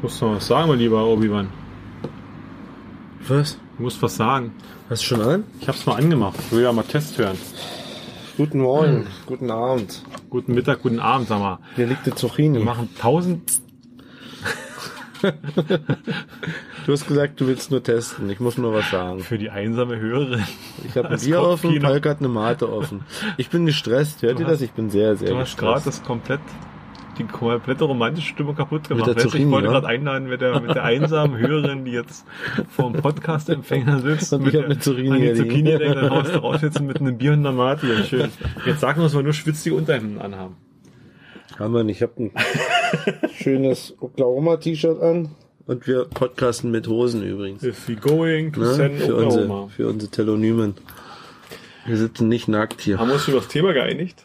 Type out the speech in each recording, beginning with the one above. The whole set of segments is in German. Musst du noch was sagen, mein lieber Obi-Wan? Was? Du musst was sagen. Hast du schon an? Ich hab's mal angemacht. Ich will ja mal Test hören. Guten Morgen, guten Abend. Guten Mittag, guten Abend, sag mal. Hier liegt die Wir Zucchini. machen 1000. Du hast gesagt, du willst nur testen. Ich muss nur was sagen. Für die einsame Hörerin. Ich habe ein Das Bier offen, Kopfkino. Falk hat eine Mate offen. Ich bin gestresst. Hört Du ihr hast- das? Ich bin sehr, sehr Du hast gerade gestresst. das komplett, die komplette romantische Stimmung kaputt gemacht. der Weißt du, ich Zucchini, wollte ne? gerade einladen mit der, mit der einsamen Hörerin, die jetzt vor dem Podcast-Empfänger sitzt. Und ich hab der- eine Zucchini an die hier liegen. Zucchini direkt raus, drauf sitzen mit einem Bier und einer Marti. Ja, schön. Jetzt sagen wir uns mal nur schwitzige Unterhemden anhaben. Haben wir nicht. Ich habe ein schönes Oklahoma-T-Shirt an. Und wir podcasten mit Hosen übrigens. If we going to Ne? send Für, Oklahoma. unsere, für unsere Telonymen. Wir sitzen nicht nackt hier. Haben wir uns über das Thema geeinigt?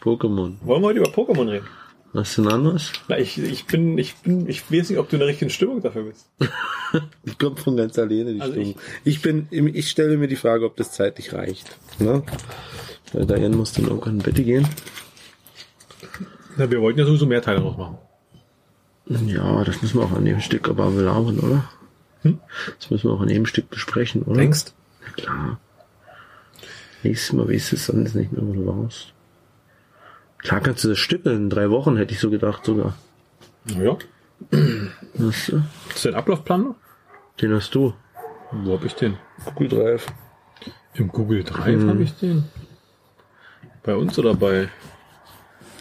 Pokémon. Wollen wir heute über Pokémon reden? Was denn anderes? Na, ich, ich bin, ich bin, ich weiß nicht, ob du in der richtigen Stimmung dafür bist. Die kommt von ganz alleine, die Also Stimmung. Ich, bin, im- ich stelle mir die Frage, ob das zeitlich reicht. Ne? Weil Diane muss dann irgendwann in Bett gehen. Na, wir wollten ja sowieso mehr Teile noch machen. Ja, das müssen wir auch an dem Stück aber belauern, oder? Hm? Das müssen wir auch an dem Stück besprechen, oder? Denkst? Na klar. Nächstes Mal weißt du es sonst nicht mehr, wo du warst. Klar kannst du das stückeln. In drei Wochen hätte ich so gedacht sogar. Naja. Weißt du? Hast du den Ablaufplan noch? Den hast du. Wo hab ich den? Hm. Gut reif. Im Google Drive hab habe ich den. Bei uns oder bei?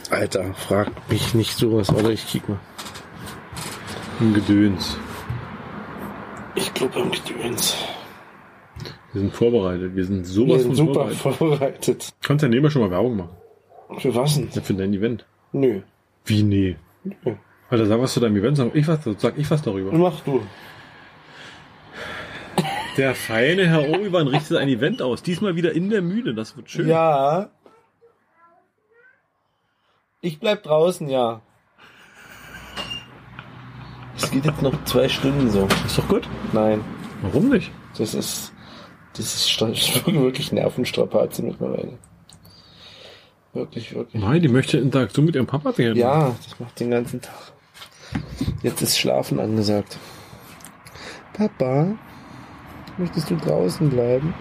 Alter, frag mich nicht sowas, oder? Ich kick mal. Im Gedöns. Ich glaube, im Gedöns. Wir sind vorbereitet. Wir sind sowas Wir von sind super vorbereitet. vorbereitet. Kannst ja nebenbei schon mal Werbung machen. Für was denn? Ja, für dein Event. Nö. Wie nee? Ja. Alter, sag was zu deinem Event, sag ich was, sag ich was darüber. Mach du. Der feine Herr Obi-Wan richtet ein Event aus. Diesmal wieder in der Mühle. Das wird schön. Ja. Ich bleib draußen, ja. Es geht jetzt noch zwei Stunden so. Ist doch gut. Nein, Warum nicht? das ist. Das ist stra- wirklich Nervenstrapaze mittlerweile. Wirklich, wirklich. Nein, die möchte Interaktion mit ihrem Papa sehen. Ja, das macht den ganzen Tag. Jetzt ist Schlafen angesagt. Papa, möchtest du draußen bleiben?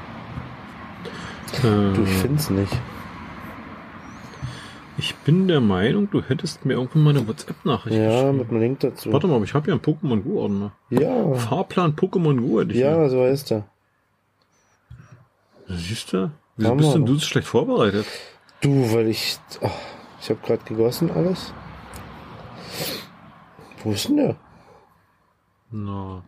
Du, ich Äh, find's nicht. ich bin der Meinung, du hättest mir irgendwann mal eine WhatsApp-Nachricht Ja, geschrieben. mit einem Link dazu. Warte mal, aber ich habe ja einen Pokémon Go-Ordner. Ja. Fahrplan Pokémon Go hätte ich. Ja, so heißt er. Siehst du? Wieso Hammer. bist denn du so schlecht vorbereitet? Du, weil ich. Ach, ich habe gerade gegossen alles. Wo ist denn der? Na.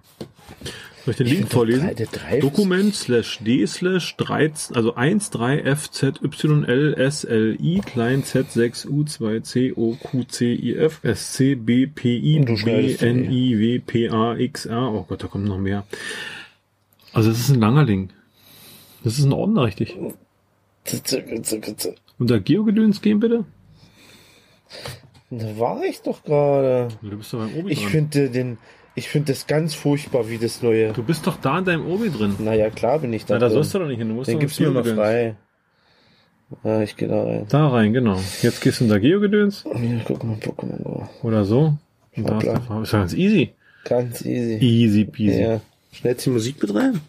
Soll ich den Ich Link find vorlesen? Der 3, der 3 Dokument slash d slash 13, also 13FZYLSLI klein Z6U2COQCIF SCBPI Du schneidest den, ja. BNIWPAXR. Oh Gott, da kommt noch mehr. Also es ist ein langer Link. Das ist ein Ordner, richtig. Zitze, Witze, Witze. Unter Geogedöns gehen bitte. Da war ich doch gerade. Du bist doch beim Obi Ich drin. finde den. Ich finde das ganz furchtbar, wie das neue. Du bist doch da in deinem Obi drin. Naja, klar bin ich da. Na, da drin. sollst du doch nicht hin. Du musst äh, Den doch gibst du ins mir mal Geogedöns. frei. Ja, ich gehe da rein. Da rein, genau. Jetzt gehst du in der Geogedöns Ja, guck mal, Pokémon Go. oder so. Und da Na ist klar. der Farbe. Ist ja ganz easy. Ganz easy. Easy peasy. Ja. Schnellst die Musik mit rein?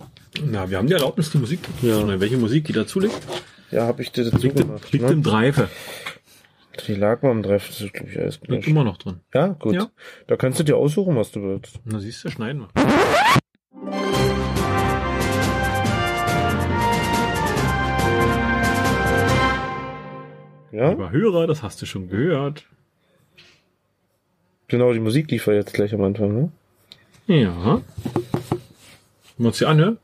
Na, wir haben die Erlaubnis, die Musik Ja. ja. Welche Musik, die dazu liegt? Ja, hab ich dir dazu Liegt, im, gemacht. liegt im ne? Dreife. Die lag mal im Treff, das ist glaub ich alles Liegt gelöscht. immer noch drin. Ja, gut. Ja. Da kannst du dir aussuchen, was du willst. Na, siehst du, schneiden wir. Ja? Lieber Hörer, das hast du schon gehört. Genau, die Musik lief ja jetzt gleich am Anfang, ne? Ja. Wollen wir uns die anhören?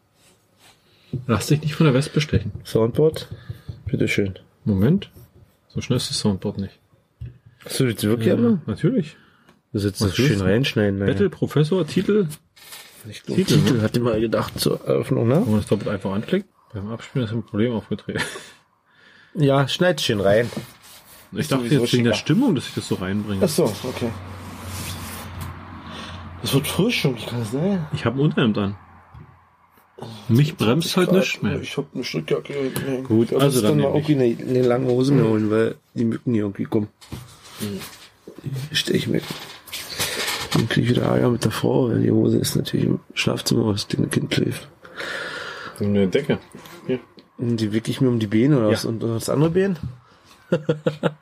Lass dich nicht von der Wespe stechen. Soundboard. Bitteschön. Moment. So schnell ist das Soundboard nicht. Hast du jetzt wirklich Ja, alle? natürlich. Du sitzt Was willst du? reinschneiden, ne? Battle, Professor, Titel. Ich glaub, Titel, Titel, ne? hat immer gedacht zur Eröffnung, ne? Wenn man das doppelt einfach anklickt, beim Abspielen ist ein Problem aufgetreten. Ja, schneid schön rein. Ich dachte sowieso jetzt wegen der schicker. Stimmung, dass ich das so reinbringe. so, okay. Das wird frisch und krass, ne? Ich habe ein Unterhemd an. Oh, Mich bremst halt heute nicht mehr. Ich hab eine Strickjacke. Ne. Gut, Da also musst du dann mal nehme ich. irgendwie eine, eine lange Hose mehr Mhm. holen, weil die Mücken hier irgendwie kommen. Stell ich mir. Dann kriege ich wieder Ärger mit der Frau, weil die Hose ist natürlich im Schlafzimmer, was dem Kind schläft. Eine Decke. Hier. Und die wickel ich mir um die Beine oder Ja. was, und, und das andere Bein?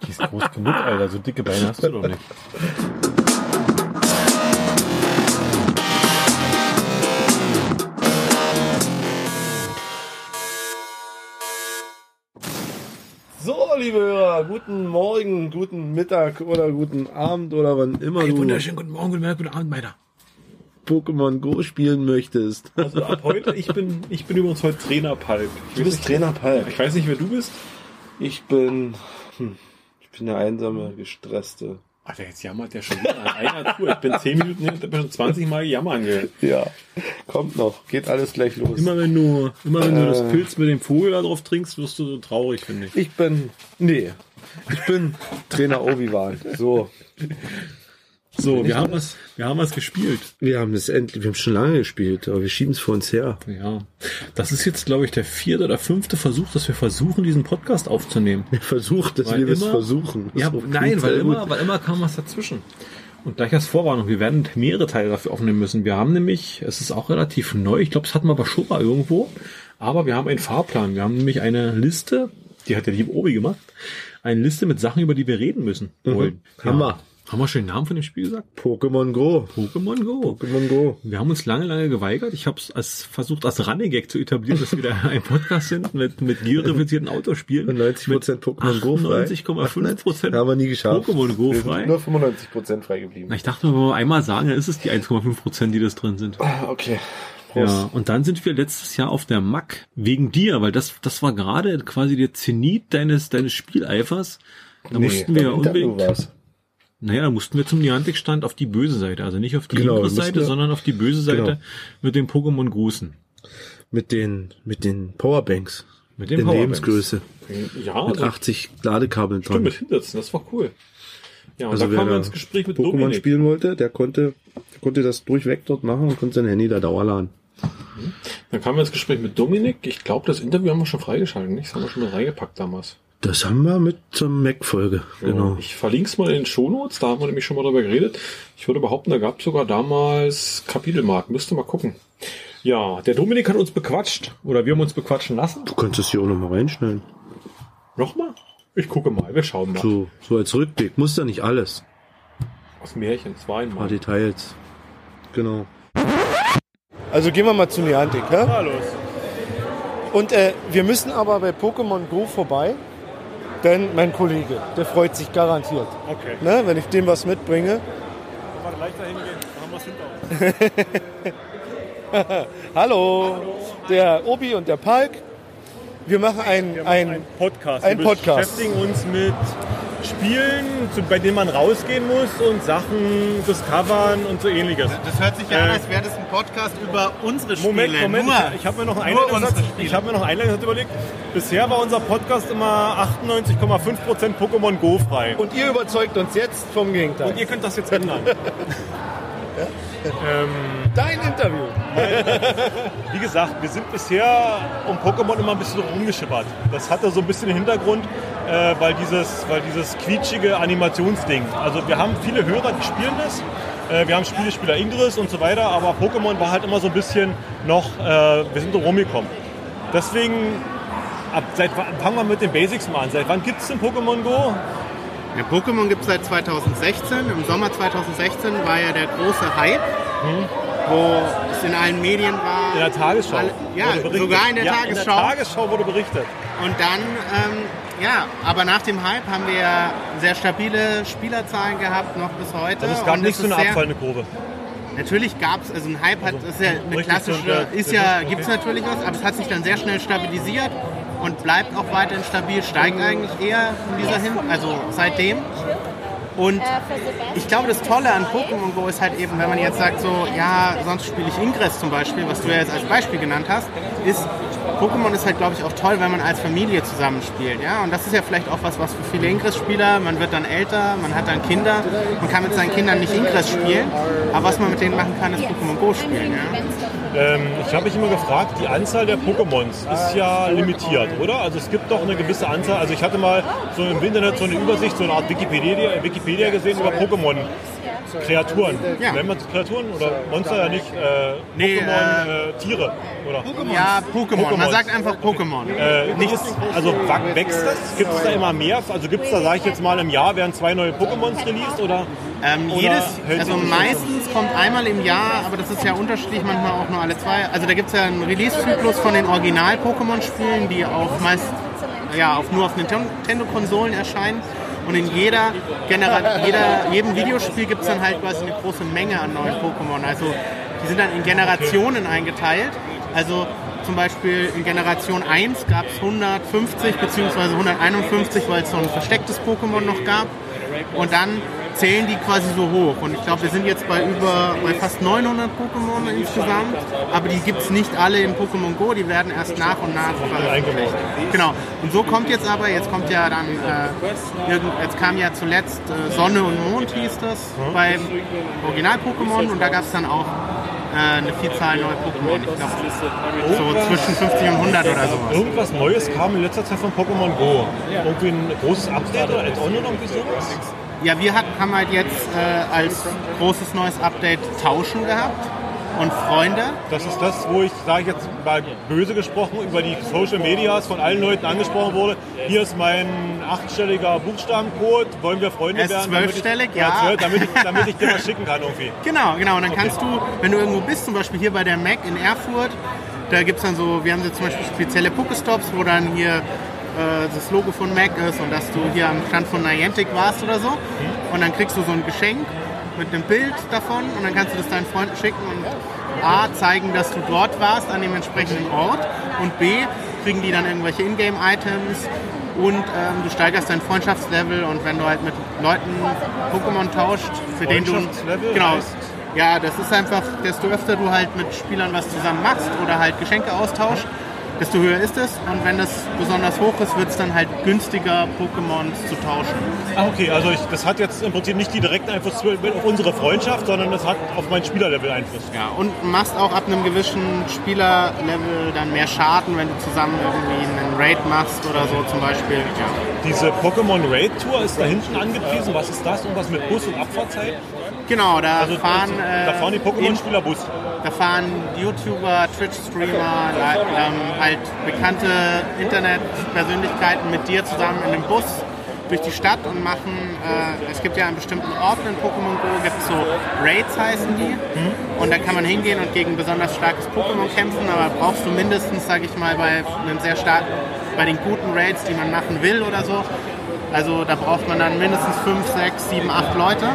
Die ist groß genug, Alter. So dicke Beine hast du doch nicht. So, liebe Hörer, guten Morgen, guten Mittag oder guten Abend oder wann immer Hey, du wunderschönen guten Morgen, guten Mittag, guten Abend, meiner. Pokémon Go spielen möchtest. Also ab heute, ich bin, ich bin übrigens heute Trainer Palk. Ich Du weiß bist nicht- Trainer Palk. Ich weiß nicht, wer du bist. Ich bin, hm, ich bin der einsame, gestresste. Alter, jetzt jammert der schon wieder an einer Tour. Ich bin 10 Minuten hier und hab mir schon 20 Mal jammern gehört. Ja, kommt noch, geht alles gleich los. Immer wenn du, immer wenn du das Äh. Pilz mit dem Vogel da drauf trinkst, wirst du so traurig, finde ich. Ich bin, nee, ich bin Trainer Obi-Wan. So, So, wir haben was, wir haben was gespielt. wir haben es endlich, wir haben schon lange gespielt, aber wir schieben es vor uns her. Ja. Das ist jetzt, glaube ich, der vierte oder fünfte Versuch, dass wir versuchen, diesen Podcast aufzunehmen. Versucht, dass Weil wir es immer- versuchen. Ja, So, nein, klingt weil sehr gut. immer, weil immer kam was dazwischen. Und gleich als Vorwarnung, wir werden mehrere Teile dafür aufnehmen müssen. Wir haben nämlich, es ist auch relativ neu, ich glaube, es hatten wir aber schon mal irgendwo, aber wir haben einen Fahrplan. Wir haben nämlich eine Liste, die hat der liebe Obi gemacht, eine Liste mit Sachen, über die wir reden müssen. Wollen. Mhm. Hammer. Ja. Haben wir schon den Namen von dem Spiel gesagt? Pokémon Go. Pokémon Go. Pokémon Go. Wir haben uns lange, lange geweigert. Ich habe es als versucht, als Running Gag zu etablieren, dass wir da ein Podcast sind mit, mit georeferenzierten Autospielen. Und 90% Pokémon Go frei. 90,5 Prozent Haben wir nie geschafft. Pokémon Go Wir sind frei. Nur 95% frei geblieben. Na, ich dachte, wenn wir einmal sagen, dann ist es die 1,5 Prozent, die das drin sind. Ah, Okay. Ja, und dann sind wir letztes Jahr auf der Mack wegen dir, weil das, das war gerade quasi der Zenit deines, deines Spieleifers. Da mussten wir ja unbedingt, Was. naja, da mussten wir zum Niantic-Stand auf die böse Seite, also nicht auf die Genau, linke wir mussten Seite, ja- sondern auf die böse Seite Genau. mit dem Pokémon Grußen. Mit den, mit den Powerbanks. Mit dem in Powerbanks. Oh, Lebensgröße. Ja, also, Mit 80 Ladekabeln dran. Hinderzen, das war cool. Ja, und Also wer da Pokémon spielen wollte, der konnte, der konnte das durchweg dort machen und konnte sein Handy da dauerladen. Dann kamen wir ins Gespräch mit Dominik. Ich glaube, das Interview haben wir schon freigeschaltet, nicht? Das haben wir schon mit reingepackt damals. Das haben wir mit zur Mac-Folge. Genau. Ich verlinke es mal in den Shownotes, da haben wir nämlich schon mal drüber geredet. Ich würde behaupten, da gab es sogar damals Kapitelmarkt. Müsste mal gucken. Ja, der Dominik hat uns bequatscht. Oder wir haben uns bequatschen lassen. Du kannst es hier auch nochmal reinschneiden. Nochmal? Ich gucke mal, wir schauen mal. So, so als Rückblick. Muss da nicht alles. Aus Märchen, es war Ein paar einmal. Details. Genau. Also gehen wir mal zu Niantic, ne? Na los. Und äh, wir müssen aber bei Pokémon Go vorbei, denn mein Kollege, der freut sich garantiert, Okay. ne? wenn ich dem was mitbringe. Hallo, der Obi und der Palk. Wir machen einen, einen Podcast. Ein wir Podcast. beschäftigen uns mit Spielen, zu, bei denen man rausgehen muss und Sachen discovern und so ähnliches. Das hört sich ja an, Äh, als wäre das ein Podcast über unsere Spiele. Moment, Moment, Nur. ich- ich habe mir noch einen nur unsere Einleitungssatz- Spiele. ich hab mir noch einen Einleitungssatz überlegt. Bisher war unser Podcast immer 98,5% Pokémon Go frei. und ihr überzeugt uns jetzt vom Gegenteil. Und ihr könnt das jetzt ändern. Dein Interview. Wie gesagt, wir sind bisher um Pokémon immer ein bisschen rumgeschippert. Das hatte so ein bisschen den Hintergrund, äh, weil, dieses, weil dieses quietschige Animationsding. Also wir haben viele Hörer, die spielen das. Äh, wir haben Spielespieler Ingris und so weiter, aber Pokémon war halt immer so ein bisschen noch, äh, wir sind drum rumgekommen. Deswegen, ab, seit, wann- fangen wir mit den Basics mal an. Seit wann gibt es denn Pokémon Go? Ja, Pokémon gibt es seit 2016. Im Sommer 2016 war ja der große Hype, Hm? wo es in allen Medien war. In der Tagesschau. Alle- ja, wurde berichtet. sogar in der ja, Tagesschau. In der Tagesschau wurde berichtet. Und dann, ähm, ja, aber nach dem Hype haben wir ja sehr stabile Spielerzahlen gehabt, noch bis heute. Also es gab Und nicht es so eine ist sehr- abfallende Kurve. Natürlich gab es, also ein Hype hat, ist ja eine Richtig, so klassische, der- ist der- ja, okay. gibt es natürlich was, aber es hat sich dann sehr schnell stabilisiert und bleibt auch weiterhin stabil, steigt eigentlich eher in dieser hin, also seitdem. Und ich glaube, das Tolle an Pokémon Go ist halt eben, wenn man jetzt sagt, so, ja, sonst spiele ich Ingress zum Beispiel, was du ja jetzt als Beispiel genannt hast, ist, Pokémon ist halt, glaube ich, auch toll, wenn man als Familie zusammenspielt, ja. Und das ist ja vielleicht auch was, was für viele Ingress-Spieler, man wird dann älter, man hat dann Kinder, man kann mit seinen Kindern nicht Ingress spielen, aber was man mit denen machen kann, ist Pokémon Go spielen, ja. Ähm, ich habe mich immer gefragt, die Anzahl der Pokémons ist ja limitiert, oder? Also es gibt doch eine gewisse Anzahl. Also ich hatte mal so im Internet so eine Übersicht, so eine Art Wikipedia, Wikipedia gesehen über Pokémon. Kreaturen. Ja. Nennt man es Kreaturen oder Monster ja nicht? Äh, Pokémon, Nee, äh, Tiere, oder? Ja, Pokémon. Man Pokémon. sagt einfach Pokémon. Äh, nichts, also wa- wächst das? Gibt es da immer mehr? Also gibt es da, sage ich jetzt mal, im Jahr werden zwei neue Pokémons released oder? Ähm, Oder jedes, hält also sich das meistens kommt einmal im Jahr, aber das ist ja unterschiedlich, manchmal auch nur alle zwei. Also da gibt es ja einen Release-Zyklus von den Original-Pokémon-Spielen, die auch meist ja, auf, nur auf Nintendo-Konsolen erscheinen. Und in jeder, Genera jeder jedem Videospiel gibt es dann halt quasi eine große Menge an neuen Pokémon. Also die sind dann in Generationen eingeteilt. Also zum Beispiel in Generation 1 gab es 150 bzw. 151, weil es so ein verstecktes Pokémon noch gab. Und dann zählen die quasi so hoch. Und ich glaube, wir sind jetzt bei über bei fast 900 Pokémon insgesamt. Aber die gibt es nicht alle in Pokémon Go. Die werden erst nach und nach veröffentlicht. Genau. Und so kommt jetzt aber, jetzt kommt ja dann, äh, irgend- jetzt kam ja zuletzt äh, Sonne und Mond hieß das beim Original-Pokémon. Und da gab es dann auch äh, eine Vielzahl neuer Pokémon. Ich glaube, so zwischen 50 und 100 oder sowas. Irgendwas Neues kam in letzter Zeit von Pokémon Go. Irgendwie ein großes Update oder Add-on oder irgendwie sowas? Ja, wir hatten, haben halt jetzt äh, als großes neues Update Tauschen gehabt und Freunde. Das ist das, wo ich, sage ich jetzt mal böse gesprochen, über die Social Medias von allen Leuten angesprochen wurde. Hier ist mein achtstelliger Buchstabencode. Wollen wir Freunde Er ist werden? zwölfstellig, damit ich, ja. zwölf, damit, ich, damit ich dir was schicken kann irgendwie. Genau, genau. Und dann kannst du, wenn du irgendwo bist, zum Beispiel hier bei der Mac in Erfurt, da gibt's dann so, wir haben so zum Beispiel spezielle Pokestops, wo dann hier äh, das Logo von Mac ist und dass du hier am Stand von Niantic warst oder so. Und dann kriegst du so ein Geschenk mit einem Bild davon und dann kannst du das deinen Freunden schicken und A, zeigen, dass du dort warst an dem entsprechenden Ort und B, kriegen die dann irgendwelche Ingame-Items und ähm, du steigerst dein Freundschaftslevel und wenn du halt mit Leuten Pokémon tauscht, für den du... Freundschaftslevel Genau, heißt? ja, das ist einfach, desto öfter du halt mit Spielern was zusammen machst oder halt Geschenke austauscht, desto höher ist es. Und wenn das besonders hoch ist, wird es dann halt günstiger, Pokémons zu tauschen. Ah, okay, also ich, das hat jetzt im Prinzip nicht die direkten Einfluss zu- auf unsere Freundschaft, sondern das hat auf mein Spielerlevel Einfluss. Ja, und machst auch ab einem gewissen Spielerlevel dann mehr Schaden, wenn du zusammen irgendwie einen Raid machst oder so zum Beispiel. Ja. Diese Pokémon Raid Tour ist da hinten angepriesen. Was ist das? Irgendwas mit Bus und Abfahrtzeit? Genau, da fahren, äh, Also, da fahren die Pokémon-Spieler Bus. Da fahren YouTuber, Twitch-Streamer, li- ähm, halt bekannte Internetpersönlichkeiten mit dir zusammen in einem Bus durch die Stadt und machen, äh, es gibt ja an bestimmten Orten in Pokémon Go, gibt es so Raids heißen die. Und da kann man hingehen und gegen besonders starkes Pokémon kämpfen, aber brauchst du mindestens, sag ich mal, bei einem sehr starken, bei den guten Raids, die man machen will oder so, also da braucht man dann mindestens 5, 6, 7, 8 Leute.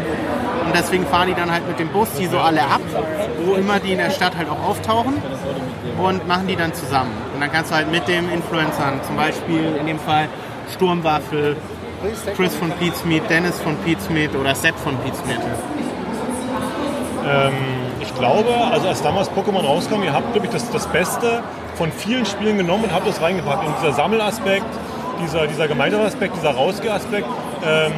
Und deswegen fahren die dann halt mit dem Bus die so alle ab, wo immer die in der Stadt halt auch auftauchen und machen die dann zusammen. Und dann kannst du halt mit den Influencern, zum Beispiel in dem Fall Sturmwaffel, Chris von Pete's Meat, Dennis von Pete's Meat oder Sepp von Pete's Meat. Ich glaube, also als damals Pokémon rauskam, ihr habt, glaube ich, das, das Beste von vielen Spielen genommen und habt das reingepackt. Und dieser Sammelaspekt, dieser, dieser Gemeinschaftsaspekt, dieser Rausgeaspekt, ähm,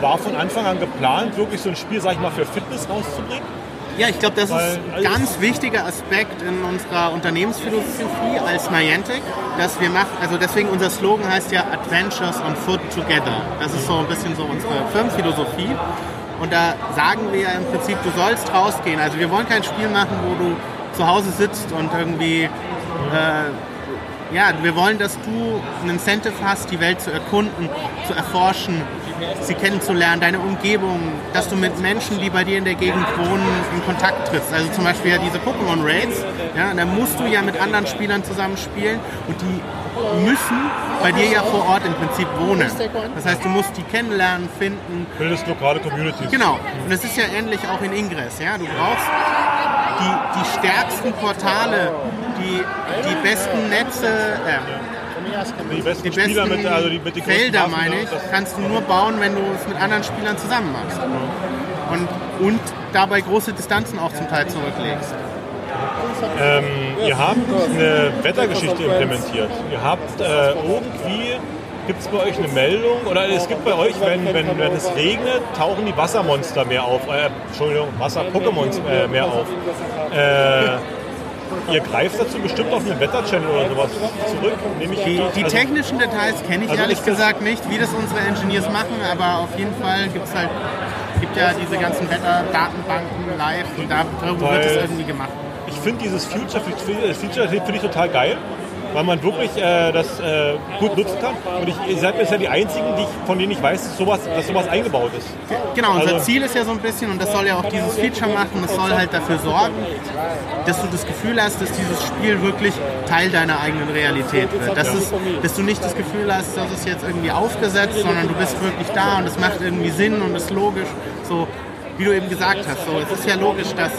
war von Anfang an geplant, wirklich so ein Spiel, sag ich mal, für Fitness rauszubringen. Ja, ich glaube, das ist Weil ein alles- ganz wichtiger Aspekt in unserer Unternehmensphilosophie als Niantic, dass wir machen, also deswegen unser Slogan heißt ja Adventures on Foot Together. Das ist so ein bisschen so unsere Firmenphilosophie. Und da sagen wir ja im Prinzip, du sollst rausgehen. Also wir wollen kein Spiel machen, wo du zu Hause sitzt und irgendwie ja, wir wollen, dass du ein Incentive hast, die Welt zu erkunden, zu erforschen, sie kennenzulernen, deine Umgebung, dass du mit Menschen, die bei dir in der Gegend wohnen, in Kontakt trittst. Also zum Beispiel ja diese Pokémon Raids, ja, und da musst du ja mit anderen Spielern zusammen spielen und die müssen bei dir ja vor Ort im Prinzip wohnen. Das heißt, du musst die kennenlernen, finden, Bildest lokale Communities. Genau. Und es ist ja ähnlich auch in Ingress. Ja? Du brauchst die, die stärksten Portale, die, die besten Netze, äh, Die besten die Spieler besten mit, also die, mit den größten Felder, Waffen, meine ne? ich, Das- kannst du nur bauen, wenn du es mit anderen Spielern zusammen machst. Und, und dabei große Distanzen auch zum Teil zurücklegst. Ihr habt eine Wettergeschichte implementiert. Ihr habt äh, irgendwie, gibt es bei euch eine Meldung? Oder es gibt bei euch, wenn, wenn, wenn es regnet, tauchen die Wassermonster mehr auf. Äh, Entschuldigung, Wasser-Pokémons äh, mehr auf. Äh, ihr greift dazu bestimmt auf einen Wetter-Channel oder sowas zurück. Nehme ich Die, die also, technischen Details kenne ich Also ehrlich ist das- gesagt nicht, wie das unsere Engineers machen, aber auf jeden Fall gibt es halt gibt gibt ja diese ganzen Wetterdatenbanken live und da darüber Weil- wird es irgendwie gemacht. Ich finde dieses Future Feature finde ich total geil, weil man wirklich äh, das äh, gut nutzen kann. Und ich, ihr seid bisher die einzigen, die ich, von denen ich weiß, dass sowas, dass sowas eingebaut ist. Genau, unser Also- Ziel ist ja so ein bisschen, und das soll ja auch dieses Feature machen, das soll halt dafür sorgen, dass du das Gefühl hast, dass dieses Spiel wirklich Teil deiner eigenen Realität wird. Dass, es, dass du nicht das Gefühl hast, dass es jetzt irgendwie aufgesetzt, sondern du bist wirklich da und es macht irgendwie Sinn und ist logisch. So, wie du eben gesagt hast, so, es ist ja logisch, dass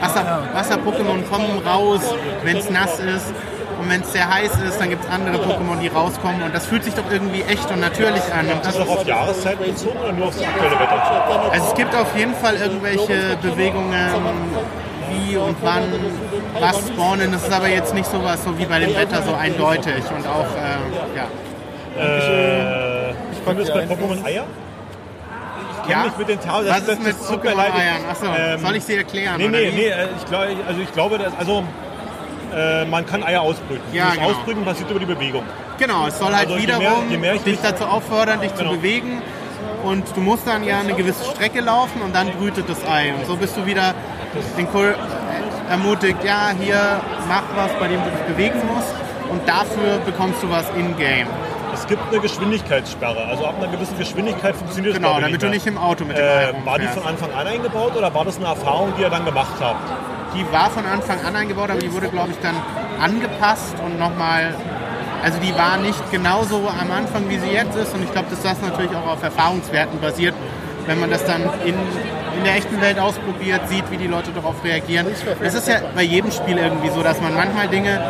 Wasser- Wasser-Pokémon kommen raus, wenn es nass ist. Und wenn es sehr heiß ist, dann gibt es andere Pokémon, die rauskommen. Und das fühlt sich doch irgendwie echt und natürlich an. Und das Ist das auch auf Jahreszeit bezogen oder nur aufs aktuelle Wetter? also es gibt auf jeden Fall irgendwelche Bewegungen, wie und wann was spawnen. Das ist aber jetzt nicht sowas so wie bei dem Wetter so eindeutig und auch äh, ja. Äh, ich komme jetzt bei Pokémon Eier. Ich Ja? kenne mich mit den Tafeln. Was ist mit Pokémon-Eiern? Achso, soll ich sie erklären? Ähm, Nee, oder nee, wie? nee, äh, ich, glaub, also ich glaube, dass, also, äh, man kann Eier ausbrüten. Ja, das genau. Ausbrüten passiert über die Bewegung. Genau, es soll halt Also je mehr- wiederum je mehr ich dich mich- dazu auffordern, dich Genau. zu bewegen. Und du musst dann ja eine gewisse Strecke laufen und dann brütet das Ei. Und so bist du wieder den Kohl ermutigt, ja, hier mach was, bei dem du dich bewegen musst. Und dafür bekommst du was in-game. Es gibt eine Geschwindigkeitssperre. Also ab einer gewissen Geschwindigkeit funktioniert Genau, das glaub ich, damit du nicht mehr. im Auto mit dem Ei äh, War die rumfährst. von Anfang an eingebaut oder war das eine Erfahrung, die ihr dann gemacht habt? Die war von Anfang an eingebaut, aber die wurde, glaube ich, dann angepasst und nochmal. Also die war nicht genauso am Anfang, wie sie jetzt ist. Und ich glaube, dass das natürlich auch auf Erfahrungswerten basiert. Wenn man das dann in, in der echten Welt ausprobiert, sieht, wie die Leute darauf reagieren. Es ist ja bei jedem Spiel irgendwie so, dass man manchmal Dinge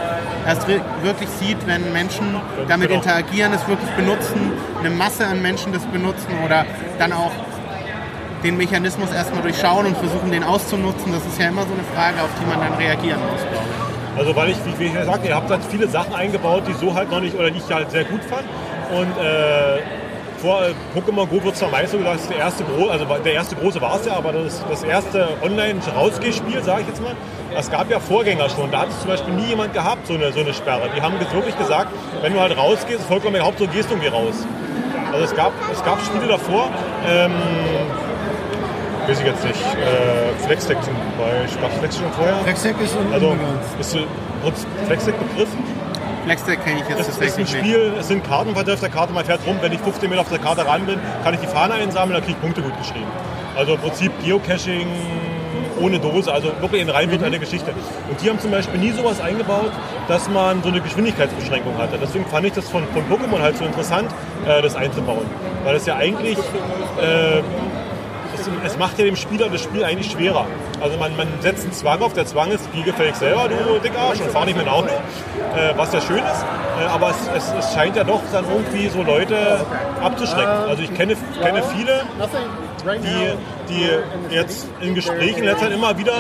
erst re- wirklich sieht, wenn Menschen damit Genau. interagieren, es wirklich benutzen, eine Masse an Menschen das benutzen oder dann auch den Mechanismus erstmal durchschauen und versuchen, den auszunutzen. Das ist ja immer so eine Frage, auf die man dann reagieren muss, glaube ich. Also weil ich, wie ich ja sagte, ihr habt halt viele Sachen eingebaut, die so halt noch nicht oder die ich halt sehr gut fand. Und äh, vor äh, Pokémon Go wird zwar meist so gesagt, das ist der erste große, also der erste große war es ja, aber das, das erste Online-Rausgehspiel, sage ich jetzt mal, das gab ja Vorgänger schon. Da hat es zum Beispiel nie jemand gehabt, so eine, so eine Sperre. Die haben jetzt wirklich gesagt, wenn du halt rausgehst, ist vollkommen egal, Hauptsache du gehst irgendwie raus. Also es gab, es gab Spiele davor, ähm, weiß ich jetzt nicht, äh, Flextech zum Beispiel, gab Flex schon vorher? Rexec ist unten Also übrigens. ist äh, kurz Flexdeck begriffen. Flexdeck kenne ich jetzt Es ist ein tatsächlich nicht. Spiel, es sind Karten verteilt auf der Karte, man fährt rum. Wenn ich 15 Meter auf der Karte ran bin, kann ich die Fahne einsammeln, dann kriege ich Punkte gut geschrieben. Also im Prinzip Geocaching ohne Dose, also wirklich eine rein virtuelle Geschichte. Und die haben zum Beispiel nie sowas eingebaut, dass man so eine Geschwindigkeitsbeschränkung hatte. Deswegen fand ich das von, von Pokémon halt so interessant, äh, das einzubauen. Weil das ja eigentlich äh, es, es macht ja dem Spieler das Spiel eigentlich schwerer. Also man, man setzt einen Zwang auf, der Zwang ist, geh gefälligst selber, du Dickarsch, und fahr nicht mit dem Auto, äh, was ja schön ist, äh, aber es, es, es scheint ja doch dann irgendwie so Leute abzuschrecken. Also ich kenne, kenne viele, die, die jetzt in Gesprächen letzter Zeit immer wieder,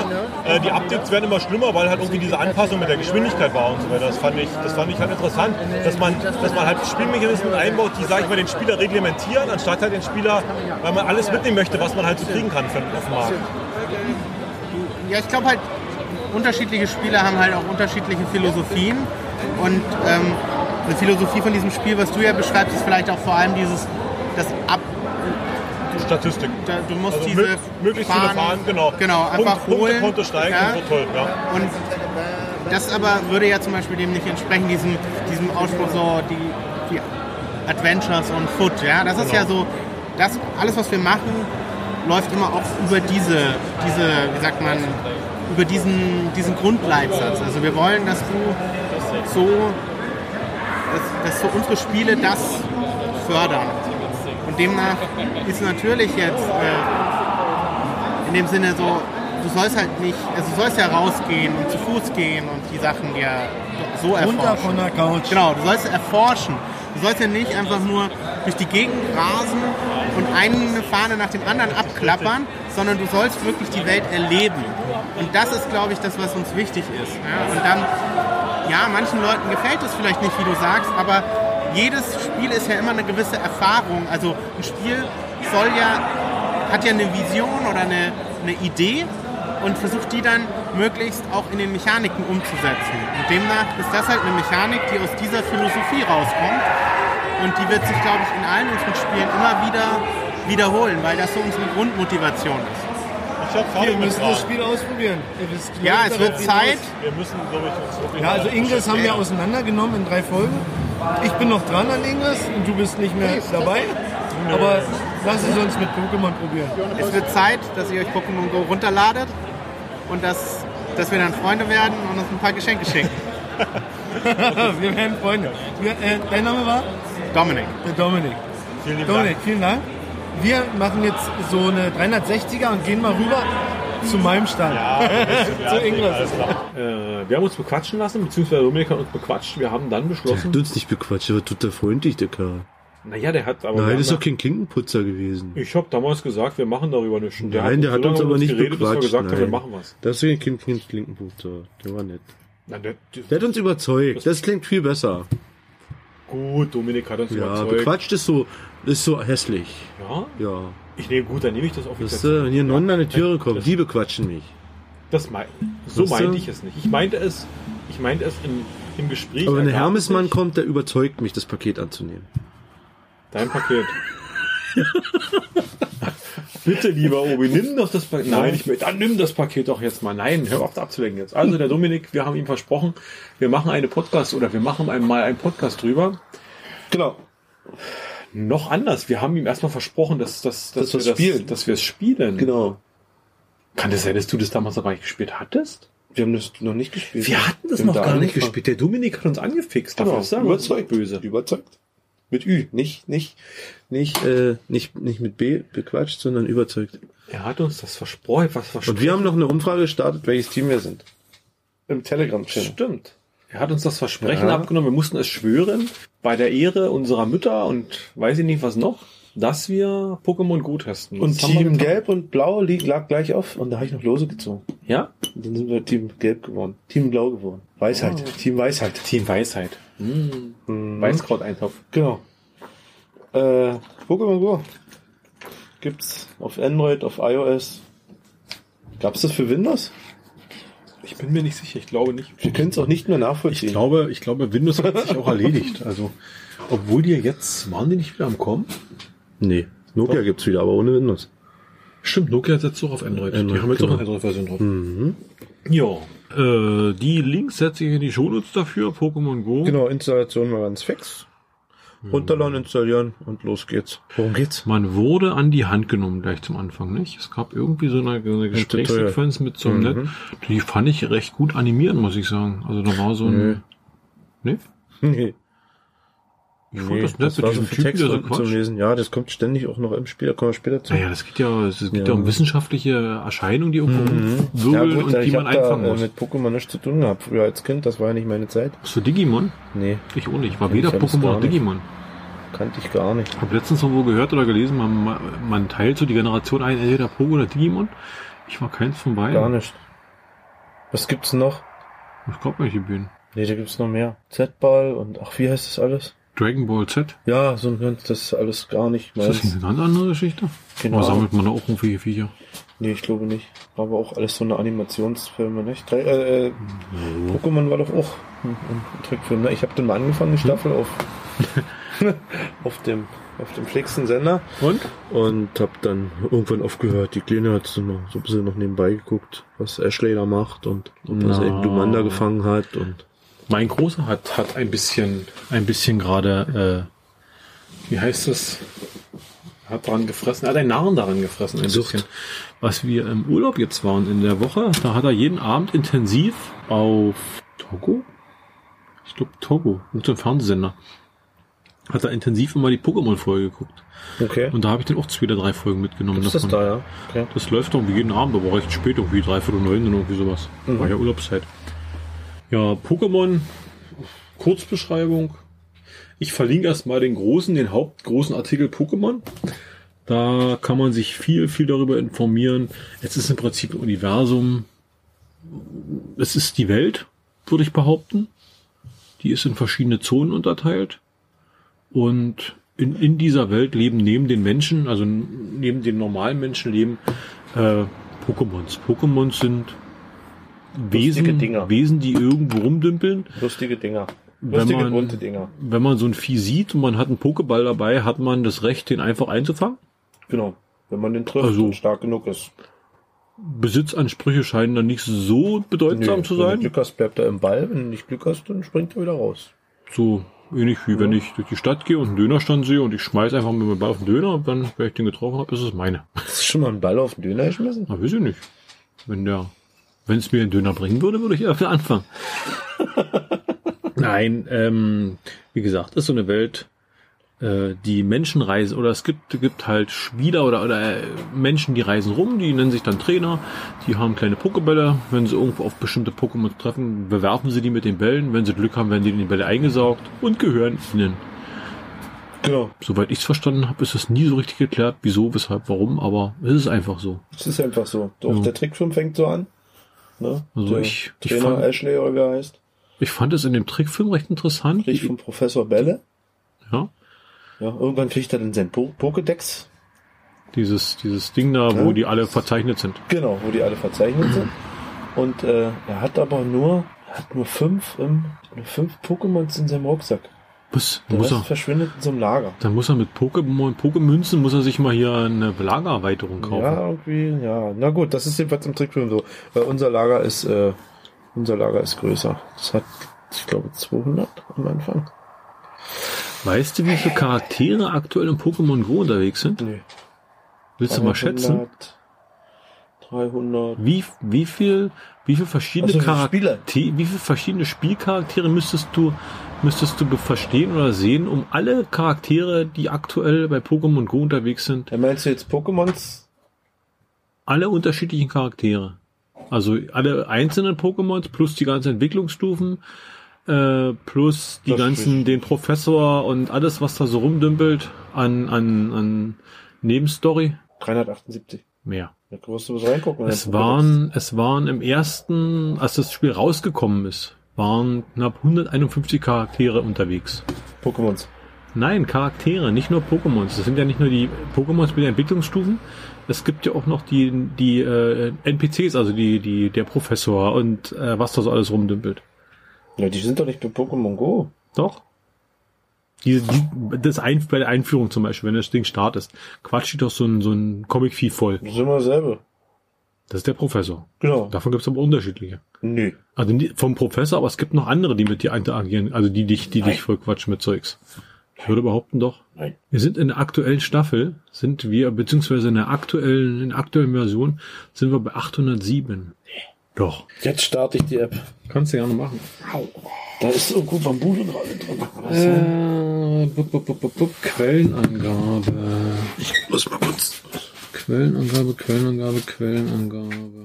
äh, die Updates werden immer schlimmer, weil halt irgendwie diese Anpassung mit der Geschwindigkeit war und so weiter. Das fand ich, das fand ich halt interessant, dass man, dass man halt Spielmechanismen einbaut, die, sag ich mal, den Spieler reglementieren, anstatt halt den Spieler, weil man alles mitnehmen möchte, was man halt so kriegen kann für auf dem Markt. Ja, ich glaube halt, unterschiedliche Spieler haben halt auch unterschiedliche Philosophien. Und ähm, eine Philosophie von diesem Spiel, was du ja beschreibst, ist vielleicht auch vor allem dieses, das Ab, Statistik. da- du musst Also diese mö- möglichst viele fahren, genau. Genau, einfach Punkt, Punkte, holen. Punkte steigen, ja. und so toll, ja. Und das aber würde ja zum Beispiel dem nicht entsprechen, diesem, diesem Ausspruch so, die, die Adventures und Foot. Ja? Das ist Genau. ja so, das, alles was wir machen, läuft immer auch über diese, diese wie sagt man, über diesen, diesen Grundleitsatz. Also wir wollen, dass du so, dass, dass so unsere Spiele das fördern. Und demnach ist natürlich jetzt äh, in dem Sinne so, du sollst halt nicht, also du sollst ja rausgehen und zu Fuß gehen und die Sachen ja so Runter erforschen. von der Couch. Genau, du sollst erforschen. Du sollst ja nicht einfach nur durch die Gegend rasen und eine Fahne nach dem anderen abklappern, sondern du sollst wirklich die Welt erleben. Und das ist, glaube ich, das, was uns wichtig ist. Ja? Und dann ja, manchen Leuten gefällt es vielleicht nicht, wie du sagst, aber jedes Spiel ist ja immer eine gewisse Erfahrung. Also ein Spiel soll ja, hat ja eine Vision oder eine, eine Idee und versucht die dann möglichst auch in den Mechaniken umzusetzen. Und demnach ist das halt eine Mechanik, die aus dieser Philosophie rauskommt. Und die wird sich, glaube ich, in allen unseren Spielen immer wieder wiederholen, weil das so unsere Grundmotivation ist. Ich habe Fabi Wir müssen das mitgebracht. Spiel ausprobieren. Ihr wisst Ja, nicht es darauf wird hinaus. Zeit. Wir müssen, glaube ich, uns wirklich Ja, also mal- Ingress haben wir auseinandergenommen in drei Folgen. Ich bin noch dran an Ingress und du bist nicht mehr dabei. Aber lass es uns mit Pokémon probieren. Es wird Zeit, dass ihr euch Pokémon Go runterladet und dass, dass wir dann Freunde werden und uns ein paar Geschenke schicken. wir werden Freunde. Wir, äh, dein Name war? Dominik. Der Dominik. Vielen lieben Dominik, Dank. vielen Dank. Wir machen jetzt so eine 360er und gehen mal rüber zu meinem Stand. zu Ingress. Alles klar. Äh, wir haben uns bequatschen lassen, beziehungsweise Dominik hat uns bequatscht. Wir haben dann Der hat beschlossen. uns nicht bequatscht, der war total freundlich, der Kerl. Naja, der hat aber. wir Nein, das ist haben doch kein Klinkenputzer gewesen. Ich habe damals gesagt, wir machen darüber nichts. Und Nein, der hat so uns lange aber nicht geredet, bequatscht. Bis wir gesagt haben, wir Nein. machen was. Das ist kein Klin- Klinkenputzer. Der war nett. Na, der, Der hat uns überzeugt. Das klingt viel besser. gut, Dominik hat uns Ja, überzeugt. bequatscht ist so, ist so hässlich. Ja, Ja. ich nehme gut, dann nehme ich das Weißt offiziell. du, äh, wenn hier Nonnen an die Türe kommen, das- die bequatschen mich. Das mei so Weißt du? meinte ich es nicht. Ich meinte es, ich meinte es im, im Gespräch. Aber wenn der ergab es Hermesmann sich- kommt, der überzeugt mich, das Paket anzunehmen. Dein Paket. Bitte, lieber Obi, nimm doch das Paket. Nein, ich möchte, dann nimm das Paket doch jetzt mal. Nein, hör auf abzulenken jetzt. Also, der Dominik, wir haben ihm versprochen, wir machen eine Podcast oder wir machen einmal einen Podcast drüber. Genau. Noch anders. Wir haben ihm erstmal versprochen, dass, dass, Dass wir's wir das, spielen. dass wir es spielen. Genau. Kann das sein, dass du das damals aber nicht gespielt hattest? Wir haben das noch nicht gespielt. Wir hatten das noch gar nicht gespielt. Der Dominik hat uns angefixt. Dafür ist er aber Genau, überzeugt. böse. Überzeugt. Mit Ü. Nicht, nicht, nicht, äh, nicht, nicht mit B bequatscht, sondern überzeugt. Er hat uns das versprochen. Was versprochen? Und wir haben noch eine Umfrage gestartet, welches Team wir sind. Im Telegram-Channel. Stimmt. Er hat uns das Versprechen Ja. abgenommen, wir mussten es schwören, bei der Ehre unserer Mütter und weiß ich nicht was noch, dass wir Pokémon Go testen. Und Das haben wir Team getan. Gelb und Blau lieg, lag gleich auf und da habe ich noch Lose gezogen. Ja? Und dann sind wir Team Gelb geworden. Team Blau geworden. Weisheit. Ah. Team Weisheit. Team Weisheit. Mhm. Weißkraut-Eintopf. Genau. Äh, Pokémon Go. Gibt's auf Android, auf iOS. Gab's das für Windows? Ich bin mir nicht sicher, ich glaube nicht. Wir können es auch nicht mehr Ich nachvollziehen. glaube, ich glaube, Windows hat sich auch erledigt. Also, obwohl die jetzt, waren die nicht wieder am Kommen? nee. Nokia gibt's wieder, aber ohne Windows. Stimmt, Nokia setzt auch auf Android. Mhm. Android, die haben jetzt genau. auch eine Android-Version drauf. Ja. Äh, die Links setze ich in die Shownotes dafür, Pokémon Go. Genau, Installation mal ganz fix. Runterladen, installieren und los geht's. Hm. Worum geht's? Man wurde an die Hand genommen gleich zum Anfang, nicht? Es gab irgendwie so eine, so eine Gesprächssequenz mit so einem Net, die fand ich recht gut animiert, muss ich sagen. Also da war so ein. Nee? Nee. Ich Nee, fand das nett das mit war so Ah diesem viel Typen, Text der so unten zum quatscht. Lesen. Ja, das kommt ständig auch noch im Spiel, da kommen wir später zu. Naja, das geht ja, es geht ja, Ja. um wissenschaftliche Erscheinungen, die irgendwo Mhm. Ja, rumwirbeln gut, und die ich man habe da einfangen äh, muss. mit Pokémon nichts zu tun gehabt früher als Kind, das war ja nicht meine Zeit. Hast du Digimon? Nee, Ich auch nicht. Ich war Ja, weder ich hab das Pokémon gar noch nicht. Digimon. kannte ich gar nicht. Ich habe letztens irgendwo gehört oder gelesen, man, man teilt so die Generation ein, entweder Pokémon oder Digimon. Ich war keins von beiden. Gar nicht. Was gibt's noch? Ich glaube nicht, die Bühnen. Nee, da gibt's noch mehr. Z-Ball und ach, wie heißt das alles? Dragon Ball Z. Ja, so ein ganz, das ist alles gar nicht Ist das nicht meins. eine ganz andere Geschichte? Genau. Oder sammelt man da auch irgendwelche Viecher? Nee, ich glaube nicht. Aber auch alles so eine Animationsfilme, nicht? Drei, äh, äh, Mhm. Pokémon war doch auch ein, ein Trickfilm, ne? Ich habe den mal angefangen, die Hm? Staffel auf, auf dem, auf dem flixen Sender. Und? Und hab dann irgendwann aufgehört. Die Kleine hat so noch- so ein bisschen noch nebenbei geguckt, was Ashley da macht und ob er Na. eben Glumanda gefangen hat und Mein Großer hat, hat ein bisschen, ein bisschen gerade, äh, wie heißt das? Hat daran gefressen, hat einen Narren daran gefressen, ein Sucht. bisschen. Was wir im Urlaub jetzt waren in der Woche, da hat er jeden Abend intensiv auf Togo? Ich glaube Togo, irgendein Fernsehsender. Hat er intensiv immer die Pokémon-Folge geguckt. okay. Und da habe ich dann auch zwei oder drei Folgen mitgenommen. ist das davon. da, ja? Okay. Das läuft irgendwie jeden Abend, aber recht spät, irgendwie dreiviertel neun oder irgendwie sowas. Mhm. War ja Urlaubszeit. Ja, Pokémon, Kurzbeschreibung. Ich verlinke erstmal den großen, den hauptgroßen Artikel Pokémon. Da kann man sich viel, viel darüber informieren. Es ist im Prinzip ein Universum. Es ist die Welt, würde ich behaupten. Die ist in verschiedene Zonen unterteilt. Und in, in dieser Welt leben neben den Menschen, also n- neben den normalen Menschen leben äh, Pokémons. Pokémons sind Wesen, Dinger. Wesen, die irgendwo rumdümpeln. Lustige Dinger. Wenn Lustige man- bunte Dinger. Wenn man so ein Vieh sieht und man hat einen Pokéball dabei, hat man das Recht, den einfach einzufangen. Genau. Wenn man den trifft Also- und stark genug ist. Besitzansprüche scheinen dann nicht so bedeutsam zu Wenn du sein. Glück hast, bleibt er im Ball. Wenn du nicht Glück hast, dann springt er wieder raus. So ähnlich wie wenn ich durch die Stadt gehe und einen Dönerstand sehe und ich schmeiß einfach mit meinem Ball auf den Döner und dann, wenn ich den getroffen habe, ist es meine. Hast du schon mal einen Ball auf den Döner geschmissen? Na, weiß ich nicht. Wenn der, wenn es mir einen Döner bringen würde, würde ich ja wieder anfangen. Nein, ähm, wie gesagt, ist so eine Welt, äh, die Menschen reisen oder es gibt, gibt halt Spieler oder, oder äh, Menschen, die reisen rum, die nennen sich dann Trainer, die haben kleine Pokebälle, wenn sie irgendwo auf bestimmte Pokémon treffen, bewerfen sie die mit den Bällen, wenn sie Glück haben, werden die in die Bälle eingesaugt und gehören ihnen. Genau. Soweit ich es verstanden habe, ist das nie so richtig geklärt, wieso, weshalb, warum, aber es ist einfach so. Es ist einfach so. Auch Ja. der Trickfilm fängt so an. Ne? Also der ich- ich Trainer fand- Ashley oder wie er heißt. Ich fand es in dem Trickfilm recht interessant. Kriegt von Professor Bälle. Ja, Ja, irgendwann kriegt er dann seinen po Pokédex. dieses, dieses Ding da, wo Ja. die alle verzeichnet sind. Genau, wo die alle verzeichnet sind. Und äh, er hat aber nur, er hat nur fünf, im, nur fünf Pokémons in seinem Rucksack. Was? Dann Der muss Rest er, verschwindet in so einem Lager. dann muss er mit Pokémon, Pokémünzen, muss er sich mal hier eine Lagererweiterung kaufen. Ja, irgendwie, ja. Na gut, das ist jedenfalls im Trickfilm so. Weil unser Lager ist, äh, unser Lager ist größer. Das hat, ich glaube, 200 am Anfang. Weißt du, wie viele Charaktere aktuell im Pokémon Go unterwegs sind? Nee. Willst du mal 300, schätzen? 300. Wie, wie viel, wie viel verschiedene Also, wie viele Charaktere, Spieler? wie viel verschiedene Spielcharaktere müsstest du, müsstest du be- verstehen oder sehen, um alle Charaktere, die aktuell bei Pokémon Go unterwegs sind, Ja, meinst du jetzt Pokémons? alle unterschiedlichen Charaktere. Also alle einzelnen Pokémons plus die ganzen Entwicklungsstufen äh, plus die Das ganzen, spricht. den Professor und alles, was da so rumdümpelt an, an, an Nebenstory. 378. Mehr. Da musst du was reingucken. in Es den Pokédex. waren, es waren im ersten, als das Spiel rausgekommen ist, waren knapp 151 Charaktere unterwegs. Pokémons. Nein, Charaktere, nicht nur Pokémons. Das sind ja nicht nur die Pokémons mit den Entwicklungsstufen. Es gibt ja auch noch die, die äh, NPCs, also die, die, der Professor und äh, was da so alles rumdümpelt. Ja, die sind doch nicht bei Pokémon Go. Doch? Die, die, das ein, bei der Einführung zum Beispiel, wenn das Ding startest, quatscht die doch so ein, so ein Comic-Vieh voll. Das ist immer dasselbe. Das ist der Professor. Genau. Davon gibt es aber unterschiedliche. Nö. Also nie- vom Professor, aber es gibt noch andere, die mit dir interagieren, also die dich, die dich voll quatschen mit Zeugs. Ich würde behaupten doch. Nein. Wir sind in der aktuellen Staffel, sind wir, beziehungsweise in der aktuellen, in der aktuellen Version, sind wir bei 807. Doch. Jetzt starte ich die App. Kannst du gerne machen. Da ist irgendwo Bambule gerade drin. Äh, bup, bup, bup, bup, bup, Quellenangabe. Muss mal kurz. Quellenangabe, Quellenangabe, Quellenangabe.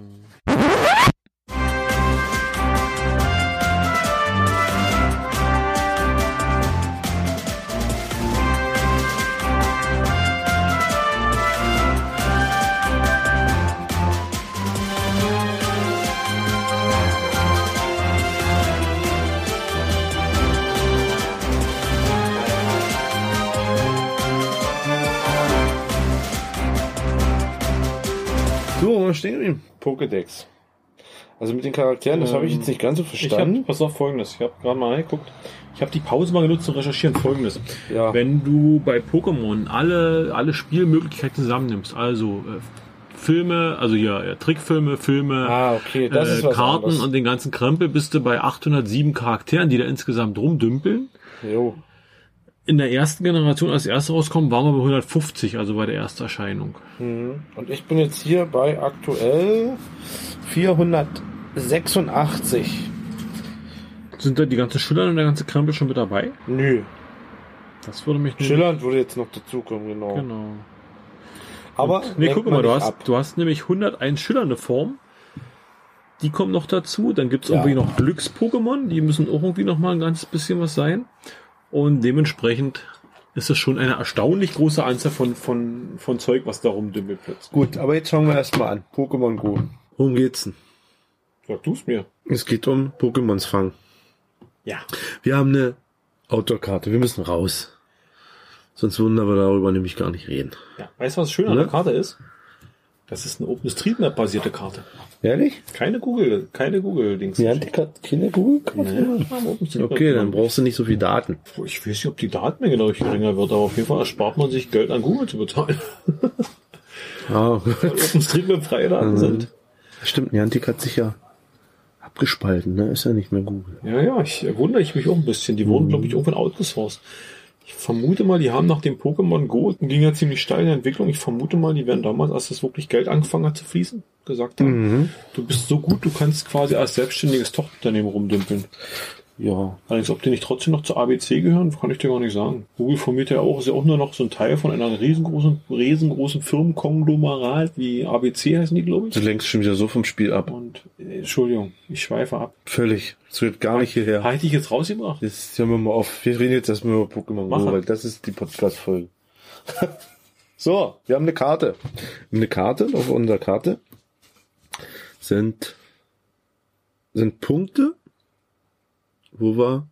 So, wo stehen wir? Pokédex. Also mit den Charakteren, das habe ich Ähm, jetzt nicht ganz so Ich habe, verstanden. pass auf folgendes, ich habe gerade mal reingeguckt. Ich habe die Pause mal genutzt zum Recherchieren folgendes. Ja. Wenn du bei Pokémon alle, alle Spielmöglichkeiten zusammennimmst, also äh, Filme, also ja, ja, Trickfilme, Filme, Ah, okay, das äh, ist was Karten anderes. und den ganzen Krempel, bist du bei 807 Charakteren, die da insgesamt rumdümpeln. jo. In der ersten Generation, als erste rauskommen, waren wir bei 150, also bei der Ersterscheinung. Mhm. Und ich bin jetzt hier bei aktuell 486. Sind da die ganzen Schüler und der ganze Krempel schon mit dabei? Nö. Das würde mich nicht- Schillernd würde jetzt noch dazukommen, genau. Hm. Genau. Aber Nee, lenkt guck man mal, du nicht hast, ab. du hast nämlich 101 schillernde Formen. Die kommen noch dazu. Dann gibt's Ja. irgendwie noch Glücks-Pokémon. Die müssen auch irgendwie noch mal ein ganz bisschen was sein. Und dementsprechend ist es schon eine erstaunlich große Anzahl von, von, von Zeug, was da rumdümpelt plötzlich. Gut, aber jetzt schauen wir erstmal an. Pokémon Go. Worum geht's denn? Sag du's mir. Es geht um Pokémons fangen. Ja. Wir haben eine Outdoor-Karte. Wir müssen raus. Sonst würden wir darüber nämlich gar nicht reden. ja. Weißt du, was schön an Ne? der Karte ist? Das ist eine OpenStreetMap-basierte Karte. Ehrlich? Keine Google, keine Google-Dings. Ja, die hat keine Google-Karte. Okay, dann brauchst du nicht so viel Daten. Ich weiß nicht, ob die Datenmenge dadurch geringer wird, aber auf jeden Fall erspart man sich Geld an Google zu bezahlen. Ah, Weil OpenStreetMap freie Äh, Daten sind. stimmt, Niantic hat sich ja abgespalten, ne? Ist ja nicht mehr Google. Ja, ja, ich äh, wundere ich mich auch ein bisschen. Die wurden, glaube ich, irgendwann outgesourced. Ich vermute mal, die haben nach dem Pokémon Go, ging ja ziemlich steil in der Entwicklung, ich vermute mal, die werden damals, als das wirklich Geld angefangen hat zu fließen, gesagt haben, du bist so gut, du kannst quasi als selbstständiges Tochterunternehmen rumdümpeln. Ja. Allerdings, ob die nicht trotzdem noch zur ABC gehören, kann ich dir gar nicht sagen. Google formiert ja auch, ist ja auch nur noch so ein Teil von einer riesengroßen, riesengroßen Firmenkonglomerat, wie ABC heißen die, glaube Du ich. lenkst schon wieder so vom Spiel ab. Und, äh, Entschuldigung, ich schweife ab. Völlig. Das wird gar nicht hierher. Hätte ich jetzt rausgebracht? Jetzt hören wir mal auf. Wir reden jetzt erstmal über Pokémon Mach Go, er. weil das ist die Podcast-Folge. so, wir haben eine Karte. Eine Karte, und auf unserer Karte sind, sind Punkte, wo wir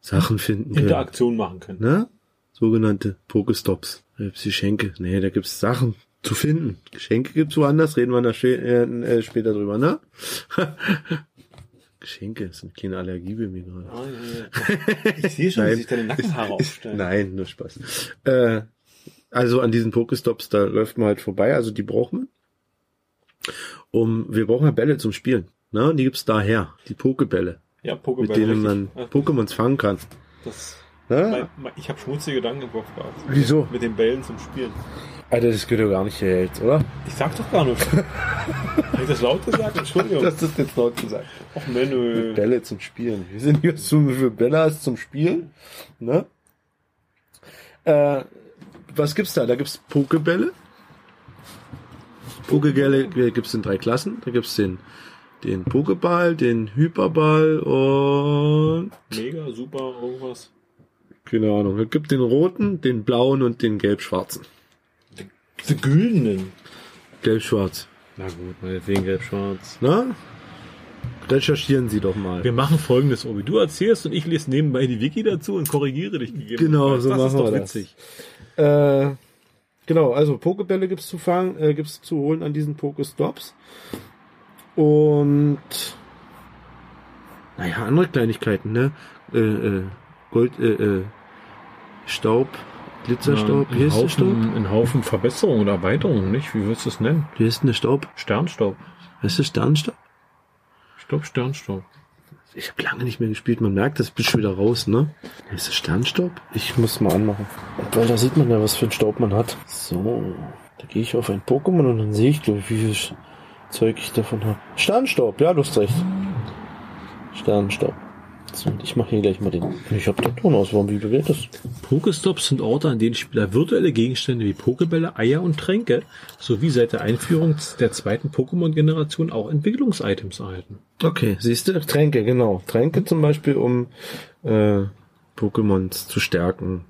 Sachen finden können. Interaktion machen können. ne? Sogenannte Pokestops. Da gibt's Geschenke. Nee, da gibt's Sachen zu finden. Geschenke gibt's woanders, reden wir da spä- äh, äh, später drüber, ne? Geschenke, ist eine kleine Allergie bei mir gerade. Ah, ja, ja. Ich sehe schon, wie Nein. sich deine Nackenhaare aufstellen. Nein, nur Spaß. Äh, also an diesen Pokestops, da läuft man halt vorbei, also die braucht man. Um, wir brauchen ja Bälle zum Spielen. Ne? Und die gibt's daher, die Pokebälle, Ja, mit Pokéball. denen man richtig. Ah, Pokémons fangen kann. Das, Ne? mein, mein, ich habe schmutzige Gedanken im Kopf gehabt. Wieso? Mit den Bällen zum Spielen. Alter, das gehört ja gar nicht her jetzt, oder? Ich sag doch gar nichts. Habe ich das laut gesagt? Entschuldigung. Das ist jetzt laut gesagt. Ach, Menü. Bälle zum Spielen. Wir sind hier zum, für Bellas zum Spielen. Ne? Äh, was gibt's da? Da gibt's Pokebälle. Pokebälle gibt's in drei Klassen. Da gibt's den, den Pokeball, den Hyperball und Mega, super, irgendwas. keine Ahnung. Es gibt den roten, den blauen und den gelb-schwarzen. Die Güldenen. Gelb-schwarz. Na gut, meinetwegen gelb-schwarz. Ne? Recherchieren Sie doch mal. Wir machen folgendes, Obi. Du erzählst und ich lese nebenbei die Wiki dazu und korrigiere dich gegebenenfalls. Genau, so das ist machen doch wir das. witzig. Äh, genau, also Pokebälle gibt's zu fangen, äh, gibt's zu holen an diesen Pokestops. Und naja, andere Kleinigkeiten, ne? Äh, äh, Gold, äh, äh, Staub, Glitzerstaub, hier ein, ist der Staub. Haufen, ein Haufen Verbesserungen oder Erweiterungen, nicht? Wie würdest du es nennen? Hier ist eine Staub. Sternstaub. Weißt du, Sternstaub? Stopp, Sternstaub. Ich habe lange nicht mehr gespielt, man merkt, das bist schon wieder raus, ne? Hier Ist das Sternstaub? Ich muss mal anmachen. Weil da sieht man ja, was für einen Staub man hat. So, da gehe ich auf ein Pokémon und dann sehe ich, glaube ich, wie viel Sch- Zeug ich davon habe. Sternstaub, ja, du hast recht. Sternstaub. So, und ich mache hier gleich mal den. Ich habe den Ton aus, warum wie bewährt das? Pokestops sind Orte, an denen Spieler virtuelle Gegenstände wie Pokebälle, Eier und Tränke sowie seit der Einführung der zweiten Pokémon-Generation auch Entwicklungsitems erhalten. Okay, siehst du, Tränke, genau. Tränke zum Beispiel, um äh, Pokémons zu stärken.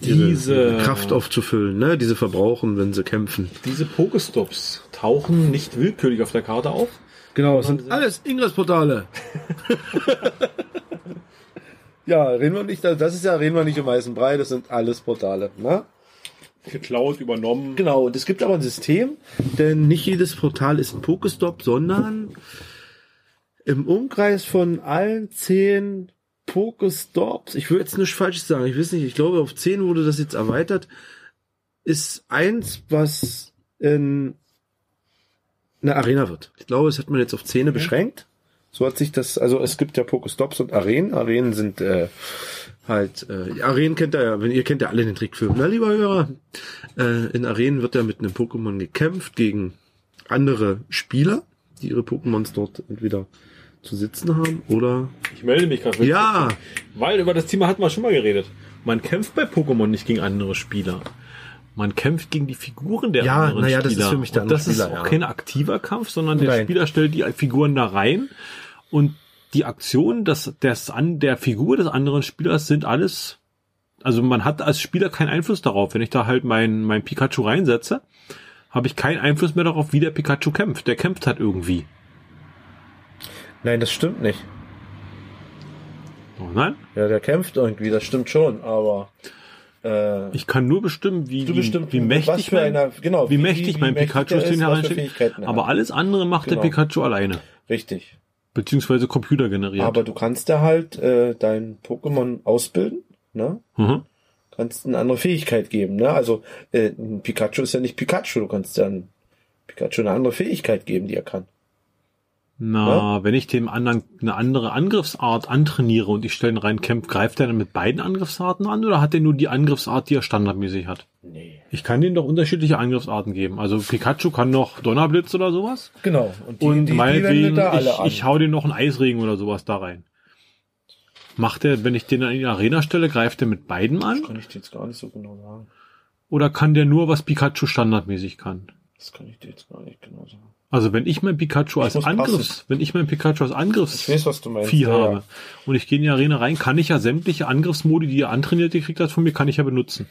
Ihre Äh. Diese, Kraft aufzufüllen, ne? Diese verbrauchen, wenn sie kämpfen. diese Pokestops tauchen nicht willkürlich auf der Karte auf. Genau, es sind alles Ingress-Portale. ja, reden wir nicht, das ist ja, reden wir nicht im heißen Brei, das sind alles Portale. Ne? Geklaut, übernommen. Genau, und es gibt aber ein System, denn nicht jedes Portal ist ein Pokestop, sondern im Umkreis von allen zehn Pokestops, ich will jetzt nichts Falsches sagen, ich weiß nicht, ich glaube auf zehn wurde das jetzt erweitert, ist eins, was in eine Arena wird. Ich glaube, das hat man jetzt auf Zähne beschränkt. So hat sich das, also es gibt ja Pokestops und Arenen. Arenen sind äh, halt, äh, die Arenen kennt ihr ja, wenn ihr kennt ja alle den Trickfilm, na lieber Hörer. Äh, in Arenen wird ja mit einem Pokémon gekämpft gegen andere Spieler, die ihre Pokémons dort entweder zu sitzen haben oder Ich melde mich gerade. ja, Weil über das Thema hatten wir schon mal geredet. Man kämpft bei Pokémon nicht gegen andere Spieler. Man kämpft gegen die Figuren der Ja, anderen na ja, Spieler. das ist für mich der Und Das andere ist Spieler, auch ja. kein aktiver Kampf, sondern der Nein. Spieler stellt die Figuren da rein und die Aktionen des, des, an, der Figur des anderen Spielers sind alles. Also man hat als Spieler keinen Einfluss darauf. Wenn ich da halt mein, mein Pikachu reinsetze, habe ich keinen Einfluss mehr darauf, wie der Pikachu kämpft. Der kämpft halt irgendwie. nein, das stimmt nicht. Oh nein? Ja, der kämpft irgendwie, das stimmt schon, aber Äh, Ich kann nur bestimmen, wie, Du bestimmt, wie was mächtig, für einer- genau, wie, wie- mächtig wie mein mächtig Pikachu er ist, den ist, was für hereinschickt. Fähigkeiten er Aber hat. alles andere macht Genau. der Pikachu alleine. richtig. Beziehungsweise Computer generiert. Aber du kannst da halt äh, dein Pokémon ausbilden, ne? mhm. Kannst eine andere Fähigkeit geben, ne? Also äh, ein Pikachu ist ja nicht Pikachu, du kannst dann Pikachu eine andere Fähigkeit geben, die er kann. Na, wenn ich dem anderen eine andere Angriffsart antrainiere und ich stelle ihn rein, kämpft, greift er dann mit beiden Angriffsarten an oder hat er nur die Angriffsart, die er standardmäßig hat? Nee. Ich kann denen doch unterschiedliche Angriffsarten geben. Also Pikachu kann noch Donnerblitz oder sowas. Genau. Und die, und die, die wendet meinetwegen, da alle ich, an. ich hau dir noch einen Eisregen oder sowas da rein. Macht der, wenn ich den an die Arena stelle, greift der mit beiden an? kann ich dir jetzt gar nicht so genau sagen. Oder kann der nur, was Pikachu standardmäßig kann? Das kann ich dir jetzt gar nicht genau sagen. Also wenn ich mein Pikachu als muss Angriffs, passen. wenn ich mein Pikachu als Angriffs Ich weiß, was du meinst. Vieh ja, habe. Ja. Und ich gehe in die Arena rein, kann ich ja sämtliche Angriffsmodi, die ihr antrainiert gekriegt habt, von mir, kann ich ja benutzen.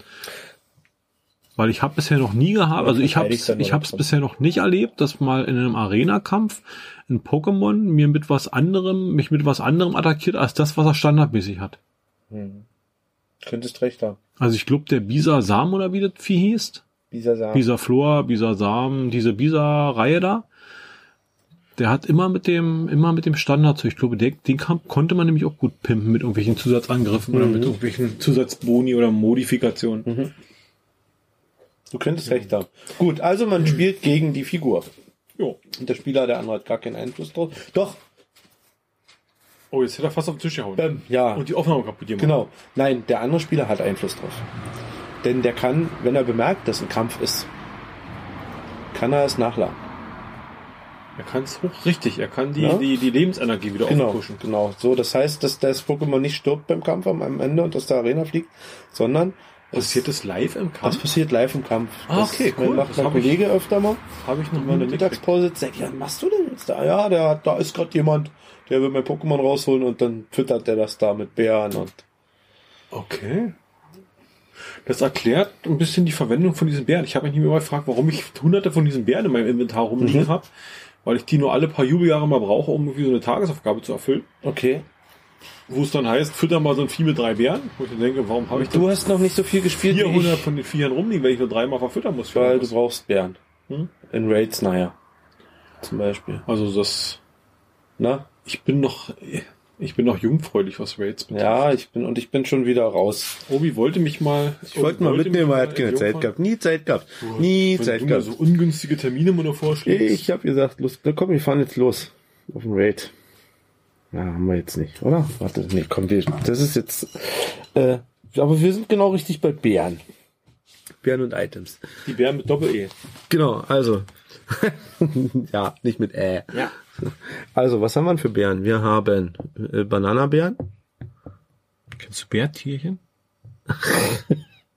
Weil ich habe bisher noch nie gehabt, also ich habe verteidigst dann ich oder hab's was? bisher noch nicht erlebt, dass mal in einem Arena-Kampf ein Pokémon mir mit was anderem, mich mit was anderem attackiert, als das, was er standardmäßig hat. Hm. Könntest recht haben. Also ich glaube, der Bisa Sam oder wie das Vieh hieß, Bisa sagen. Bisa Flor, Bisa Sam, diese Bisa-Reihe da, der hat immer mit dem, immer mit dem Standard zu. Ich glaube, der, den Kampf konnte man nämlich auch gut pimpen mit irgendwelchen Zusatzangriffen oder Mhm. mit irgendwelchen Zusatzboni oder Modifikationen. Du könntest Mhm. recht haben. Gut, also man spielt gegen die Figur. Jo. Und der Spieler, der andere hat gar keinen Einfluss drauf. Doch, Oh, jetzt hätte er fast auf den Tisch gehauen. ähm, ja, die Aufnahme kaputt gemacht. genau. Nein, der andere Spieler hat Einfluss drauf. Denn der kann, wenn er bemerkt, dass ein Kampf ist, kann er es nachladen. Er kann es hoch. Richtig, er kann die, Ja? die, die Lebensenergie wieder Genau, aufpushen. genau. So, das heißt, dass das Pokémon nicht stirbt beim Kampf am am Ende und aus der Arena fliegt, sondern Passiert das live im das Kampf? passiert live im Kampf. Ah, Das okay, cool. Macht Das mein hab ich- Kollege öfter mal. Habe ich noch mal Wenn eine der Mittags Mittagspause sitzt, sag ich, ja, was machst du denn jetzt da? Ja, der, hat- da ist gerade jemand, der will mein Pokémon rausholen und dann füttert er das da mit Bären und Okay. Das erklärt ein bisschen die Verwendung von diesen Bären. Ich habe mich nicht mehr gefragt, warum ich hunderte von diesen Bären in meinem Inventar Mhm. rumliegen habe, weil ich die nur alle paar Jubeljahre mal brauche, um irgendwie so eine Tagesaufgabe zu erfüllen. Okay. Wo es dann heißt, fütter mal so ein Vieh mit drei Bären. Wo ich dann denke, warum habe ich Du da hast noch nicht so viel gespielt wie 400 ich, von den Viechern rumliegen, wenn ich nur dreimal verfüttern muss? für weil du irgendwas? brauchst Bären. Hm? In Raids, naja. Zum Beispiel. also das, Na? ich bin noch, ich bin noch jungfräulich, was Raids betrifft. Ja, ich bin, und ich bin schon wieder raus. Obi wollte mich mal. Ich wollte mal mitnehmen, mich er hat keine Zeit jungfräulich- gehabt. Nie Zeit gehabt. Nie Wenn Zeit du mir gehabt. so ungünstige Termine mal nur vorschlägst. Ich habe gesagt, los, na komm, wir fahren jetzt los. Auf den Raid. Na, haben wir jetzt nicht, oder? Warte, nee, komm, wir, das ist jetzt. Äh, aber wir sind genau richtig bei Bären. Bären und Items. Die Bären mit Doppel-E. Genau, also. ja, nicht mit äh. Ja. Also, was haben wir denn für Bären? Wir haben äh, Bananabären. Kennst du Bärtierchen?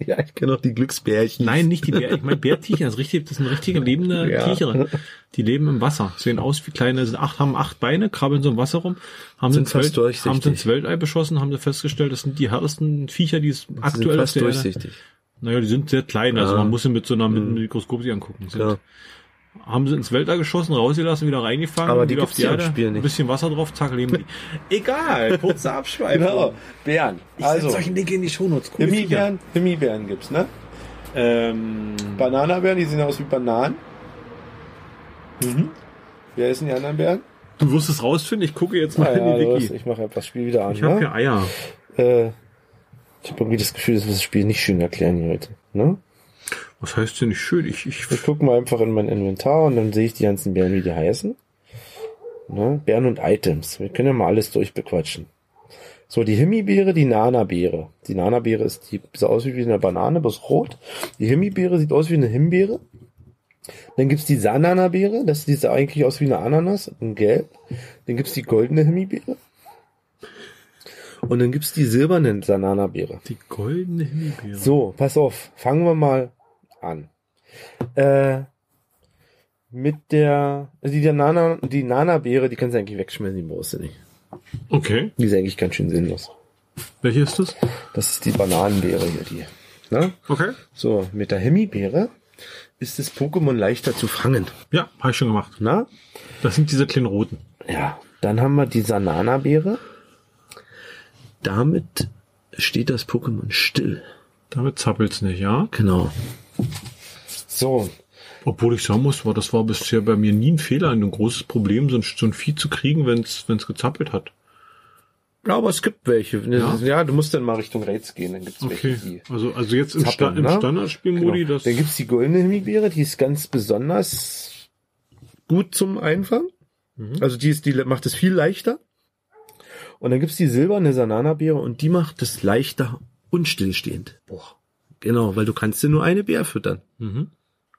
Ja, ich kenne auch die Glücksbärchen. Nein, nicht die Bär. Ich meine Bärtierchen, das, ist richtig, das sind richtige lebende Ja. Tiere. Die leben im Wasser. Sehen aus wie kleine, sind acht, haben acht Beine, krabbeln so im Wasser rum, haben Sind sie fast ins Welt, durchsichtig. haben sie ins Weltall beschossen, haben sie festgestellt, das sind die härtesten Viecher, die es Die aktuell sind auf fast der durchsichtig. Erde. Naja, die sind sehr klein, also Ja. Mhm. man muss sie mit so einem Mikroskop sich angucken. Sind, Ja. Haben sie ins Weltall geschossen, rausgelassen, wieder reingefangen, Aber die wieder gibt's ja im Spiel nicht. ein bisschen Wasser drauf, zack, leben die. Egal, kurze Abschweifung. Genau. Bären. also, Link in die Shownotes. Himmelbeeren, Himmelbeeren gibt's, ne? Ähm, Bananabären, die sehen aus wie Bananen. Wer ist denn die anderen Bären? du wirst es rausfinden, ich gucke jetzt mal Ah, ja, in die du Wiki. hast- ich mache einfach das Spiel wieder an. Ich habe ne? hier Eier. äh, ich habe irgendwie das Gefühl, dass wir das Spiel nicht schön erklären hier heute. Ne? Was heißt denn nicht schön? Ich, ich, Ich gucke mal einfach in mein Inventar und dann sehe ich die ganzen Bären, wie die heißen. Ne? Bären und Items. Wir können ja mal alles durchbequatschen. So, die Himmibeere, die Nanabeere. Die Nanabeere ist die, sieht aus wie eine Banane, bloß rot. Die Himmibeere sieht aus wie eine Himbeere. Dann gibt's die Sananabeere, das sieht eigentlich aus wie eine Ananas, in gelb. Dann gibt's die goldene Himmibeere. Und dann gibt's die silberne Sananabeere. die goldene Himbeere. So, pass auf, fangen wir mal an. Äh, mit der, also die, der Nana, die Nana-Beere, die kannst du eigentlich wegschmeißen, die brauchst du nicht. Okay, Die ist eigentlich ganz schön sinnlos. welche ist das? Das ist die Bananenbeere hier, die. Ne? Okay. So, mit der Himmibeere ist das Pokémon leichter zu fangen. Ja, habe ich schon gemacht. Na? Das sind diese kleinen roten. Ja. Dann haben wir die Sanana-Beere. Damit steht das Pokémon still. Damit zappelt's nicht, ja? Genau. So, Obwohl ich sagen muss, war, das war bisher bei mir nie ein Fehler, ein großes Problem, so ein, so ein Vieh zu kriegen, wenn's wenn's gezappelt hat. Ja, aber es gibt welche. Ja, du musst dann mal Richtung Raids gehen, dann gibt's Okay. welche. Die Also, also jetzt im, Sta zappeln, im ne? Standardspielmodi, Genau. das. Dann gibt's die goldene Himbeere, die ist ganz besonders gut zum Einfangen. Also die, ist, die macht es viel leichter. Und dann gibt's die silberne Sanana-Beere und die macht es leichter und stillstehend. Boah. Genau, weil du kannst dir nur eine Beere füttern. Mhm.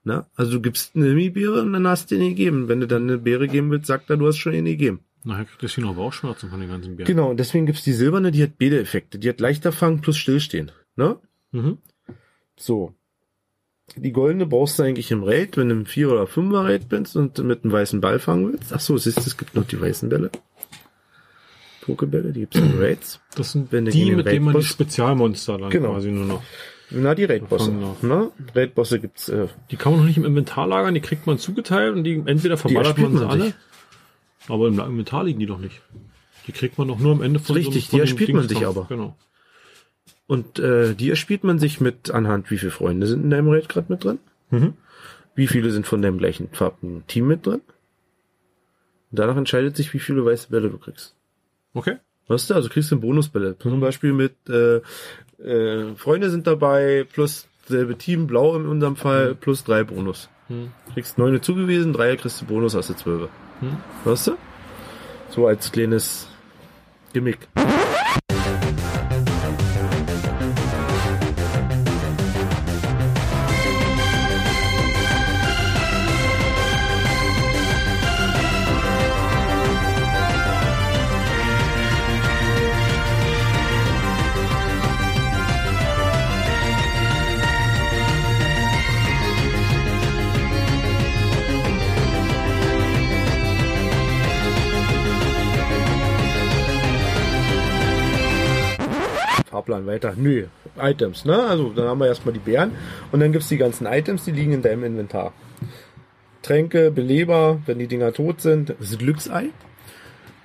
Ne? Also du gibst eine Himbeere und dann hast du eine gegeben. Wenn du dann eine Beere geben willst, sagt er, du hast schon eine gegeben. Nachher kriegt das hier noch Bauchschmerzen von den ganzen Bären. Genau, und deswegen gibt's die silberne, die hat beide Effekte. Die hat leichter fangen plus stillstehen. Ne? Mhm. So. Die goldene brauchst du eigentlich im Raid, wenn du im 4 oder 5er Raid bist und mit einem weißen Ball fangen willst. Ach so, siehst du, es gibt noch die weißen Bälle. Pokebälle, die gibt's in Raids. Das sind Wenn du die, gegen den mit denen man die Weltboss- Spezialmonster dann Genau. quasi nur noch. Na, die Raid-Bosse. Fangen noch. Ne? Raid-Bosse gibt's, äh, Die kann man noch nicht im Inventar lagern, die kriegt man zugeteilt und die entweder verballert erspielt man sie man alle. sich. Aber im Inventar liegen die doch nicht. Die kriegt man doch nur am Ende von Richtig, so die einem- von dem erspielt man sich Dingskampf. aber. Genau. und äh, die erspielt man sich mit anhand, wie viele Freunde sind in deinem Raid gerade mit drin. Wie viele sind von deinem gleichen farbigen Team mit drin. Und danach entscheidet sich, wie viele weiße Bälle du kriegst. Okay. Weißt du, also kriegst du Bonusbälle. Zum Beispiel mit äh, äh, Freunde sind dabei, plus selbe Team, blau in unserem Fall, plus drei Bonus. Kriegst neune zugewiesen, drei kriegst du Bonus, hast du zwölfe. Weißt du? So als kleines Gimmick. Fahrplan weiter. Nö, Items, ne? Also dann haben wir erstmal die Bären und dann gibt's die ganzen Items, die liegen in deinem Inventar. Tränke, Beleber, wenn die Dinger tot sind, das ist Glücksei.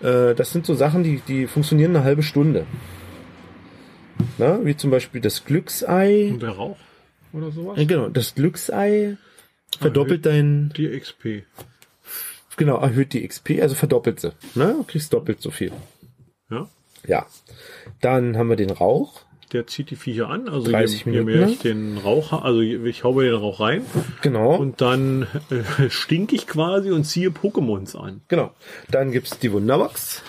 Äh, das sind so Sachen, die, die funktionieren eine halbe Stunde. Ne? Wie zum Beispiel das Glücksei. Und der Rauch oder sowas? Äh, Genau, das Glücksei verdoppelt dein, Die XP. genau, erhöht die XP, also verdoppelt sie. Ne? Du kriegst doppelt so viel. Ja. Ja. Dann haben wir den Rauch. Der zieht die Viecher an. Also 30 je, je mehr Minuten, ich den Rauch, ha- also je- ich haue den Rauch rein Genau. und dann äh, stink ich quasi und ziehe Pokémons an. Genau. Dann gibt's die Wunderbox.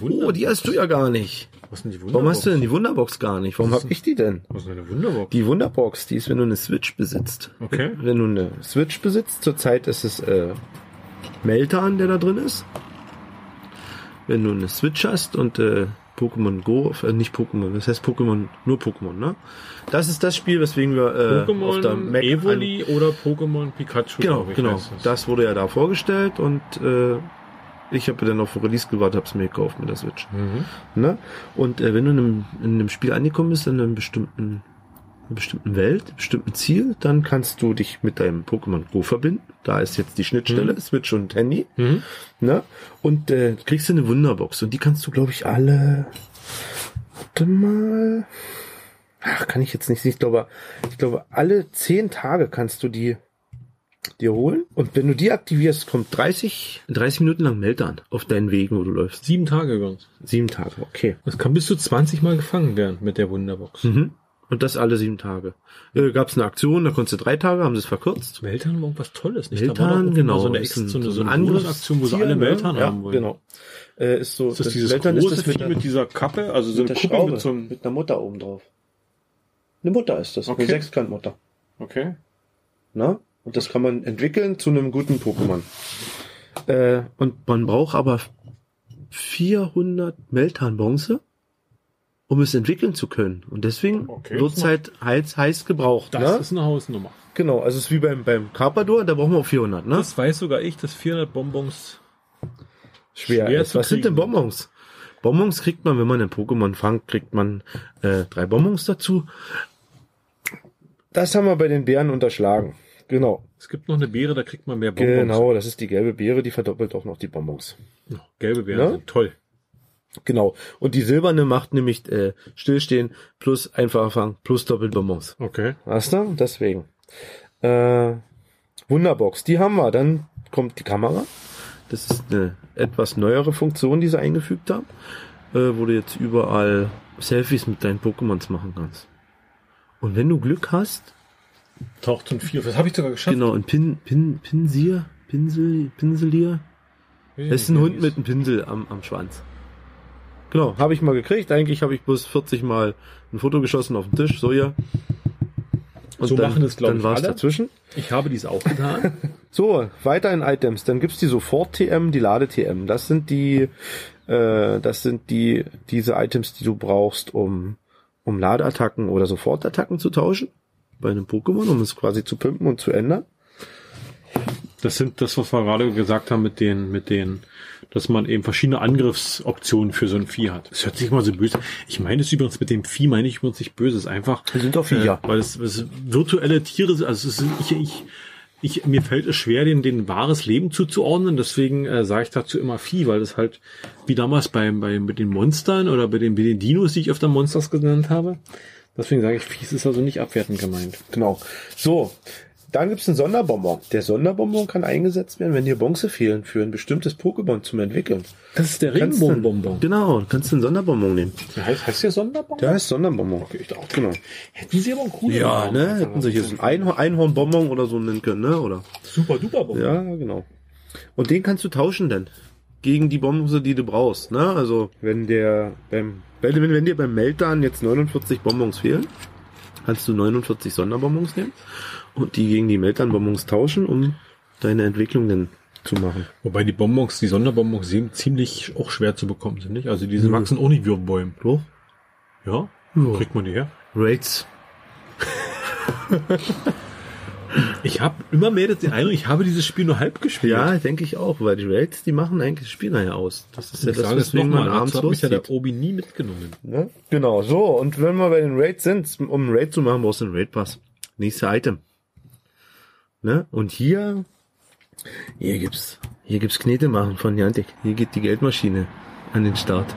Oh, die hast du ja gar nicht. Was sind die Wunderbox? Warum hast du denn die Wunderbox gar nicht? Warum hab ich die denn? Was ist denn eine Wunderbox? Die Wunderbox, die ist, wenn du eine Switch besitzt. Okay. Wenn du eine Switch besitzt, zurzeit ist es äh, Meltan, der da drin ist. Wenn du eine Switch hast und äh, Pokémon Go, auf- äh, nicht Pokémon, das heißt Pokémon, nur Pokémon, ne? Das ist das Spiel, weswegen wir äh, auf Pokémon der Mac an- Evoli oder Pokémon Pikachu? Genau, glaub ich, genau. heißt Das. Das wurde ja da vorgestellt und äh, ich habe dann auf Release gewartet, habe es mir gekauft mit der Switch. Mhm. Ne? Und äh, wenn du in einem, in einem Spiel angekommen bist, in einem bestimmten, einer bestimmten Welt, einem bestimmten Ziel, dann kannst du dich mit deinem Pokémon Go verbinden. Da ist jetzt die Schnittstelle, Mhm. Switch und Handy. Ne? Und äh, kriegst du eine Wunderbox und die kannst du, glaube ich, alle. Warte mal. Ach, kann ich jetzt nicht sehen. Ich glaube, ich glaube, alle zehn Tage kannst du die dir holen. Und wenn du die aktivierst, kommt 30, 30 Minuten lang Meltdown auf deinen Wegen, wo du läufst. Sieben Tage übrigens. Sieben Tage, okay. Das kann bis zu 20 Mal gefangen werden mit der Wunderbox. Mhm. Und das alle sieben Tage. Äh, Gab es eine Aktion, da konntest du drei Tage, haben sie es verkürzt. Meltern war irgendwas Tolles, nicht? da war Meltdown, doch genau. So eine, ist Ex so eine, so eine Angriffs- Angriffsaktion, wo sie Tier, alle ne? Meltern ja, haben wollen. Genau. Äh, ist so, Ist das, dieses Meltdown große das mit Vieh der- mit dieser Kappe, also so eine der Kuppel Schraube, mit so einem... einer Mutter oben drauf. Eine Mutter ist das, Okay. eine Sechskantmutter. Okay. Ne? Und das kann man entwickeln zu einem guten Pokémon. Äh, und man braucht aber 400 Meltan-Bronze, um es entwickeln zu können. Und deswegen Okay. wird's halt heiß, heiß gebraucht. Das ne? ist eine Hausnummer. Genau, also es ist wie beim, beim Carpador, da brauchen wir auch 400, ne? Das weiß sogar ich, dass 400 Bonbons... schwer, schwer ist. zu Was sind denn kriegen. Bonbons? Bonbons kriegt man, wenn man einen Pokémon fangt, kriegt man äh, drei Bonbons dazu. Das haben wir bei den Bären unterschlagen. Genau, Es gibt noch eine Beere, da kriegt man mehr Bonbons. genau, das ist die gelbe Beere, die verdoppelt auch noch die Bonbons. Gelbe Beeren Ja? sind toll. Genau. Und die silberne macht nämlich äh, stillstehen plus einfach fangen plus Doppelbonbons. Okay. Weißt du? Deswegen. Äh, Wunderbox, die haben wir. Dann kommt die Kamera. Das ist eine etwas neuere Funktion, die sie eingefügt haben, äh, wo du jetzt überall Selfies mit deinen Pokémons machen kannst. Und wenn du Glück hast, Taucht und vier. Das habe ich sogar geschafft. genau, ein Pin, Pin, Pinsier, Pinsel, Pinselier. Das ist ein Hund mit einem Pinsel am, am Schwanz. Genau, habe ich mal gekriegt. Eigentlich habe ich bloß 40 Mal ein Foto geschossen auf den Tisch, so ja. Und So machen es, glaub dann ich, war's alle. dazwischen. Ich habe dies auch getan. So, weiter in Items. Dann gibt's die Sofort-TM, die Lade-TM. Das sind die, äh, das sind die, diese Items, die du brauchst, um, um Ladeattacken oder Sofortattacken zu tauschen. Bei einem Pokémon, um es quasi zu pimpen und zu ändern. Das sind das, was wir gerade gesagt haben mit den, mit den, dass man eben verschiedene Angriffsoptionen für so ein Vieh hat. Das hört sich mal so böse. Ich meine es übrigens mit dem Vieh, meine ich übrigens nicht böse. Es ist einfach. Das sind doch Viecher. Äh, weil es, es virtuelle Tiere sind. Also es sind, ich, ich, ich, mir fällt es schwer, den, den wahres Leben zuzuordnen. Deswegen äh, sage ich dazu immer Vieh, weil das halt wie damals beim, bei, mit den Monstern oder bei den, bei den Dinos, die ich öfter Monsters genannt habe. Deswegen sage ich, Vieh es ist also nicht abwertend gemeint. Genau. So, dann gibt's einen Sonderbonbon. Der Sonderbonbon kann eingesetzt werden, wenn dir Bonze fehlen für ein bestimmtes Pokémon zum Entwickeln. Das ist der Kannst du- Regenbogenbonbon. Genau, kannst du einen Sonderbonbon nehmen. Heißt, heißt der Sonderbonbon? Der heißt Sonderbonbon. Okay, ich dachte, genau. Hätten sie aber einen coolen Ja, Namen. ne? Hätten sich jetzt ein Einhorn, Einhornbonbon oder so nennen können, ne? Oder? Super duper Bombe. Ja, genau. Und den kannst du tauschen dann. Gegen die Bonbons, die du brauchst, ne? Also. Wenn der beim. Wenn, wenn, wenn dir beim Meltan jetzt 49 Bonbons fehlen, kannst du 49 Sonderbonbons nehmen und die gegen die Meltan-Bonbons tauschen, um deine Entwicklung dann zu machen. Wobei die Bonbons, die Sonderbonbons sind ziemlich auch schwer zu bekommen sind, nicht? Also diese Mhm. wachsen auch nicht wie auf Bäumen. Doch? Ja? Kriegt man die her? Raids. Ich habe immer mehr den Eindruck, ich habe dieses Spiel nur halb gespielt. Ja, denke ich auch, weil die Raids, die machen eigentlich das Spiel nachher aus. Das ist ja ich das, sage es weswegen nochmal, man dazu abends hat mich ja loszieht. der Obi nie mitgenommen. Ne? Genau, so. Und wenn wir bei den Raids sind, um einen Raid zu machen, brauchst du einen Raid-Pass. Nächste Item. Ne? Und hier, hier gibt's, hier gibt's Knete machen von Niantic. Hier geht die Geldmaschine an den Start.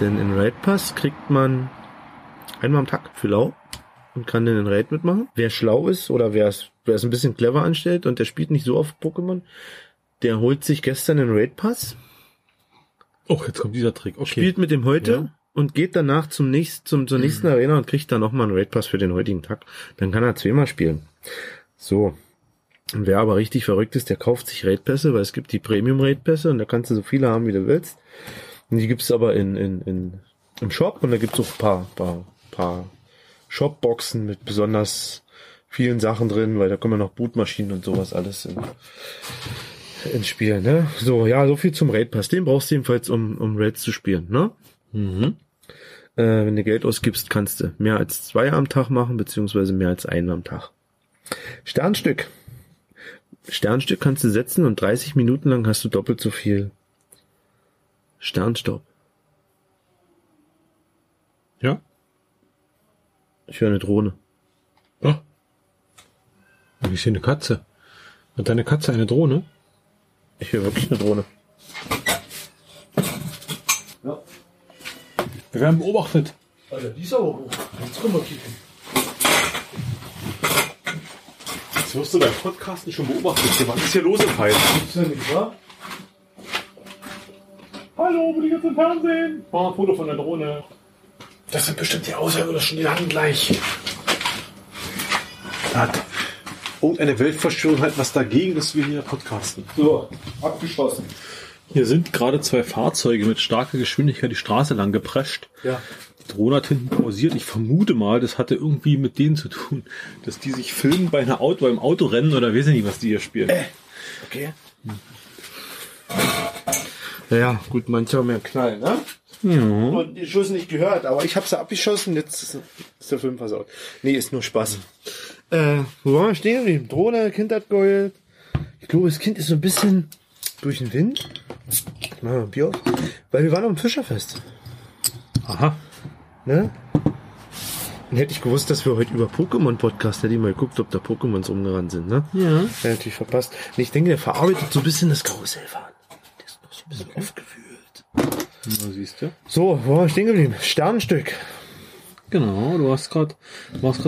Denn in Raid-Pass kriegt man einmal am Tag für lau und kann dann den Raid mitmachen. Wer schlau ist oder wer es, wer es ein bisschen clever anstellt und der spielt nicht so oft Pokémon, der holt sich gestern den Raid-Pass Oh, jetzt kommt dieser Trick. Okay. spielt mit dem heute Ja. und geht danach zum nächsten, zum, zur nächsten Arena und kriegt dann nochmal einen Raid Pass für den heutigen Tag. Dann kann er zweimal spielen. So. Und wer aber richtig verrückt ist, der kauft sich Raid Pässe, weil es gibt die Premium Raid Pässe und da kannst du so viele haben, wie du willst. Und die gibt's aber in, in, in, im Shop und da gibt's auch ein paar, paar, paar Shopboxen mit besonders vielen Sachen drin, weil da kommen ja noch Bootmaschinen und sowas alles in, ins Spiel, ne? So, ja, so viel zum Raid Pass. Den brauchst du jedenfalls, um, um Raids zu spielen, ne? Mhm. äh, wenn du Geld ausgibst, kannst du mehr als zwei am Tag machen, beziehungsweise mehr als einen am Tag. Sternstück. Sternstück kannst du setzen und 30 Minuten lang hast du doppelt so viel Sternstaub. Ja? Ich höre eine Drohne. Ja. Und ich sehe eine Katze. Hat deine Katze eine Drohne? Ich höre wirklich eine Drohne. Wir werden beobachtet. Also, Alter, die ist aber hoch. Jetzt können wir kicken. Jetzt wirst du beim Podcasten schon beobachtet. hier. Was ist hier los im Heil? Hallo, bin ich jetzt im Fernsehen? Mach ein Foto von der Drohne. Das sind bestimmt die Außerirdischen, die landen gleich. Da hat irgendeine Weltverschwörung halt was dagegen, dass wir hier podcasten. So, abgeschossen. Hier sind gerade zwei Fahrzeuge mit starker Geschwindigkeit die Straße lang geprescht. Ja. Die Drohne hat hinten pausiert. Ich vermute mal, das hatte irgendwie mit denen zu tun, dass die sich filmen bei einer Auto, beim Autorennen oder weiß ich nicht, was die hier spielen. Äh. Okay. Naja, gut, manche haben ja einen Knall, ne? Ja. Und den Schuss nicht gehört, aber ich habe sie abgeschossen, jetzt ist der Film versaut. Nee, ist nur Spaß. Äh, wo waren wir stehen geblieben? Drohne, Kind hat geheult. Ich glaube, das Kind ist so ein bisschen durch den Wind. Machen wir ein Bier auf. Weil wir waren am Fischerfest, Aha. ne? Und hätte ich gewusst, dass wir heute über Pokémon Podcast, hätte ich mal geguckt, ob da Pokémons rumgerannt sind, ne? Ja. Ja, natürlich verpasst. Und ich denke, der verarbeitet so ein bisschen das Karussellfahren. Der ist noch so ein bisschen aufgewühlt. Na, siehst du? So, wo waren wir stehen geblieben? Sternstück. Genau, du warst gerade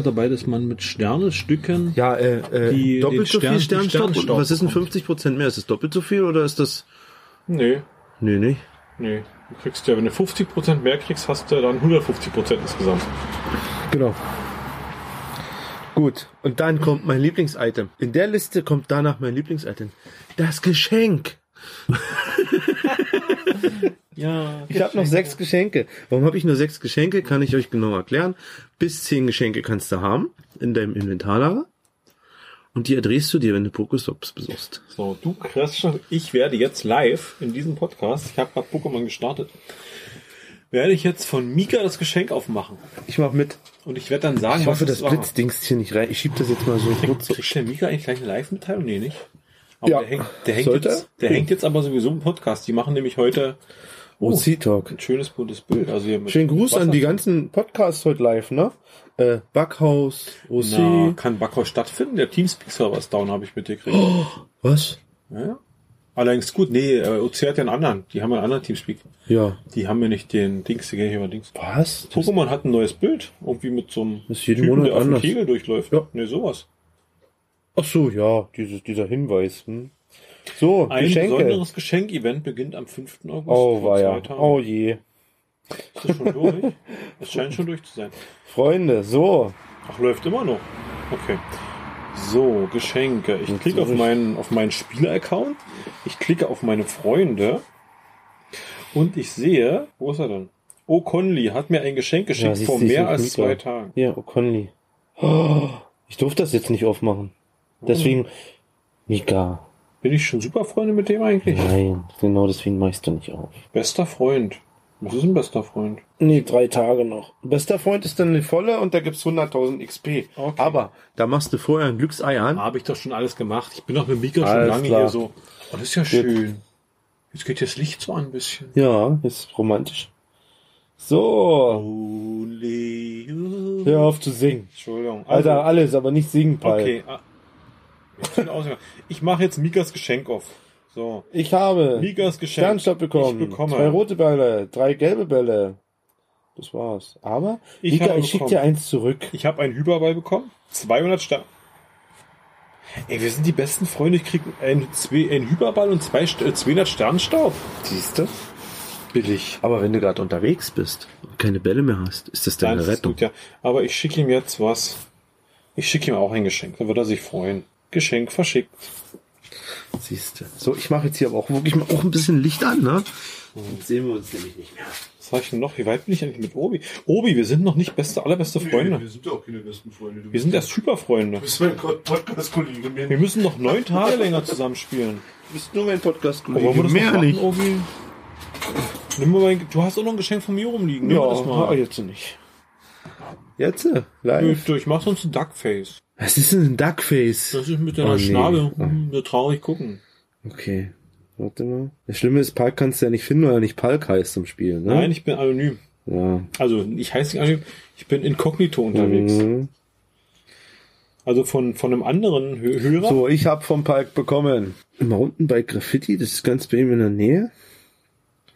dabei, dass man mit Sternestücken Ja, äh, äh Die- den doppelt so Stern- viel den Sternstaub. Sternstaub Was ist denn bekommt. 50% mehr? Ist das doppelt so viel oder ist das. Nee, Nee, nee. nee. Du kriegst ja, wenn du 50% mehr kriegst, hast du dann 150% insgesamt. Genau. Gut, und dann kommt mein Lieblingsitem. In der Liste kommt danach mein Lieblingsitem. Das Geschenk. Ja, Ich habe noch sechs Geschenke. Warum habe ich nur sechs Geschenke? Kann ich euch genau erklären. Bis zehn Geschenke kannst du haben in deinem Inventarlager. Und die erdrehst du dir, wenn du Pokestops besuchst. So, du Christian, ich werde jetzt live in diesem Podcast, ich habe gerade Pokémon gestartet, werde ich jetzt von Mika das Geschenk aufmachen. Ich mach mit. Und ich werde dann sagen, Ich hoffe, das es war. blitzdingst hier nicht rein. Ich schieb das jetzt mal so kurz. Kriegt der Mika eigentlich gleich eine Live-Mitteilung? Nee, nicht. Aber Ja. der, hängt, der, hängt Sollte jetzt, er? der hängt jetzt aber sowieso im Podcast. Die machen nämlich heute Oh, Sea-Talk. ein schönes buntes Bild. Also hier mit Schönen Gruß Wasser- an die ganzen Podcasts heute live, ne? Äh, Backhaus, Na, OC. kann Backhaus stattfinden? Der Teamspeak-Server ist down, habe ich mitgekriegt. Was? Ja. Allerdings gut, nee, äh, OC hat ja einen anderen. Die haben einen anderen Teamspeak. Ja. Die haben ja nicht den Dings, die gehen hier über Dings. Was? Pokémon hat ein neues Bild, irgendwie mit so einem Ist jeden Monat der auf dem anders. Kegel durchläuft. Ja. Ne, sowas. Ach so, ja, dieses, dieser Hinweis. Hm. So, Ein Geschenke. besonderes Geschenk-Event beginnt am 5. August. Oh, vor war zwei ja. Tagen. Oh je. Ist das schon durch? Es scheint schon durch zu sein. Freunde, so. Ach, läuft immer noch. Okay. So, Geschenke. Ich klicke auf meinen, auf meinen Spieler-Account. Ich klicke auf meine Freunde. Und ich sehe, wo ist er denn? Oh, Conley hat mir ein Geschenk geschickt siehst vor du, ich mehr bin als Mieter. zwei Tagen. Ja, O'Conley. Oh, ich durfte das jetzt nicht aufmachen. Deswegen, Mika, Bin ich schon super Freunde mit dem eigentlich? nein, genau deswegen machst du nicht auf. Bester Freund. Was ist ein bester Freund? Nee, drei Tage noch. Bester Freund ist dann eine volle und da gibt's 100.000 XP. Aber da machst du vorher ein Glücksei an. Habe ich doch schon alles gemacht. Ich bin doch mit Mika schon Alles lange klar. hier so. Oh, das ist ja schön. Jetzt geht das Licht so an ein bisschen. Ja, ist romantisch. So, Only you. hör auf zu singen. Entschuldigung. Also, Alter, alles, aber nicht singen, Paul. okay. ah. Ich bin ausgegangen. Ich mache jetzt Mikas Geschenk auf. So. Ich habe Mikas Geschenk. Sternstaub bekommen, Ich bekomme. zwei rote Bälle, drei gelbe Bälle. Das war's. Aber, Ich Mika, habe ich schick bekommen. dir eins zurück. Ich habe einen Hyperball bekommen. 200 Sterne. Ey, wir sind die besten Freunde. Ich krieg einen, zwei- einen Hyperball und zwei, St- äh, 200 Sternstaub. Siehst du? Billig. Aber wenn du gerade unterwegs bist und keine Bälle mehr hast, ist das Nein, das ist gut, ja. Aber ich schicke ihm jetzt was. Ich schicke ihm auch ein Geschenk. Dann wird er sich freuen. Geschenk verschickt. Siehst du. So, ich mache jetzt hier aber auch wirklich mal auch ein bisschen Licht an, ne? Jetzt sehen wir uns nämlich nicht mehr. Was habe ich denn noch? Wie weit bin ich eigentlich mit Obi? Obi, wir sind noch nicht beste, allerbeste Freunde. sind ja auch keine besten Freunde. Du Wir sind erst Superfreunde. bist mein Podcast-Kollege. Wir müssen noch neun Tage länger zusammenspielen. Du bist nur mein Wollen wir Podcast-Kollege. das noch Mehr machen, nicht. Obi? Nimm mal mein, du hast auch noch ein Geschenk von mir rumliegen. Nimm ne? mal das ah, mal. jetzt nicht. Jetzt? äh, Live. Bitte, ich mach sonst ein Duckface. Was ist denn ein Duckface? Das ist mit deiner Oh, nee. Schnabel. Hm, nur traurig gucken. Okay. Warte mal. Das Schlimme ist, Palk kannst du ja nicht finden, weil er nicht Palk heißt im Spiel, ne? Nein, ich bin anonym. Ja. Also, ich heiße nicht anonym. Ich bin inkognito unterwegs. Mhm. Also von, von einem anderen Hö- Hörer. So, ich hab vom Palk bekommen. Immer unten bei Graffiti, das ist ganz bei ihm in der Nähe.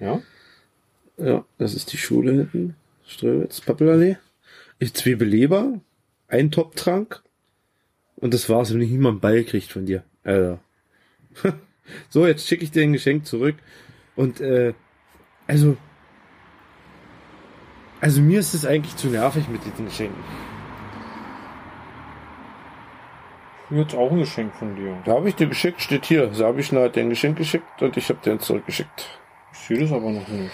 Ja. Ja, das ist die Schule hinten. Ströwitz, Pappelallee. Ich Zwiebeleber, ein Top-Trank. Und das war's, wenn ich niemanden Ball kriegt von dir. Alter. so, jetzt schicke ich dir ein Geschenk zurück. Und äh, also. Also mir ist es eigentlich zu nervig mit diesen Geschenken. Jetzt auch ein Geschenk von dir. Da habe ich dir geschickt, steht hier. Sabishna hat dir ein Geschenk geschickt und ich habe dir eins zurückgeschickt. Ich sehe das aber noch nicht.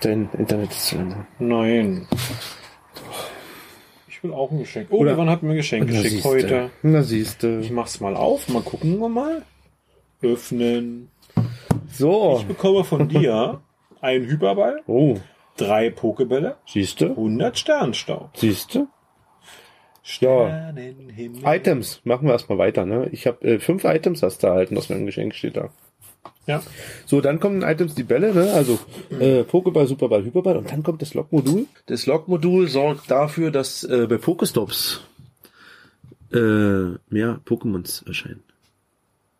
Dein Internet ist zu Ende. Nein. Ich will auch ein Geschenk. Oh, Oder- wann hat mir ein Geschenk geschickt heute? Na siehst Ich du. mach's mal auf, mal gucken wir mal. Öffnen. So. Ich bekomme von dir einen Hyperball, Oh, drei Pokebälle, siehst du? 100 Sternstaub. Siehst du? Ja. Sternenhimmel. Items, machen wir erstmal weiter, ne? Ich habe äh, fünf Items hast du erhalten, aus meinem Geschenk steht da. Ja. So, dann kommen Items die Bälle, ne? Also äh, Pokéball, Superball, Hyperball und dann kommt das Lock-Modul. Das Lock-Modul sorgt dafür, dass äh, bei Pokestops äh, mehr Pokémons erscheinen.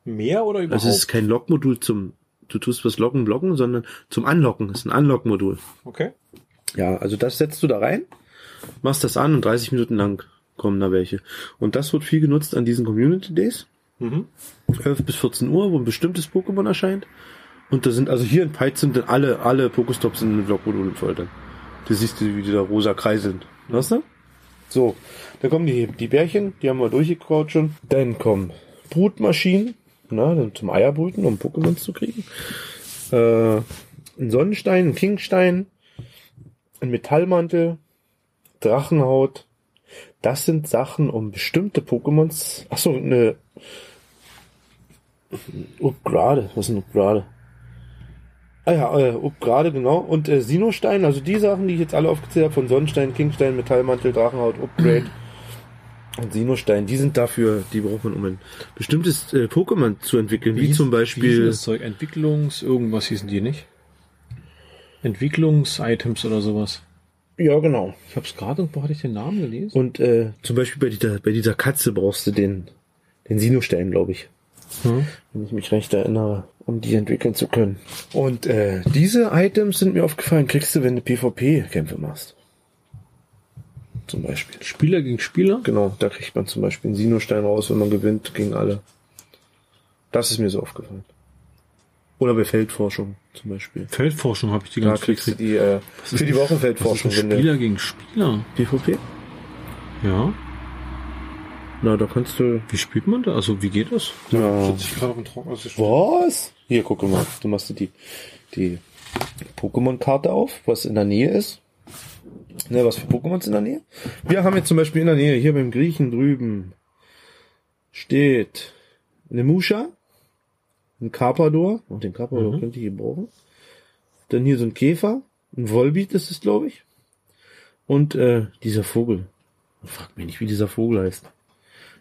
Mehr oder Also überhaupt? Also es ist kein Lock-Modul zum du tust was locken, blocken, sondern zum Anlocken. Das ist ein Anlock-Modul. Okay. Ja, also das setzt du da rein, machst das an und 30 Minuten lang kommen da welche. Und das wird viel genutzt an diesen Community Days. 11 bis 14 Uhr, wo ein bestimmtes Pokémon erscheint. Und da sind, also hier in Python sind dann alle, alle Pokestops sind mit Blockmodulen voll dann. Du siehst, wie die da rosa kreiseln. Weißt du? So, dann kommen die, die Bärchen, die haben wir durchgekaut schon. Dann kommen Brutmaschinen, na, dann zum Eierbrüten, um Pokémons zu kriegen. Äh, ein Sonnenstein, ein Kingstein, ein Metallmantel, Drachenhaut. Das sind Sachen, um bestimmte Pokémons. Achso, eine. Upgrade, was ist ein Upgrade? Ah ja, äh, Upgrade, genau. Und äh, Sinostein, also die Sachen, die ich jetzt alle aufgezählt habe, von Sonnenstein, Kingstein, Metallmantel, Drachenhaut, Upgrade und Sinostein, die sind dafür, die braucht man, um ein bestimmtes äh, Pokémon zu entwickeln, wie, hieß- zum Wie hieß denn Beispiel. das Zeug? Entwicklungs, irgendwas hießen die nicht? Entwicklungs-Items oder sowas. ja, genau. Ich hab's gerade irgendwo hatte ich den Namen gelesen. Und äh, zum Beispiel bei dieser, bei dieser Katze brauchst du den, den Sinostein, glaube ich. Hm. Wenn ich mich recht erinnere, um die entwickeln zu können. Und äh, diese Items sind mir aufgefallen, kriegst du, wenn du PvP-Kämpfe machst. Zum Beispiel. Spieler gegen Spieler? Genau, da kriegt man zum Beispiel einen Sinostein raus, wenn man gewinnt gegen alle. Das ist mir so aufgefallen. Oder bei Feldforschung zum Beispiel. Feldforschung habe ich die Da ganz kriegst du die äh, für die Wochenfeldforschung. wenn du- Spieler gegen Spieler. PvP? Ja. Na, da kannst du Wie spielt man da? Also wie geht das? Ja. Ich gerade auf dem Trocken aus Was? Hier, guck mal. Du machst dir die, die Pokémon-Karte auf, was in der Nähe ist. Ne, was für Pokémons in der Nähe? Wir haben jetzt zum Beispiel in der Nähe, hier beim Griechen drüben, steht eine Musha, ein Carpador. Oh, den Carpador könnte ich hier brauchen. Dann hier so ein Käfer, ein Volbeat ist es, glaube ich. Und äh, dieser Vogel. Fragt mich nicht, wie dieser Vogel heißt.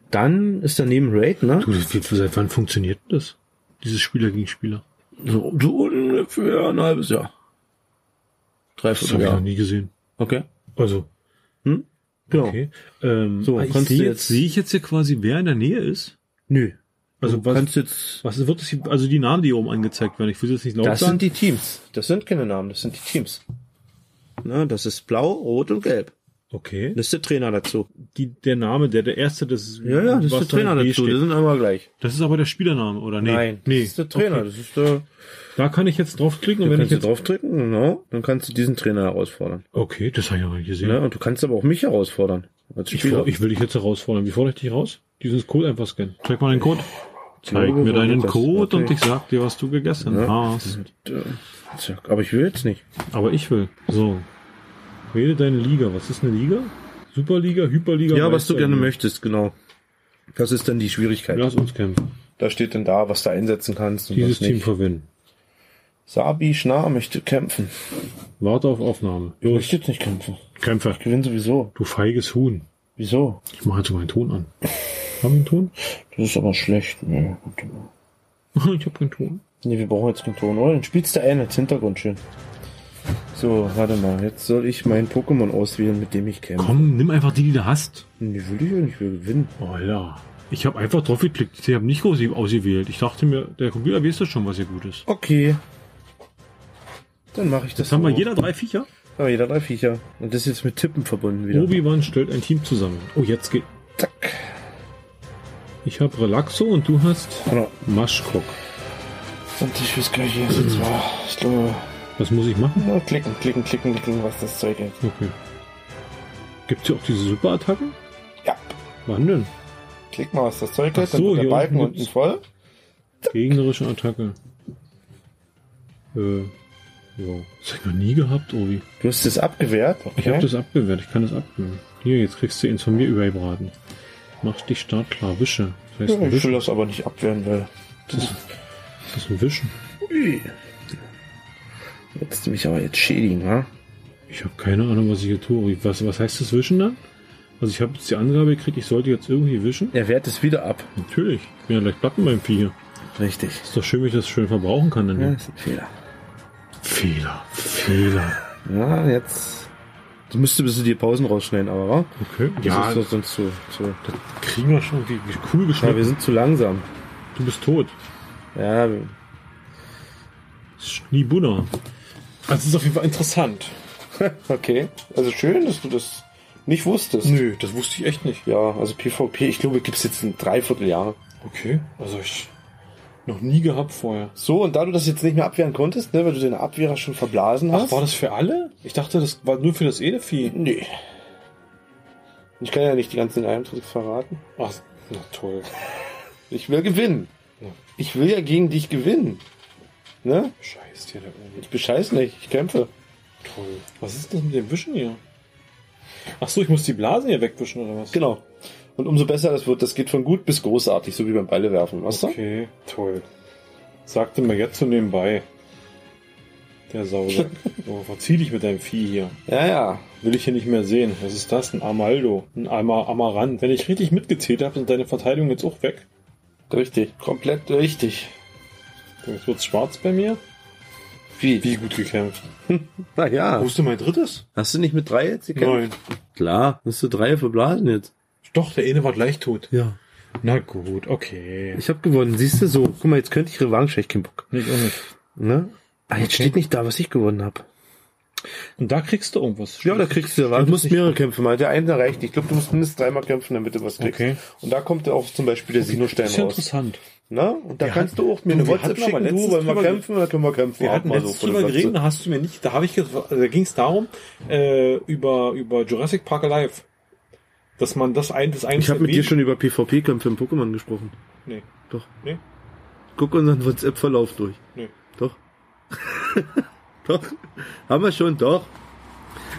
Dann ist daneben Raid, ne? Du, das, wie, seit wann funktioniert denn das? Dieses Spieler gegen Spieler. So, so ungefähr ein halbes Jahr. Drei, Das habe ich noch nie gesehen. Okay. Also, Genau. okay. Ähm, So, so, ich kannst du sehe jetzt- jetzt, sehe ich jetzt hier quasi, wer in der Nähe ist. Nö. Also was, kannst jetzt. was wird das hier, also die Namen, die hier oben angezeigt werden. Ich will jetzt nicht laut Das sagen. sind die Teams. Das sind keine Namen, das sind die Teams. Na, ne, das ist blau, rot und gelb. okay. Das ist der Trainer dazu. Die, der Name, der, der erste, das ist, Ja, ja, was das ist da der in Trainer B dazu. Die steht. sind einmal gleich. Das ist aber der Spielername, oder? Nee. Nein, nee. das ist der Trainer. Okay. Das ist der. Da kann ich jetzt draufklicken und Wenn wenn kannst ich du jetzt... draufdrücken, genau, dann kannst du diesen Trainer herausfordern. Okay, das habe ich noch nicht gesehen. Ne? Und du kannst aber auch mich herausfordern. Als Ich, Spieler. for- ich will dich jetzt herausfordern. Wie fordere ich dich raus? Diesen Code einfach scannen. Zeig mal den Code. Zeig glaube, mir so deinen geht das. Code und Okay. ich sag dir, was du gegessen Ja. hast. Zack, aber ich will jetzt nicht. Aber ich will. So. Wähle deine Liga. Was ist eine Liga? Superliga, Hyperliga? Ja, was du gerne Meisterliga. möchtest, genau. Das ist dann die Schwierigkeit. Lass uns kämpfen. Da steht denn da, was du einsetzen kannst und Dieses was Team nicht. verwenden. Sabi Schnarr möchte kämpfen. Warte auf Aufnahme. Ich Los, möchte jetzt nicht kämpfen. Kämpfe. Ich gewinne sowieso. Du feiges Huhn. Wieso? Ich mache jetzt meinen Ton an. Haben wir einen Ton? Das ist aber schlecht. Nee, gut. ich habe keinen Ton. nee wir brauchen jetzt keinen Ton, oder? Dann spielst du ein als Hintergrund schön. So, warte mal. Jetzt soll ich mein Pokémon auswählen, mit dem ich kämpfe. Komm, nimm einfach die, die du hast. Nee, will ich ja nicht. Ich will gewinnen. Oh ja. Ich habe einfach drauf geklickt. Ich habe nicht groß ausgewählt. Ich dachte mir, der Computer weiß doch schon, was hier gut ist. Okay. Dann mache ich das. Jetzt haben wir so. jeder drei Viecher. Aber jeder Ah, drei Viecher. Und das ist jetzt mit Tippen verbunden wieder. Obi-Wan stellt ein Team zusammen. Oh, jetzt geht. Zack. Ich habe Relaxo und du hast Genau. Maschkok. Und ich weiß gar nicht, wie es jetzt war. Ich glaube, Was muss ich machen? nur klicken, klicken, klicken, klicken, was das Zeug hält. Okay. Gibt's hier auch diese Superattacken? Ja. Wann denn? Klick mal, was das Zeug hält. Ach so, dann wird hier der Balken unten unten, gibt's- voll. Gegnerische Attacke. Äh. Wow. Das hab ich noch nie gehabt, Obi. Du hast es abgewehrt. Ich habe das abgewehrt, ich kann das abwehren. Hier, jetzt kriegst du ihn von mir überbraten. Mach dich startklar, wische. Das heißt, Ja, ein ich will wischen. das aber nicht abwehren, weil. Das ist ein Wischen. Willst du mich aber jetzt schädigen, ha? Ich habe keine Ahnung, was ich hier tue. Was, was heißt das Wischen dann? Also ich habe jetzt die Angabe gekriegt, ich sollte jetzt irgendwie wischen. Er wehrt es wieder ab. Natürlich. Ich bin ja gleich platten beim Vieh hier. Richtig. Ist doch schön, wenn ich das schön verbrauchen kann. Dann Ja, hier. ist ein Fehler. Fehler. Fehler. Ja, jetzt. Du müsstest ein bisschen die Pausen rausschneiden, aber wa? Okay. Das Ja, ist doch sonst zu, zu. kriegen wir schon wie, wie cool Ja, wir geschnitten. sind zu langsam. du bist tot. Ja, wir- Schneebunner. Also es ist auf jeden Fall interessant. Okay. Also schön, dass du das nicht wusstest. Nö, das wusste ich echt nicht. Ja, also PvP, ich glaube, gibt's jetzt ein Dreivierteljahr. Okay, also ich noch nie gehabt vorher. So, und da du das jetzt nicht mehr abwehren konntest, ne, weil du den Abwehrer schon verblasen Ach, hast. war das für alle? Ich dachte, das war nur für das Edelvieh. Nee. Ich kann ja nicht die ganzen Geheimtricks verraten. Ach, na toll. Ich will gewinnen. Ich will ja gegen dich gewinnen. Ne? Scheiß dir da irgendwie. Ich bescheiß nicht, ich kämpfe. Toll. Was ist das mit dem Wischen hier? Ach so, ich muss die Blasen hier wegwischen oder was? Genau. Und umso besser das wird, das geht von gut bis großartig, so wie beim Beile werfen, weißt du? Okay, toll. Sagte mir jetzt so nebenbei. Der Sausack. oh, verzieh dich mit deinem Vieh hier. Ja, ja. Will ich hier nicht mehr sehen. Was ist das? Ein Amaldo. Ein Amar Amarant. Wenn ich richtig mitgezählt habe, sind deine Verteidigung jetzt auch weg. Richtig. Komplett richtig. So, Jetzt wird's schwarz bei mir. Wie gut gekämpft. Na ja. Wo ist denn mein drittes? Hast du nicht mit drei jetzt gekämpft? Nein. Klar, musst du drei verblasen jetzt. Doch, der eine war gleich tot. Ja. Na gut, okay. Ich habe gewonnen, siehst du so. Guck mal, jetzt könnte ich Revanche, ich keinen Bock. Nicht auch nicht. Ne? Ah, jetzt steht nicht da, was ich gewonnen habe. Und da kriegst du irgendwas. Ja, da kriegst du ja was. Du musst mehrere Kämpfe machen. Der eine reicht. Ich glaube, du musst mindestens dreimal kämpfen, damit du was kriegst. Okay. Und da kommt ja auch zum Beispiel der Sino-Stern Das ist ja raus. interessant. Na? Und da Wir kannst du auch hatten- mir wir eine WhatsApp hatten aber schicken, du, letztens wollen wir drüber kämpfen, dann können wir kämpfen. Wir Auch hatten mal letztens von der drüber Satze. geredet, da hast du mir nicht, da habe ich, ge- da ging es darum, äh, über, über Jurassic Park Alive. Dass man das ein, das Ich einzige habe mit dir Weg- schon über PvP-Kämpfe im Pokémon gesprochen. Nee. Doch. Nee? Guck unseren WhatsApp-Verlauf durch. Nee. Doch. doch. Haben wir schon, doch.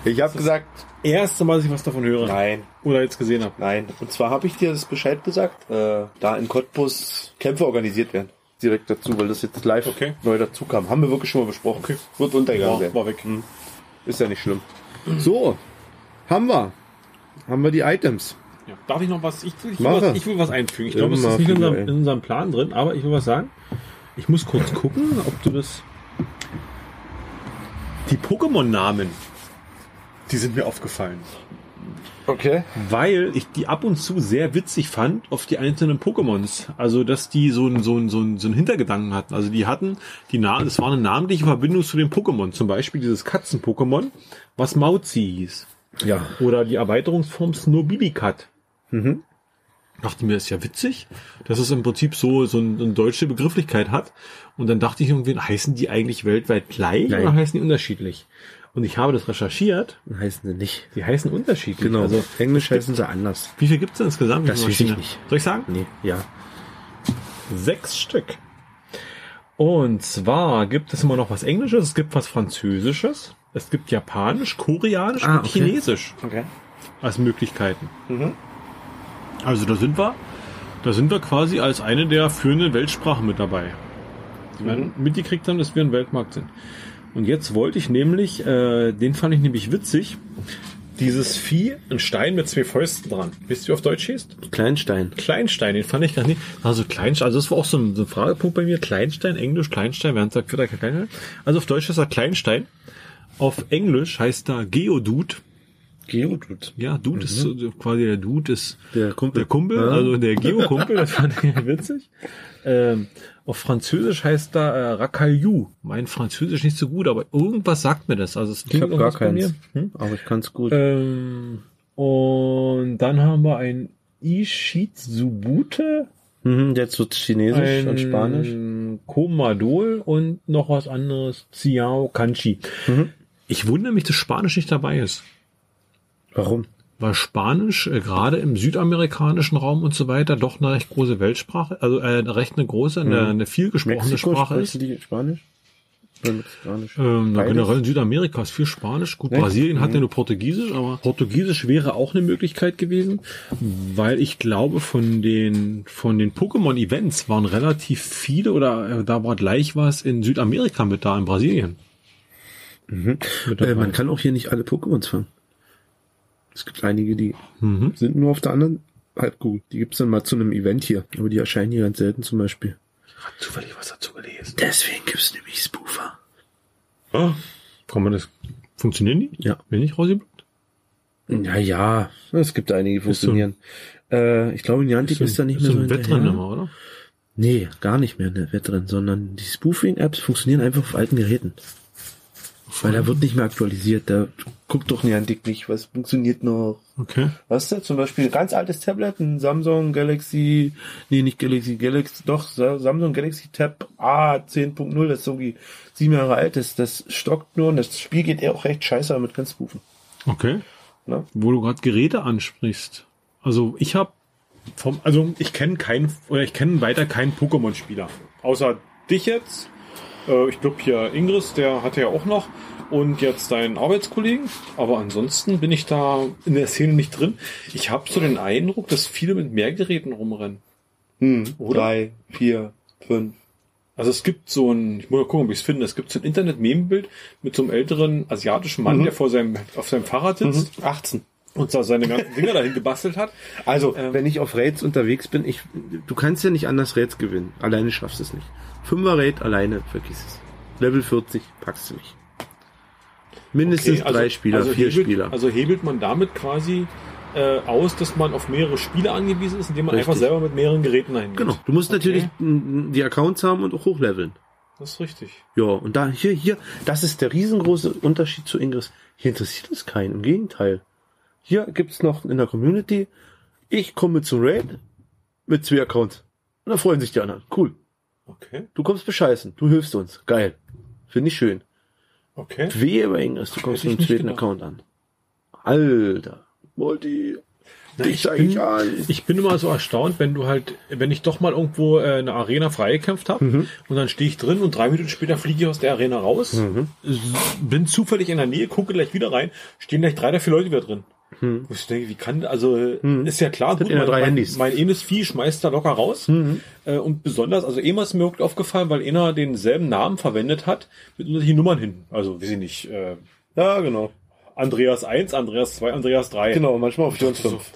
Ich habe gesagt, Erste Mal, dass ich was davon höre. nein, Oder jetzt gesehen habe. nein. Und zwar habe ich dir das Bescheid gesagt, äh, da in Cottbus Kämpfe organisiert werden. Direkt dazu, weil das jetzt live Okay. neu dazu kam. Haben wir wirklich schon mal besprochen. Okay. Hm. Wird untergegangen War, werden. war weg. Ist ja nicht schlimm. So. Haben wir. Haben wir die Items. Ja. Darf ich noch was? Ich, ich, will, Mach was, es. ich will was einfügen. Ich glaube, es Immer ist nicht in wieder, unserem, ey. in unserem Plan drin, aber ich will was sagen. Ich muss kurz gucken, ob du das. Die Pokémon-Namen, die sind mir aufgefallen. Okay. weil ich die ab und zu sehr witzig fand auf die einzelnen Pokémons. Also, dass die so einen so einen- so einen- so einen Hintergedanken hatten. Also, die hatten, die Namen, es war eine namentliche Verbindung zu den Pokémon. Zum Beispiel dieses Katzen-Pokémon, was Mauzi hieß. Ja. Oder die Erweiterungsform Snobilicat. Dachte mir, ist ja witzig, dass es im Prinzip so, so ein- eine deutsche Begrifflichkeit hat. Und dann dachte ich irgendwie, heißen die eigentlich weltweit gleich Nein. oder heißen die unterschiedlich? Und ich habe das recherchiert. Heißen sie nicht. Die heißen unterschiedlich. Genau. Also, Englisch heißen sie anders. wie viel gibt's denn insgesamt? Wie Das viele weiß ich Maschinen? nicht. Soll ich sagen? Nee, ja. Sechs Stück. Und zwar gibt es immer noch was Englisches, es gibt was Französisches, es gibt Japanisch, Koreanisch Ah, und okay. Chinesisch Okay. als Möglichkeiten. Also da sind wir, da sind wir quasi als eine der führenden Weltsprachen mit dabei. Die wir mitgekriegt haben, dass wir ein Weltmarkt sind. Und jetzt wollte ich nämlich, äh, den fand ich nämlich witzig, dieses Vieh, ein Stein mit zwei Fäusten dran. Wisst ihr, wie auf Deutsch hieß? Kleinstein. Kleinstein, den fand ich gar nicht. Also Kleinstein, also das war auch so ein, so ein Fragepunkt bei mir. Kleinstein, Englisch, Kleinstein, während sagt Peter Kleinstein. Also auf Deutsch ist er Kleinstein. Auf Englisch heißt er Geodude. Geodude. Ja, Dude ist so- quasi der Dude ist Mhm. Der Kumpel. der Kumpel Ja. also der Geo-Kumpel, das fand ich witzig. Ähm, auf Französisch heißt da äh, Racaillou. Mein Französisch nicht so gut, aber irgendwas sagt mir das. Also es Ich klingt habe irgendwas gar bei keins. mir. Hm? Aber ich kann es Äh. gut. Ähm, und dann haben wir ein Ishitsubute. Mhm, jetzt wird Chinesisch und Spanisch. Comadol und noch was anderes. Ciao Kanchi. Mhm. Ich wundere mich, dass Spanisch nicht dabei ist. Warum? Weil Spanisch äh, gerade im südamerikanischen Raum und so weiter doch eine recht große Weltsprache, also äh, eine recht eine große, eine, eine vielgesprochene Sprache ist. sprechen Mhm. die Spanisch? Oder Mexikanisch? Ähm, na, Beides? Ne? Mhm. generell in Südamerika ist viel Spanisch. Gut, Brasilien hat ja nur Portugiesisch, aber Portugiesisch wäre auch eine Möglichkeit gewesen, weil ich glaube, von den, von den Pokémon-Events waren relativ viele oder äh, da war gleich was in Südamerika mit da, in Brasilien. Mit dabei. Äh, man kann auch hier nicht alle Pokémons fangen. Es gibt einige, die Mhm. sind nur auf der anderen Halbkugel. Die gibt's dann mal zu einem Event hier. Aber die erscheinen hier ganz selten zum Beispiel. zufällig was dazu gelesen. Deswegen gibt's nämlich Spoofer. Kann man das, funktionieren die? Ja. Bin ich rausgeblockt? Naja, es gibt einige, die funktionieren. Äh, ich glaube, in Niantic ist, da nicht ist mehr so so ein Wettrennen hinterher. immer, oder? Nee, gar nicht mehr in der Web drin, sondern die Spoofing-Apps funktionieren einfach auf alten Geräten. Weil da wird nicht mehr aktualisiert. Da guckt doch nicht an dick nicht, was funktioniert noch. Okay. Weißt du, zum Beispiel ein ganz altes Tablet, ein Samsung Galaxy, nee, nicht Galaxy, Galaxy, doch, Sa- Samsung Galaxy Tab A10.0, das ist irgendwie sieben Jahre alt, das, das stockt nur und das Spiel geht eher auch recht scheiße, damit kannst du rufen. Okay. Ne? Wo du gerade Geräte ansprichst. Also ich habe vom, also ich kenne keinen oder ich kenne weiter keinen Pokémon-Spieler. Außer dich jetzt. Äh, ich glaube hier Ingris, der hatte ja auch noch. Und jetzt deinen Arbeitskollegen. Aber ansonsten bin ich da in der Szene nicht drin. Ich habe so den Eindruck, dass viele mit mehr Geräten rumrennen. Hm, Oder? Drei, vier, fünf. Also es gibt so ein, ich muss mal gucken, ob ich es finde, es gibt so ein Internet-Meme-Bild mit so einem älteren asiatischen Mann, der vor seinem, auf seinem Fahrrad sitzt 18. und da seine ganzen Dinger dahin gebastelt hat. Also, wenn ich auf Raids unterwegs bin, ich, du kannst ja nicht anders Raids gewinnen. Alleine schaffst du es nicht. Fünfer Raid alleine, vergiss es. Level 40 packst du nicht. Mindestens Okay, also- drei Spieler, also vier hebelt, Spieler. Also hebelt man damit quasi äh, aus, dass man auf mehrere Spiele angewiesen ist, indem man Richtig. einfach selber mit mehreren Geräten dahin geht. genau. Du musst natürlich m, die Accounts haben und auch hochleveln. Das ist richtig. Ja, und da, hier, hier, das ist der riesengroße Unterschied zu Ingress. Hier interessiert es keinen, im Gegenteil. Hier gibt's noch in der Community, ich komme zum Raid mit zwei Accounts. Und da freuen sich die anderen. Cool. Okay, Du kommst bescheißen, du hilfst uns. Geil. Finde ich schön. okay. Wehe bei Ingress, du kommst Hätte ich mit dem nicht zweiten gedacht. Account an. Alter. Multi. Na, Dich ich, zeig ich bin, an. ich bin immer so erstaunt, wenn du halt, wenn ich doch mal irgendwo äh, eine Arena freigekämpft habe Mhm. und dann stehe ich drin und drei Minuten später fliege ich aus der Arena raus, Mhm. s- bin zufällig in der Nähe, gucke gleich wieder rein, stehen gleich drei oder vier Leute wieder drin. Mhm. Wo ich denke, wie kann, also äh, ist ja klar, gut, ja Mhm. drei mein, mein, Handys. Mhm. mein enes Vieh schmeißt da locker raus. Äh, und besonders, also Ema ist mir wirklich aufgefallen, weil einer denselben Namen verwendet hat, mit unterschiedlichen Nummern hinten. Also, weiß ich nicht, äh, Ja, genau. Andreas 1, Andreas 2, Andreas 3. Genau, manchmal auf Jones 5.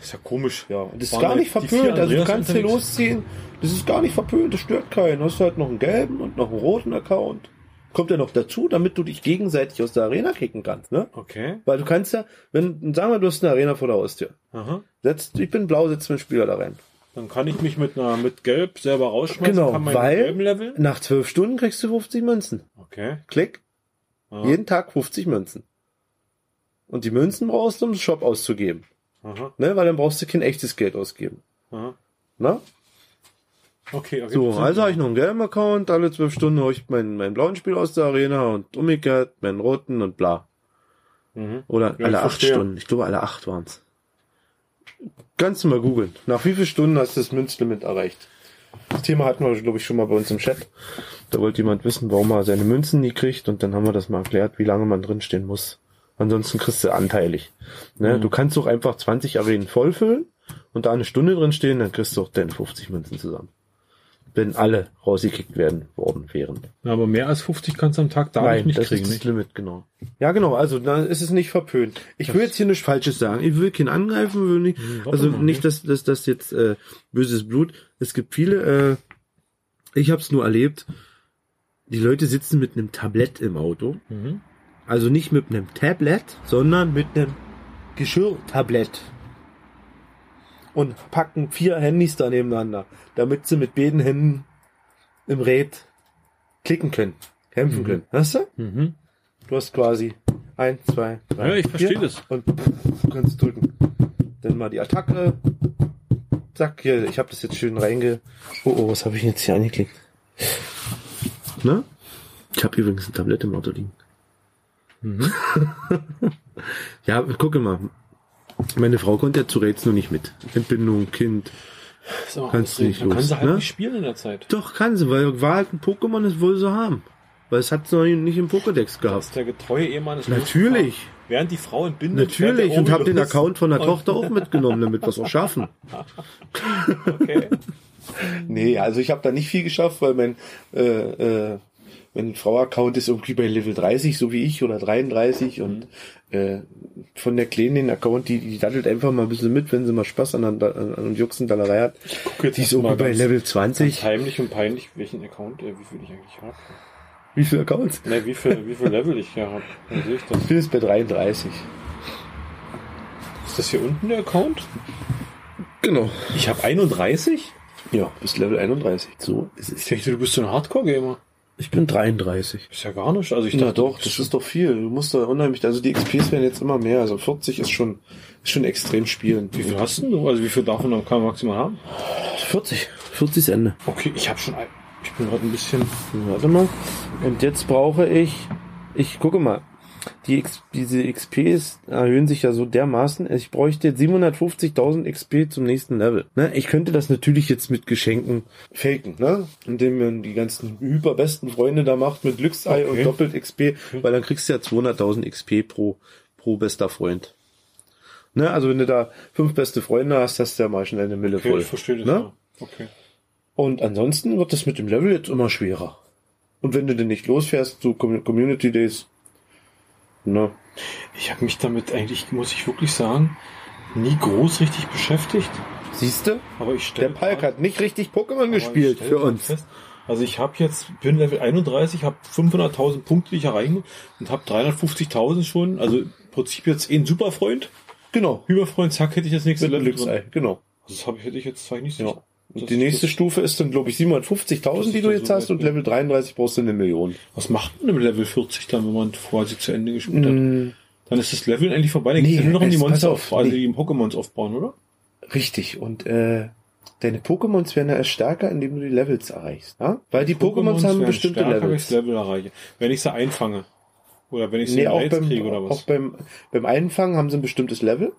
Ist ja komisch. halt Ja, Und das ist gar nicht verpönt. Also du kannst hier losziehen. Das ist gar nicht verpönt, das stört keinen. Du hast halt noch einen gelben und noch einen roten Account. Kommt ja noch dazu, damit du dich gegenseitig aus der Arena kicken kannst, ne? Okay. Weil du kannst ja, wenn, sagen wir, du hast eine Arena vor der Haustür. Aha. Setzt, ich bin blau, setzt einen Spieler da rein. Dann kann ich mich mit einer mit Gelb selber rausschmeißen. Genau, kann meinen gelben weil Level. nach zwölf Stunden kriegst du 50 Münzen. Okay. Klick. Ja. Jeden Tag 50 Münzen. Und die Münzen brauchst du, um den Shop auszugeben. Aha. Ne? Weil dann brauchst du kein echtes Geld ausgeben. Aha. Ne? Okay, okay. So, also habe ich noch einen gelben Account, alle zwölf Stunden hole ich meinen, meinen blauen Spiel aus der Arena und umgekehrt meinen roten und bla. Mhm. Oder ich alle acht verstehe. Stunden. Ich glaube, alle acht waren's. Kannst du mal googeln. Nach wie vielen Stunden hast du das Münzlimit erreicht? Das Thema hatten wir, glaube ich, schon mal bei uns im Chat. Da wollte jemand wissen, warum er seine Münzen nie kriegt und dann haben wir das mal erklärt, wie lange man drinstehen muss. Ansonsten kriegst du anteilig. Ne? Mhm. Du kannst doch einfach 20 Arenen vollfüllen und da eine Stunde drinstehen, dann kriegst du auch deine 50 Münzen zusammen. Wenn alle rausgekickt werden worden wären. Na, aber mehr als 50 kannst du am Tag darf ich nicht das kriegen. ist das nicht? Limit, genau. Ja, genau, also dann ist es nicht verpönt. Ich will jetzt hier nichts Falsches sagen. Ich will keinen angreifen, will nicht, warte also mal, nicht, dass dass das jetzt äh, böses Blut. Es gibt viele, äh, ich habe es nur erlebt, die Leute sitzen mit einem Tablett im Auto. Mhm. Also nicht mit einem Tablet, sondern mit einem Geschirrtablett. Und packen vier Handys da nebeneinander, damit sie mit beiden Händen im Rät klicken können, kämpfen können. Weißt du? Mhm. Du hast quasi eins, zwei, drei. Ja, ich verstehe vier. das. Und kannst drücken. Dann mal die Attacke. Zack, hier, ich habe das jetzt schön reinge. Oh, oh, was habe ich jetzt hier angeklickt? Ne? Ich habe übrigens ein Tablett im Auto liegen. ja, gucke mal. Meine Frau konnte ja zu Rätseln nur nicht mit. Entbindung, Kind. Kannst du nicht Dann kann los, sie halt ne? nicht spielen in der Zeit. Doch, kann sie, weil war halt ein Pokémon, das wollte sie haben. Weil es hat sie noch nicht im Pokédex Das gehabt. ist der getreue Ehemann ist Natürlich. losgefahren. Während die Frau entbindet. fährt Natürlich, der und Obi habe den los. Account von der Und- Tochter auch mitgenommen, damit wir es auch schaffen. Okay. Nee, also ich habe da nicht viel geschafft, weil mein, äh, äh, mein Frau-Account ist irgendwie bei Level 30, so wie ich, oder 33. Und äh, von der Kleinen den Account, die, die dattelt einfach mal ein bisschen mit, wenn sie mal Spaß an, an, an, an Juxendallerei hat. gucke jetzt Die ist erst mal irgendwie bei ganz- Level 20. Heimlich und peinlich, welchen Account, äh, wie viel ich eigentlich habe. Wie viele Accounts? Ne, wie viel, wie viel Level ich hier habe. Dann sehe ich das. Ich bin jetzt bei 33. Ist das hier unten der Account? Genau. Ich habe 31? Ja, bis Level 31. So ist es. Ich dachte, du bist so ein Hardcore-Gamer. Ich bin 33. Ist ja gar nicht. Also ich Na dachte, doch, das ist doch viel. Du musst da unheimlich, also die XPs werden jetzt immer mehr. Also 40 ist schon, ist schon extrem spielen. Wie viel hast denn du? Also wie viel davon kann man maximal haben? 40. 40 ist Ende. Okay, ich habe schon. ein- Ich bin gerade ein bisschen. Warte mal. Und jetzt brauche ich, ich gucke mal. Die X, diese XPs erhöhen sich ja so dermaßen. Ich bräuchte jetzt 750.000 XP zum nächsten Level. Ne? Ich könnte das natürlich jetzt mit Geschenken faken, ne? Indem man die ganzen überbesten Freunde da macht mit Glücksei und doppelt XP, weil dann kriegst du ja 200.000 XP pro, pro bester Freund. Ne? Also wenn du da fünf beste Freunde hast, hast du ja mal schnell eine Mille voll. ne? Okay. Und ansonsten wird es mit dem Level jetzt immer schwerer. Und wenn du denn nicht losfährst zu Com- Community Days, ne? Ich habe mich damit eigentlich, muss ich wirklich sagen, nie groß richtig beschäftigt. Siehst du? Aber ich Der stelle Palk gerade- hat nicht richtig Pokémon aber ich gespielt stell für gerade uns. fest, Also ich habe jetzt, bin Level 31, habe 500.000 Punkte, die ich erreichen muss und habe 350.000 schon. Also im Prinzip jetzt eh ein Superfreund. Genau. Überfreund, zack, hätte ich das nächste Mit Level Glücksei, drin. genau. Also das hab ich, hätte ich jetzt zeig nicht. Ja. Das- Und die nächste das- Stufe ist dann, glaube ich, Das ist 750.000, die du ja jetzt so hast, weit und Level 33 brauchst du eine Million. Was macht man im Level 40 dann, wenn man quasi zu Ende gespielt hat? Dann ist das Level eigentlich vorbei. Dann Mm. Nee, geht's ja nur noch um die es- pass Monster, auf, also nee. die Pokémons aufbauen, oder? Richtig. Und äh, deine Pokémons werden ja erst stärker, indem du die Levels erreichst. Ja? Weil die Pokémons haben werden bestimmte stärker, Wenn ich Levels. das Level erreiche. Wenn ich sie einfange. Oder wenn ich sie Nee, in auch Raids beim, kriege oder auch was. beim, beim Einfangen haben sie ein bestimmtes Level.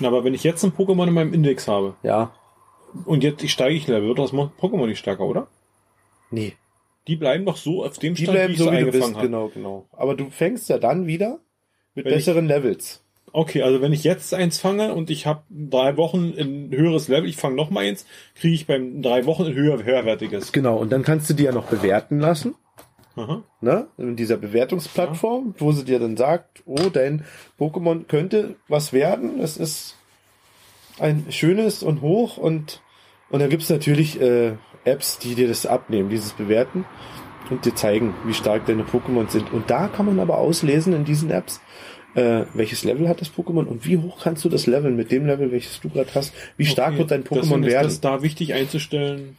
Na, aber wenn ich jetzt ein Pokémon in meinem Index habe Ja. und jetzt ich steige ich Level, wird das Pokémon nicht stärker, oder? Nee. Die bleiben doch so auf dem Die Stand, bleiben ich sie so, wie du eingefangen bist, habe. genau, genau. Aber du fängst ja dann wieder mit Wenn ich- besseren Levels. Okay, also wenn ich jetzt eins fange und ich habe drei Wochen ein höheres Level, ich fange noch mal eins, kriege ich beim drei Wochen ein höher, höherwertiges. Genau, und dann kannst du die ja noch bewerten lassen, Aha. ne? In dieser Bewertungsplattform, wo sie dir dann sagt, oh, dein Pokémon könnte was werden. Es ist ein schönes und hoch und und da gibt's natürlich äh, Apps, die dir das abnehmen, dieses Bewerten und dir zeigen, wie stark deine Pokémon sind. Und da kann man aber auslesen in diesen Apps, äh, welches Level hat das Pokémon und wie hoch kannst du das leveln mit dem Level, welches du gerade hast, wie stark Okay, wird dein deswegen Pokémon Ist werden. das da wichtig einzustellen?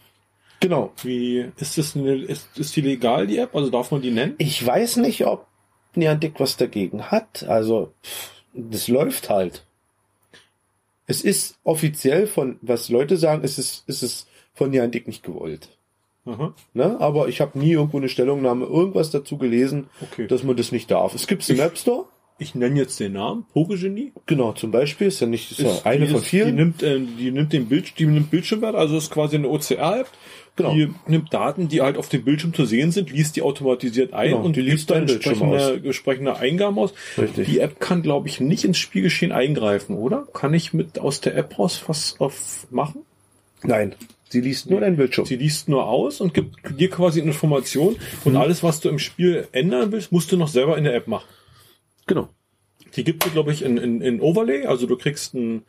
Genau. Wie ist das eine, ist, ist die legal die App? Also darf man die nennen? Ich weiß nicht, ob Niantic was dagegen hat. Also, pff, das läuft halt. Es ist offiziell von, was Leute sagen, es ist, es ist von Niantic nicht gewollt. Aha. Ne? Aber ich habe nie irgendwo eine Stellungnahme, irgendwas dazu gelesen, Okay. dass man das nicht darf. Es gibt's im App Store. Ich nenne jetzt den Namen Pogegenie. Genau, zum Beispiel ist ja nicht ist Ist- ja eine die von ist- Die vielen. nimmt, äh, die nimmt den Bild, die nimmt Bildschirmwert, also ist quasi eine OCR-App. Genau. Die nimmt Daten, die halt auf dem Bildschirm zu sehen sind, liest die automatisiert ein Genau, und die die liest liest dann deinen Bildschirm entsprechende, entsprechende Eingaben aus. Richtig. Die App kann, glaube ich, nicht ins Spielgeschehen eingreifen, oder? Kann ich mit aus der App raus was auf machen? Nein, sie liest nur deinen Bildschirm. Sie liest nur aus und gibt dir quasi eine Information und Mhm. alles, was du im Spiel ändern willst, musst du noch selber in der App machen. Genau. Die gibt dir, glaube ich, in, in, in Overlay, also du kriegst ein,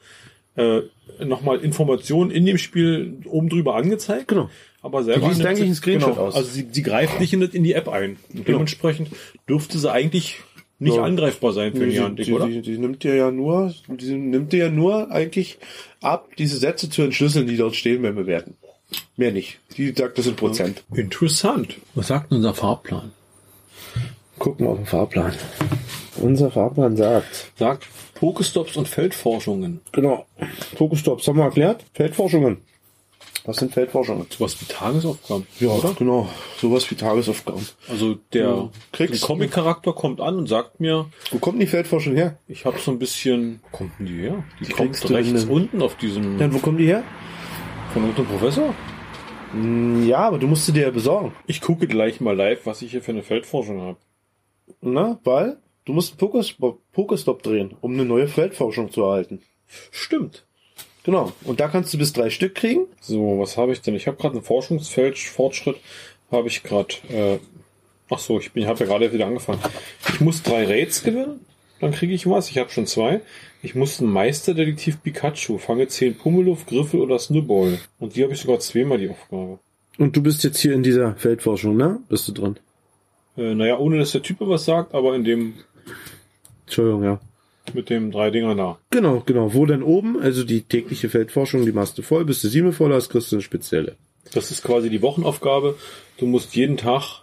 äh, nochmal Informationen in dem Spiel oben drüber angezeigt. Genau. Aber selber Die liest nimmt eigentlich sie- einen Screenshot aus. Genau. Also sie, sie greift nicht in, in die App ein. Und Dementsprechend dürfte sie eigentlich nicht Ja. angreifbar sein für Nee, die die, Niantic, die, oder? Die, die nimmt dir ja nur, die nimmt dir ja nur eigentlich ab, diese Sätze zu entschlüsseln, die dort stehen beim Bewerten. Mehr nicht. Die sagt das in Prozent. Interessant. Was sagt denn unser Fahrplan? Guck mal auf den Fahrplan. Unser Fahrplan sagt. Sagt Pokestops und Feldforschungen. Genau. Tokestops haben wir erklärt. Feldforschungen. Was sind Feldforschungen? Sowas wie Tagesaufgaben. Ja, genau. Sowas wie Tagesaufgaben. Also der, Du kriegst- der Comic-Charakter kommt an und sagt mir, Wo kommt die Feldforschung her? ich habe so ein bisschen. Wo kommt denn die her? Die, kommt kriegst du rechts in den- unten auf diesem Dann wo kommen die her? von unserem Professor. Ja, aber du musst sie dir ja besorgen. Ich gucke gleich mal live, was ich hier für eine Feldforschung habe. Na, weil du musst einen Pokestop, Pokestop drehen, um eine neue Feldforschung zu erhalten. Stimmt. Genau. Und da kannst du bis drei Stück kriegen. So, was habe ich denn? Ich habe gerade einen Forschungsfeld Fortschritt. Habe ich gerade. Äh, ach so, ich bin habe ja gerade wieder angefangen. Ich muss drei Raids gewinnen, dann kriege ich was. Ich habe schon zwei. Ich muss einen Meisterdetektiv Pikachu fange zehn Pummeluff, Griffel oder Snowball. Und die habe ich sogar zweimal die Aufgabe. Und du bist jetzt hier in dieser Feldforschung, ne? Bist du dran? Äh, naja, ohne dass der Typ mir was sagt, aber in dem Entschuldigung, ja. Mit dem drei Dinger da. Genau, genau. Wo dann oben? Also die tägliche Feldforschung, die machst du voll, bist du sieben voll hast, kriegst du eine spezielle. Das ist quasi die Wochenaufgabe. Du musst jeden Tag,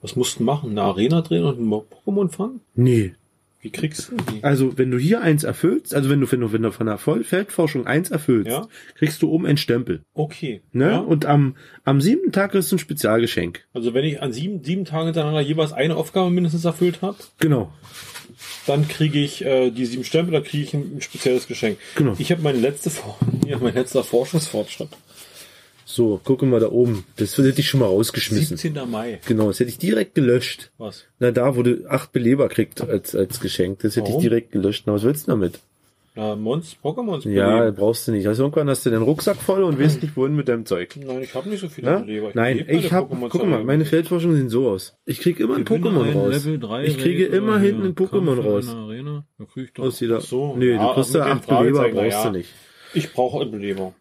was musst du machen? Eine Arena drehen und ein Mo- Pokémon fangen? Nee. Wie kriegst du die? Also wenn du hier eins erfüllst, also wenn du, wenn du, wenn du von der Voll- Feldforschung eins erfüllst, Ja. kriegst du oben einen Stempel. Okay. Ne? Ja? Und am, am siebten Tag kriegst du ein Spezialgeschenk. Also wenn ich an sieben, sieben Tagen hintereinander jeweils eine Aufgabe mindestens erfüllt habe, Genau. dann kriege ich äh, die sieben Stempel, dann kriege ich ein, ein spezielles Geschenk. Genau. Ich habe meine letzte For ja, mein letzter Forschungsfortschritt. So, gucken wir da oben. Das hätte ich schon mal rausgeschmissen. 17. Mai. Genau, das hätte ich direkt gelöscht. Was? Na, da, wo du acht Beleber kriegt als, als Geschenk. Das hätte Warum? ich direkt gelöscht. Na, was willst du damit? Na, Monst, Pokémons Ja, beleben. brauchst du nicht. Also irgendwann hast du den Rucksack voll und weißt nicht, wohin mit deinem Zeug. Nein, ich habe nicht so viele Ne? Hm. Beleber. Nein, lebe meine ich hab, Pokémons guck mal, alle. meine Feldforschungen sehen so aus. Ich krieg immer ein Ich bin Pokémon ein raus. Level drei Ich kriege Raid immer oder hinten ein hier Pokémon Kampf raus. in einer Arena. Da krieg ich doch Aus jeder. Ach so. nee, Ja, du kriegst mit da dem acht Beleber, Fragezeichen, na brauchst ja. du nicht. Ich brauche einen Beleber.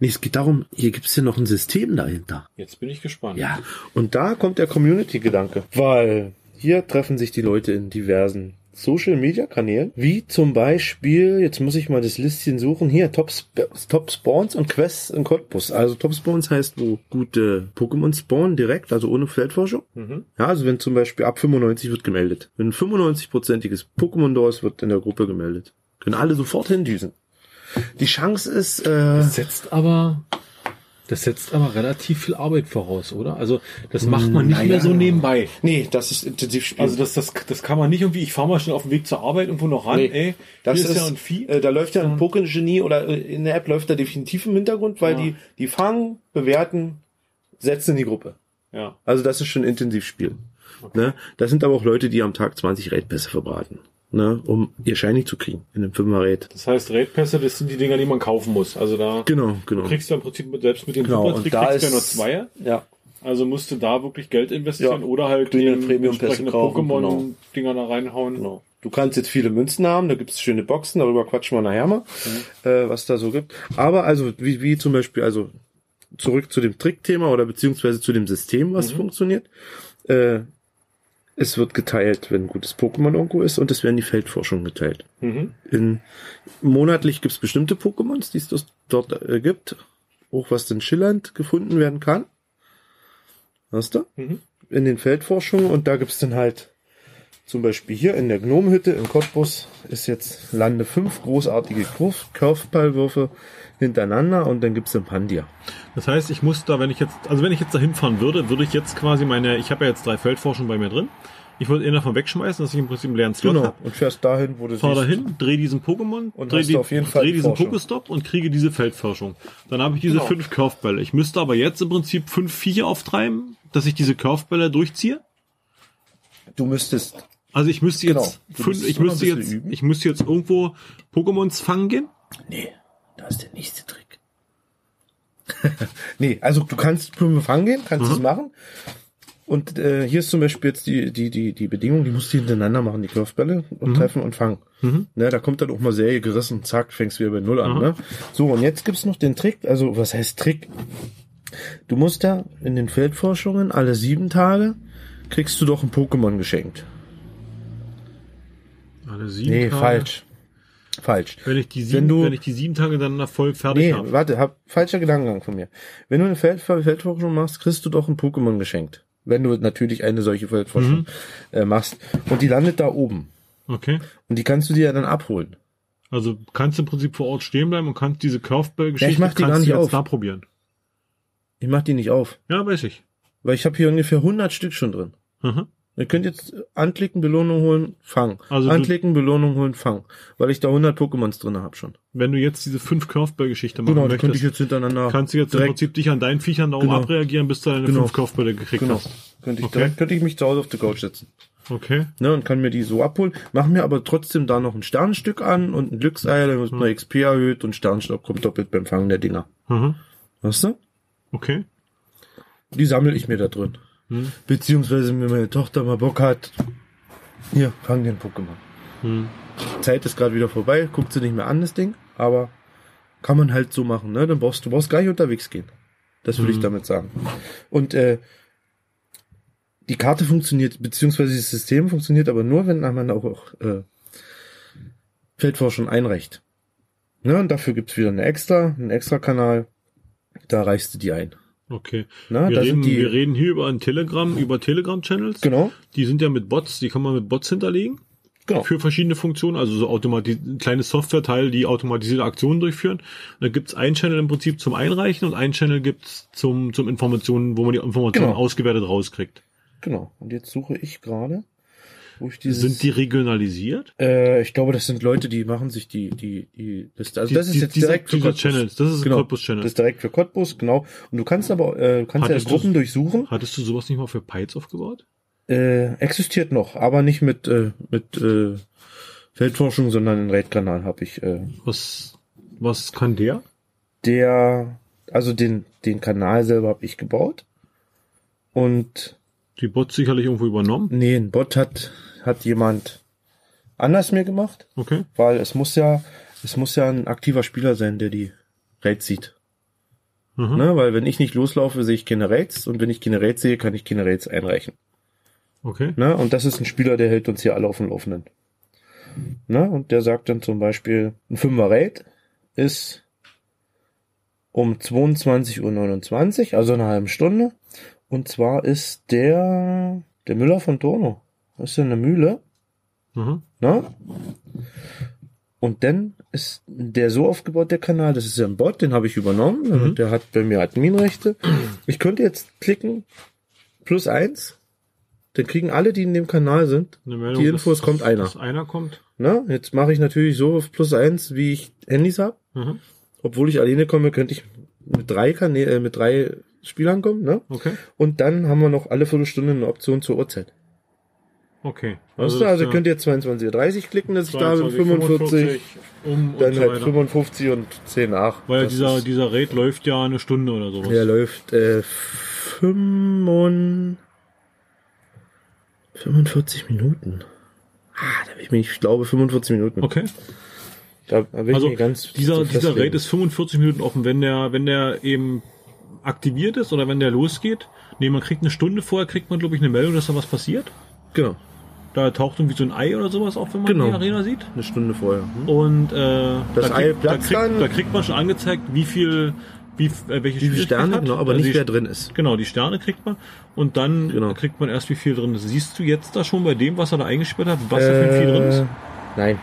Nee, es geht darum, hier gibt's ja noch ein System dahinter. Jetzt bin ich gespannt. Ja. Und da kommt der Community-Gedanke. Weil hier treffen sich die Leute in diversen Social Media Kanälen, wie zum Beispiel, jetzt muss ich mal das Listchen suchen, hier Top, Sp Top Spawns und Quests in Cottbus. Also Top Spawns heißt, wo gute Pokémon spawnen direkt, also ohne Feldforschung. Mhm. Ja, also wenn zum Beispiel ab 95 wird gemeldet. Wenn ein 95-prozentiges Pokémon da ist, wird in der Gruppe gemeldet. Können alle sofort hindüsen. Die Chance ist, äh, Das setzt aber, das setzt aber relativ viel Arbeit voraus, oder? Also, das macht man nicht mehr so nebenbei. Nee, das ist intensiv spielen. Also, das, das, das kann man nicht irgendwie, ich fahre mal schnell auf dem Weg zur Arbeit irgendwo noch ran, Nee, ey. das hier ist ist, ja ein Vieh. Äh, da läuft ja ein Pokémon-Genie oder äh, in der App läuft da definitiv im Hintergrund, weil die, die fangen, bewerten, setzen in die Gruppe. ja. Also das ist schon intensiv spielen. Ne? Das sind aber auch Leute, die am Tag 20 Raidpässe verbraten, ne? um ihr Shiny zu kriegen in einem Fünfer Raid. Das heißt, Raidpässe, das sind die Dinger, die man kaufen muss. Also, da Genau, genau. kriegst du im Prinzip mit, selbst mit dem Genau, Supertrick und da kriegst du ja ist- nur Zweier. Ja. Also, musst du da wirklich Geld investieren Ja, oder halt du in den eben Premium-Pässe entsprechende kaufen, genau. Pokémon-Dinger da reinhauen. Genau. Du kannst jetzt viele Münzen haben, da gibt's schöne Boxen, darüber quatschen wir nachher mal, Mhm. äh, was da so gibt. Aber also wie, wie zum Beispiel, also zurück zu dem Trickthema oder beziehungsweise zu dem System, was Mhm. funktioniert. Äh, es wird geteilt, wenn ein gutes Pokémon irgendwo ist und es werden die Feldforschungen geteilt. Mhm. In, monatlich gibt's bestimmte Pokémons, die es dos- dort äh, gibt, auch was in Schillernd gefunden werden kann. Weißt du? Mhm. In den Feldforschungen und da gibt's dann halt zum Beispiel hier in der Gnomhütte in Cottbus ist jetzt lande fünf großartige Kurf- Curveballwürfe hintereinander und dann gibt's den Pandia. Das heißt, ich muss da, wenn ich jetzt, also wenn ich jetzt da hinfahren würde, würde ich jetzt quasi meine, ich habe ja jetzt drei Feldforschungen bei mir drin. Ich würde ihn davon wegschmeißen, dass ich im Prinzip einen leeren Slot Genau. habe. Und fährst dahin, wo du Fahr siehst. dahin, dreh diesen Pokémon, Und dreh, hast du auf jeden Fall dreh die diesen Forschung. Pokestop und kriege diese Feldforschung. Dann habe ich diese fünf Curvebälle. Ich müsste aber jetzt im Prinzip fünf Viecher auftreiben, dass ich diese Curvebälle durchziehe. Du müsstest. Also ich müsste jetzt, Genau. Du fünf, müsstest ich nur noch müsste ein bisschen jetzt, üben. ich müsste jetzt irgendwo Pokémons fangen gehen. Nee, da ist der nächste Trick. nee, also du kannst Blume fangen gehen, kannst Mhm. es machen. Und äh, hier ist zum Beispiel jetzt die, die, die, die Bedingung, die musst du hintereinander machen, die Curvebälle Mhm. und treffen und fangen. Ne, da kommt dann auch mal Serie gerissen, zack, fängst wieder bei Null Mhm. an. Ne? So, und jetzt gibt's noch den Trick, also was heißt Trick? Du musst ja in den Feldforschungen alle sieben Tage kriegst du doch ein Pokémon geschenkt. Alle sieben Nee, Tage. falsch. Falsch. Wenn ich die sieben, wenn, Wenn du- ich die sieben Tage dann voll fertig Nee, habe. warte, hab, falscher Gedankengang von mir. Wenn du eine Feld Feldforschung machst, kriegst du doch ein Pokémon geschenkt. Wenn du natürlich eine solche Mhm. Feldforschung äh, machst. Und die landet da oben. Okay. Und die kannst du dir ja dann abholen. Also kannst du im Prinzip vor Ort stehen bleiben und kannst diese Ja, Curveball-Geschichte ich mach die kannst gar nicht du jetzt auf. da probieren. Ich mach die nicht auf. Ja, weiß ich. Weil ich habe hier ungefähr 100 Stück schon drin. Mhm. Ihr könnt jetzt anklicken, Belohnung holen, fangen. Also du- anklicken, Belohnung holen, fangen. Weil ich da 100 Pokémons drin habe schon. Wenn du jetzt diese fünf Curveball-Geschichte machen Genau, die könnte ich möchtest, jetzt hintereinander. kannst du jetzt im direkt- Prinzip dich an deinen Viechern da oben Genau. abreagieren, bis du deine Genau. fünf Curvebälle gekriegt Genau. hast. Könnte ich, Okay. direkt, könnte ich mich zu Hause auf die Couch setzen. Okay. ne, und kann mir die so abholen, mache mir aber trotzdem da noch ein Sternstück an und ein Glücksei, dann wird meine XP erhöht und Sternstaub kommt doppelt beim Fangen der Dinger. Mhm. Weißt du? Okay. Mhm. Die sammle ich mir da drin. Beziehungsweise, wenn meine Tochter mal Bock hat, hier, fang den Pokémon. Mhm. Zeit ist gerade wieder vorbei, guckt sie nicht mehr an, das Ding, aber kann man halt so machen, ne? Dann brauchst du brauchst gar nicht unterwegs gehen. Das will Mhm. ich damit sagen. Und äh, die Karte funktioniert, beziehungsweise das System funktioniert aber nur, wenn man auch, auch äh, Feldforschung einreicht. Ne, und dafür gibt's wieder eine extra, einen extra Kanal. Da reichst du die ein. Okay. Ne, wir, da reden, sind die, wir reden hier über einen Telegram, über Telegram-Channels. genau, Die sind ja mit Bots, die kann man mit Bots hinterlegen. Genau. Für verschiedene Funktionen, also so automati kleine Softwareteile, die automatisierte Aktionen durchführen. Und dann gibt's einen Channel im Prinzip zum Einreichen und einen Channel gibt's zum, zum Informationen, wo man die Informationen Genau. ausgewertet rauskriegt. genau. Und jetzt suche ich gerade, wo ich dieses, Sind die regionalisiert? äh, ich glaube, das sind Leute, die machen sich die, die, die Liste. Also Die- das ist die- jetzt diese- direkt für diese Cottbus. Channels. Das ist ein genau, Cottbus-Channel. Das ist direkt für Cottbus, genau. Und du kannst aber, äh, du kannst ja Hattest du's- Gruppen durchsuchen. Hattest du sowas nicht mal für Pites aufgebaut? äh, existiert noch, aber nicht mit, äh, mit äh, Feldforschung, sondern einen RAID-Kanal habe ich. Äh, Was, was kann der? der, also den, den Kanal selber habe ich gebaut. Und Die Bots sicherlich irgendwo übernommen. nee, ein Bot hat, hat jemand anders mir gemacht, Okay. weil es muss ja, es muss ja ein aktiver Spieler sein, der die Raids sieht. Mhm. Ne? Weil wenn ich nicht loslaufe, sehe ich keine Raids und wenn ich keine Raids sehe, kann ich keine Raids einreichen. Mhm. Okay. Ne? Und das ist ein Spieler, der hält uns hier alle auf dem Laufenden. Ne? Und der sagt dann zum Beispiel, ein Fünfer Raid ist um 22.29 Uhr, also in einer halben Stunde. Und zwar ist der, der Müller von Torno. Das ist ja eine Mühle. Mhm. Ne? Und dann ist der so aufgebaut, der Kanal, das ist ja ein Bot, den habe ich übernommen. Der hat bei mir Adminrechte. Ich könnte jetzt klicken, plus eins. Dann kriegen alle, die in dem Kanal sind, Eine Meldung, die Infos, dass- kommt einer. Dass einer kommt. Ne? Jetzt mache ich natürlich so auf plus eins, wie ich Handys habe. Mhm. Obwohl ich alleine komme, könnte ich mit drei Kanäle, äh, mit drei Spielern kommen. Ne? Okay. Und dann haben wir noch alle Viertelstunde eine Option zur Uhrzeit. Okay. Also, also ja könnt ihr 22.30 klicken, dass ich da bin, 45 um und dann so halt weiter. 55 und 10 nach. Weil Das dieser, ist, dieser Raid läuft ja eine Stunde oder sowas. der läuft äh, 55 45 Minuten. Ah, da bin ich, mir nicht- ich glaube 45 Minuten. Okay. Da, da bin ich Also mir ganz dieser, zu dieser festlegen. Raid ist 45 Minuten offen, wenn der, wenn der eben aktiviert ist oder wenn der losgeht. Nee, man kriegt eine Stunde vorher, kriegt man, glaube ich, eine Meldung, dass da was passiert. genau Da taucht irgendwie so ein Ei oder sowas auf, wenn man Genau. die Arena sieht. eine Stunde vorher. Hm? Und äh, das Das da, Ei kriegt, da, platzt dann. kriegt, da kriegt man schon angezeigt, wie viel, wie, äh, welche Wie viele Schwierigkeit Sterne, hat. genau, aber Also nicht die- wer drin ist. Genau, die Sterne kriegt man und dann Genau. kriegt man erst, wie viel drin ist. Also Siehst du jetzt da schon bei dem, was er da eingesperrt hat, was da für ein viel drin ist? Äh, Nein,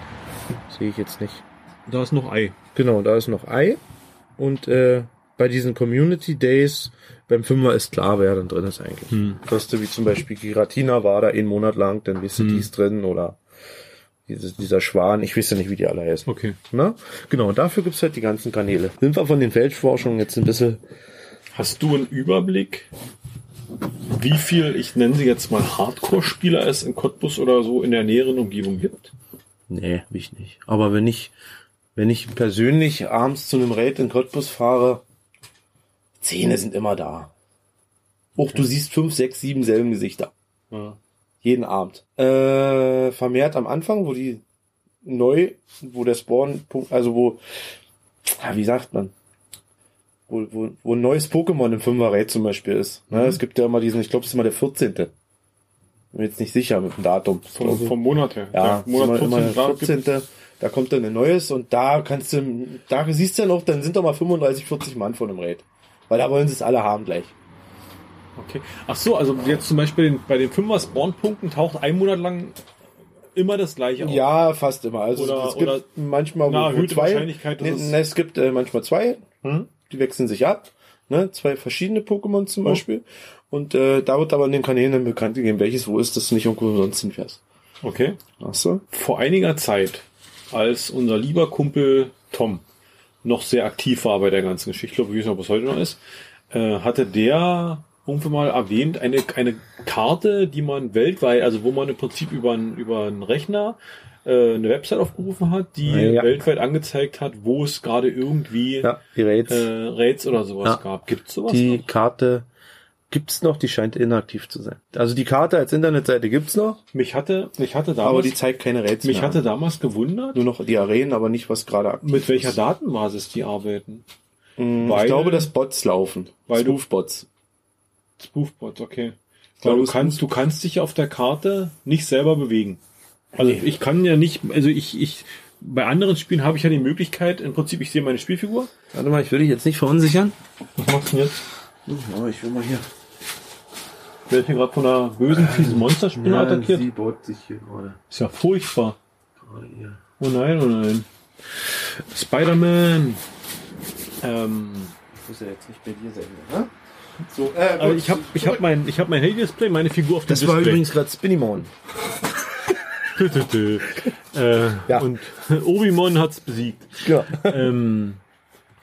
sehe ich jetzt nicht. Da ist noch Ei. Genau, da ist noch Ei. Und äh, bei diesen Community Days, beim Fünfer ist klar, wer dann drin ist eigentlich. Dass du wie zum Beispiel Giratina war da einen Monat lang, dann bist du die dies drin oder dieses, dieser Schwan, ich weiß ja nicht, wie die alle heißen. Okay. Na? Genau, und dafür gibt's halt die ganzen Kanäle. Sind wir von den Feldforschungen jetzt ein bisschen. Hast du einen Überblick, wie viel, ich nenne sie jetzt mal Hardcore-Spieler es in Cottbus oder so in der näheren Umgebung gibt? Nee, hab ich nicht. Aber wenn ich, wenn ich persönlich abends zu einem Raid in Cottbus fahre, Zähne sind immer da. Och, du siehst fünf, sechs, sieben selben Gesichter. Ja. Jeden Abend. Äh, vermehrt am Anfang, wo die neu, wo der Spawn-Punkt, also wo, ja, wie sagt man, wo, wo, wo ein neues Pokémon im Fünfer-Raid zum Beispiel ist. Ne? Es gibt ja immer diesen, ich glaube, es ist immer der 14. Bin mir jetzt nicht sicher mit dem Datum. Vom, vom Monat her. Also, Ja, Der Monat immer, 14, da immer gibt- 14. Da kommt dann ein neues und da kannst du, da siehst du ja noch, dann sind doch mal 35, 40 Mann von dem Raid. Weil da wollen sie es alle haben gleich. Okay. Ach so, also jetzt zum Beispiel den, bei den 5er Spawn-Punkten taucht ein Monat lang immer das gleiche auf. Ja, fast immer. Also Oder- es gibt oder manchmal eine wo- wo erhöhte zwei. Wahrscheinlichkeit, dass nee, es- nee, es gibt äh, manchmal zwei, Hm? die wechseln sich ab. Ne? Zwei verschiedene Pokémon zum Beispiel. Und äh, da wird aber in den Kanälen dann bekannt gegeben, welches wo ist, dass du nicht irgendwo sonst hinfährst. Okay. Achso. vor einiger Zeit, als unser lieber Kumpel Tom noch sehr aktiv war bei der ganzen Geschichte, ich glaube, wie es aber bis heute noch ist, äh, hatte der irgendwann mal erwähnt, eine, eine Karte, die man weltweit, also wo man im Prinzip über einen, über einen Rechner äh, eine Website aufgerufen hat, die Ja. weltweit angezeigt hat, wo es gerade irgendwie die Raids. äh, Raids oder sowas Ja. gab. Gibt sowas Die noch? Karte gibt's noch, die scheint inaktiv zu sein. Also die Karte als Internetseite gibt's noch, Mich hatte, mich hatte aber die damals, zeigt keine Rätsel. mich mehr hatte an. damals gewundert, nur noch die Arenen, aber nicht was gerade aktiv. mit welcher ist. Datenbasis die arbeiten. Hm, weil- ich glaube, dass Bots laufen. weil du- Spoofbots. Spoofbots, okay. Weil Weil du du kannst, du kannst dich ja auf der Karte nicht selber bewegen. Also ich kann ja nicht, also ich, ich bei anderen Spielen habe ich ja die Möglichkeit, im Prinzip, ich sehe meine Spielfigur. Warte mal, ich will dich jetzt nicht verunsichern. Was machst du denn jetzt? Aber Oh, ich will mal hier. Ich werde hier gerade von einer bösen, fiesen Monsterspinne attackiert. Äh, sie baut sich hier gerade. Ist ja furchtbar. gerade ihr. Oh nein, oh nein. Spider-Man. Ähm, Ich muss ja jetzt nicht bei dir sein, ne? So, also ich habe ich hab mein, ich hab mein Handy-Display, meine Figur auf dem das war Display. übrigens gerade Spinny Moon. Tü, tü, tü. äh, Ja. Und Obimon hat's besiegt. Ja. Ähm,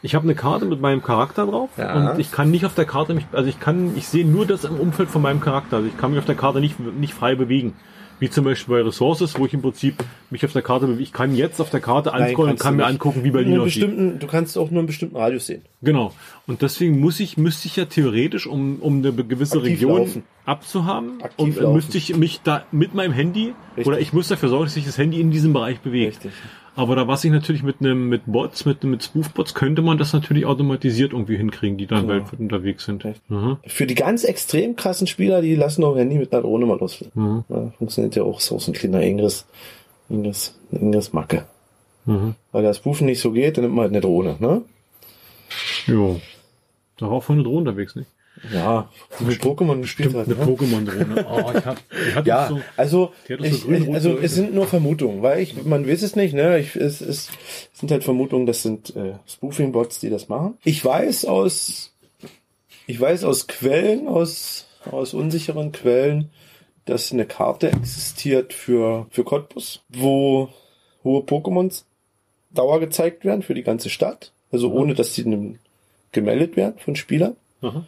ich habe eine Karte mit meinem Charakter drauf Ja. und ich kann nicht auf der Karte mich, also ich kann, ich sehe nur das im Umfeld von meinem Charakter. Also ich kann mich auf der Karte nicht, nicht frei bewegen. Wie zum Beispiel bei Resources, wo ich im Prinzip mich auf der Karte bewege. Ich kann jetzt auf der Karte anscrollen und kannst kann du mir nicht. angucken, wie Nur Berlin einen aussieht. bestimmten, du kannst auch nur einen bestimmten Radius sehen. Genau. Und deswegen muss ich, müsste ich ja theoretisch, um, um eine be- gewisse Aktiv Region laufen. abzuhaben, Aktiv und, äh, laufen. müsste ich mich da mit meinem Handy Richtig. oder ich muss dafür sorgen, dass sich das Handy in diesem Bereich bewegt. Richtig. Aber da was ich natürlich mit einem mit Bots, mit mit Spoofbots könnte man das natürlich automatisiert irgendwie hinkriegen, die dann weltweit unterwegs sind. Mhm. Für die ganz extrem krassen Spieler, die lassen auch Handy mit einer Drohne mal los. Mhm. Ja, funktioniert ja auch so so ein kleiner Ingress, Ingress, Ingress Macke. Mhm. Weil das Pufen nicht so geht, dann nimmt man halt eine Drohne, ne? Jo. Da war auch von eine Drohne unterwegs, nicht? Ja, mit Pokémon gespielt hat. Eine Ne? Pokémon-Drohne. Oh, ich hab, ich hab Ja, halt, so, also, Die hat doch so ich, grün-rot also geleuchtet. es sind nur Vermutungen, weil ich, man weiß es nicht, ne? Ich, es, es sind halt Vermutungen, das sind äh, Spoofing-Bots, die das machen. Ich weiß aus, ich weiß aus Quellen, aus, aus unsicheren Quellen, dass eine Karte existiert für, für Cottbus, wo hohe Pokémons Dauer gezeigt werden für die ganze Stadt. Also Mhm. ohne, dass sie nem- gemeldet werden von Spielern aha.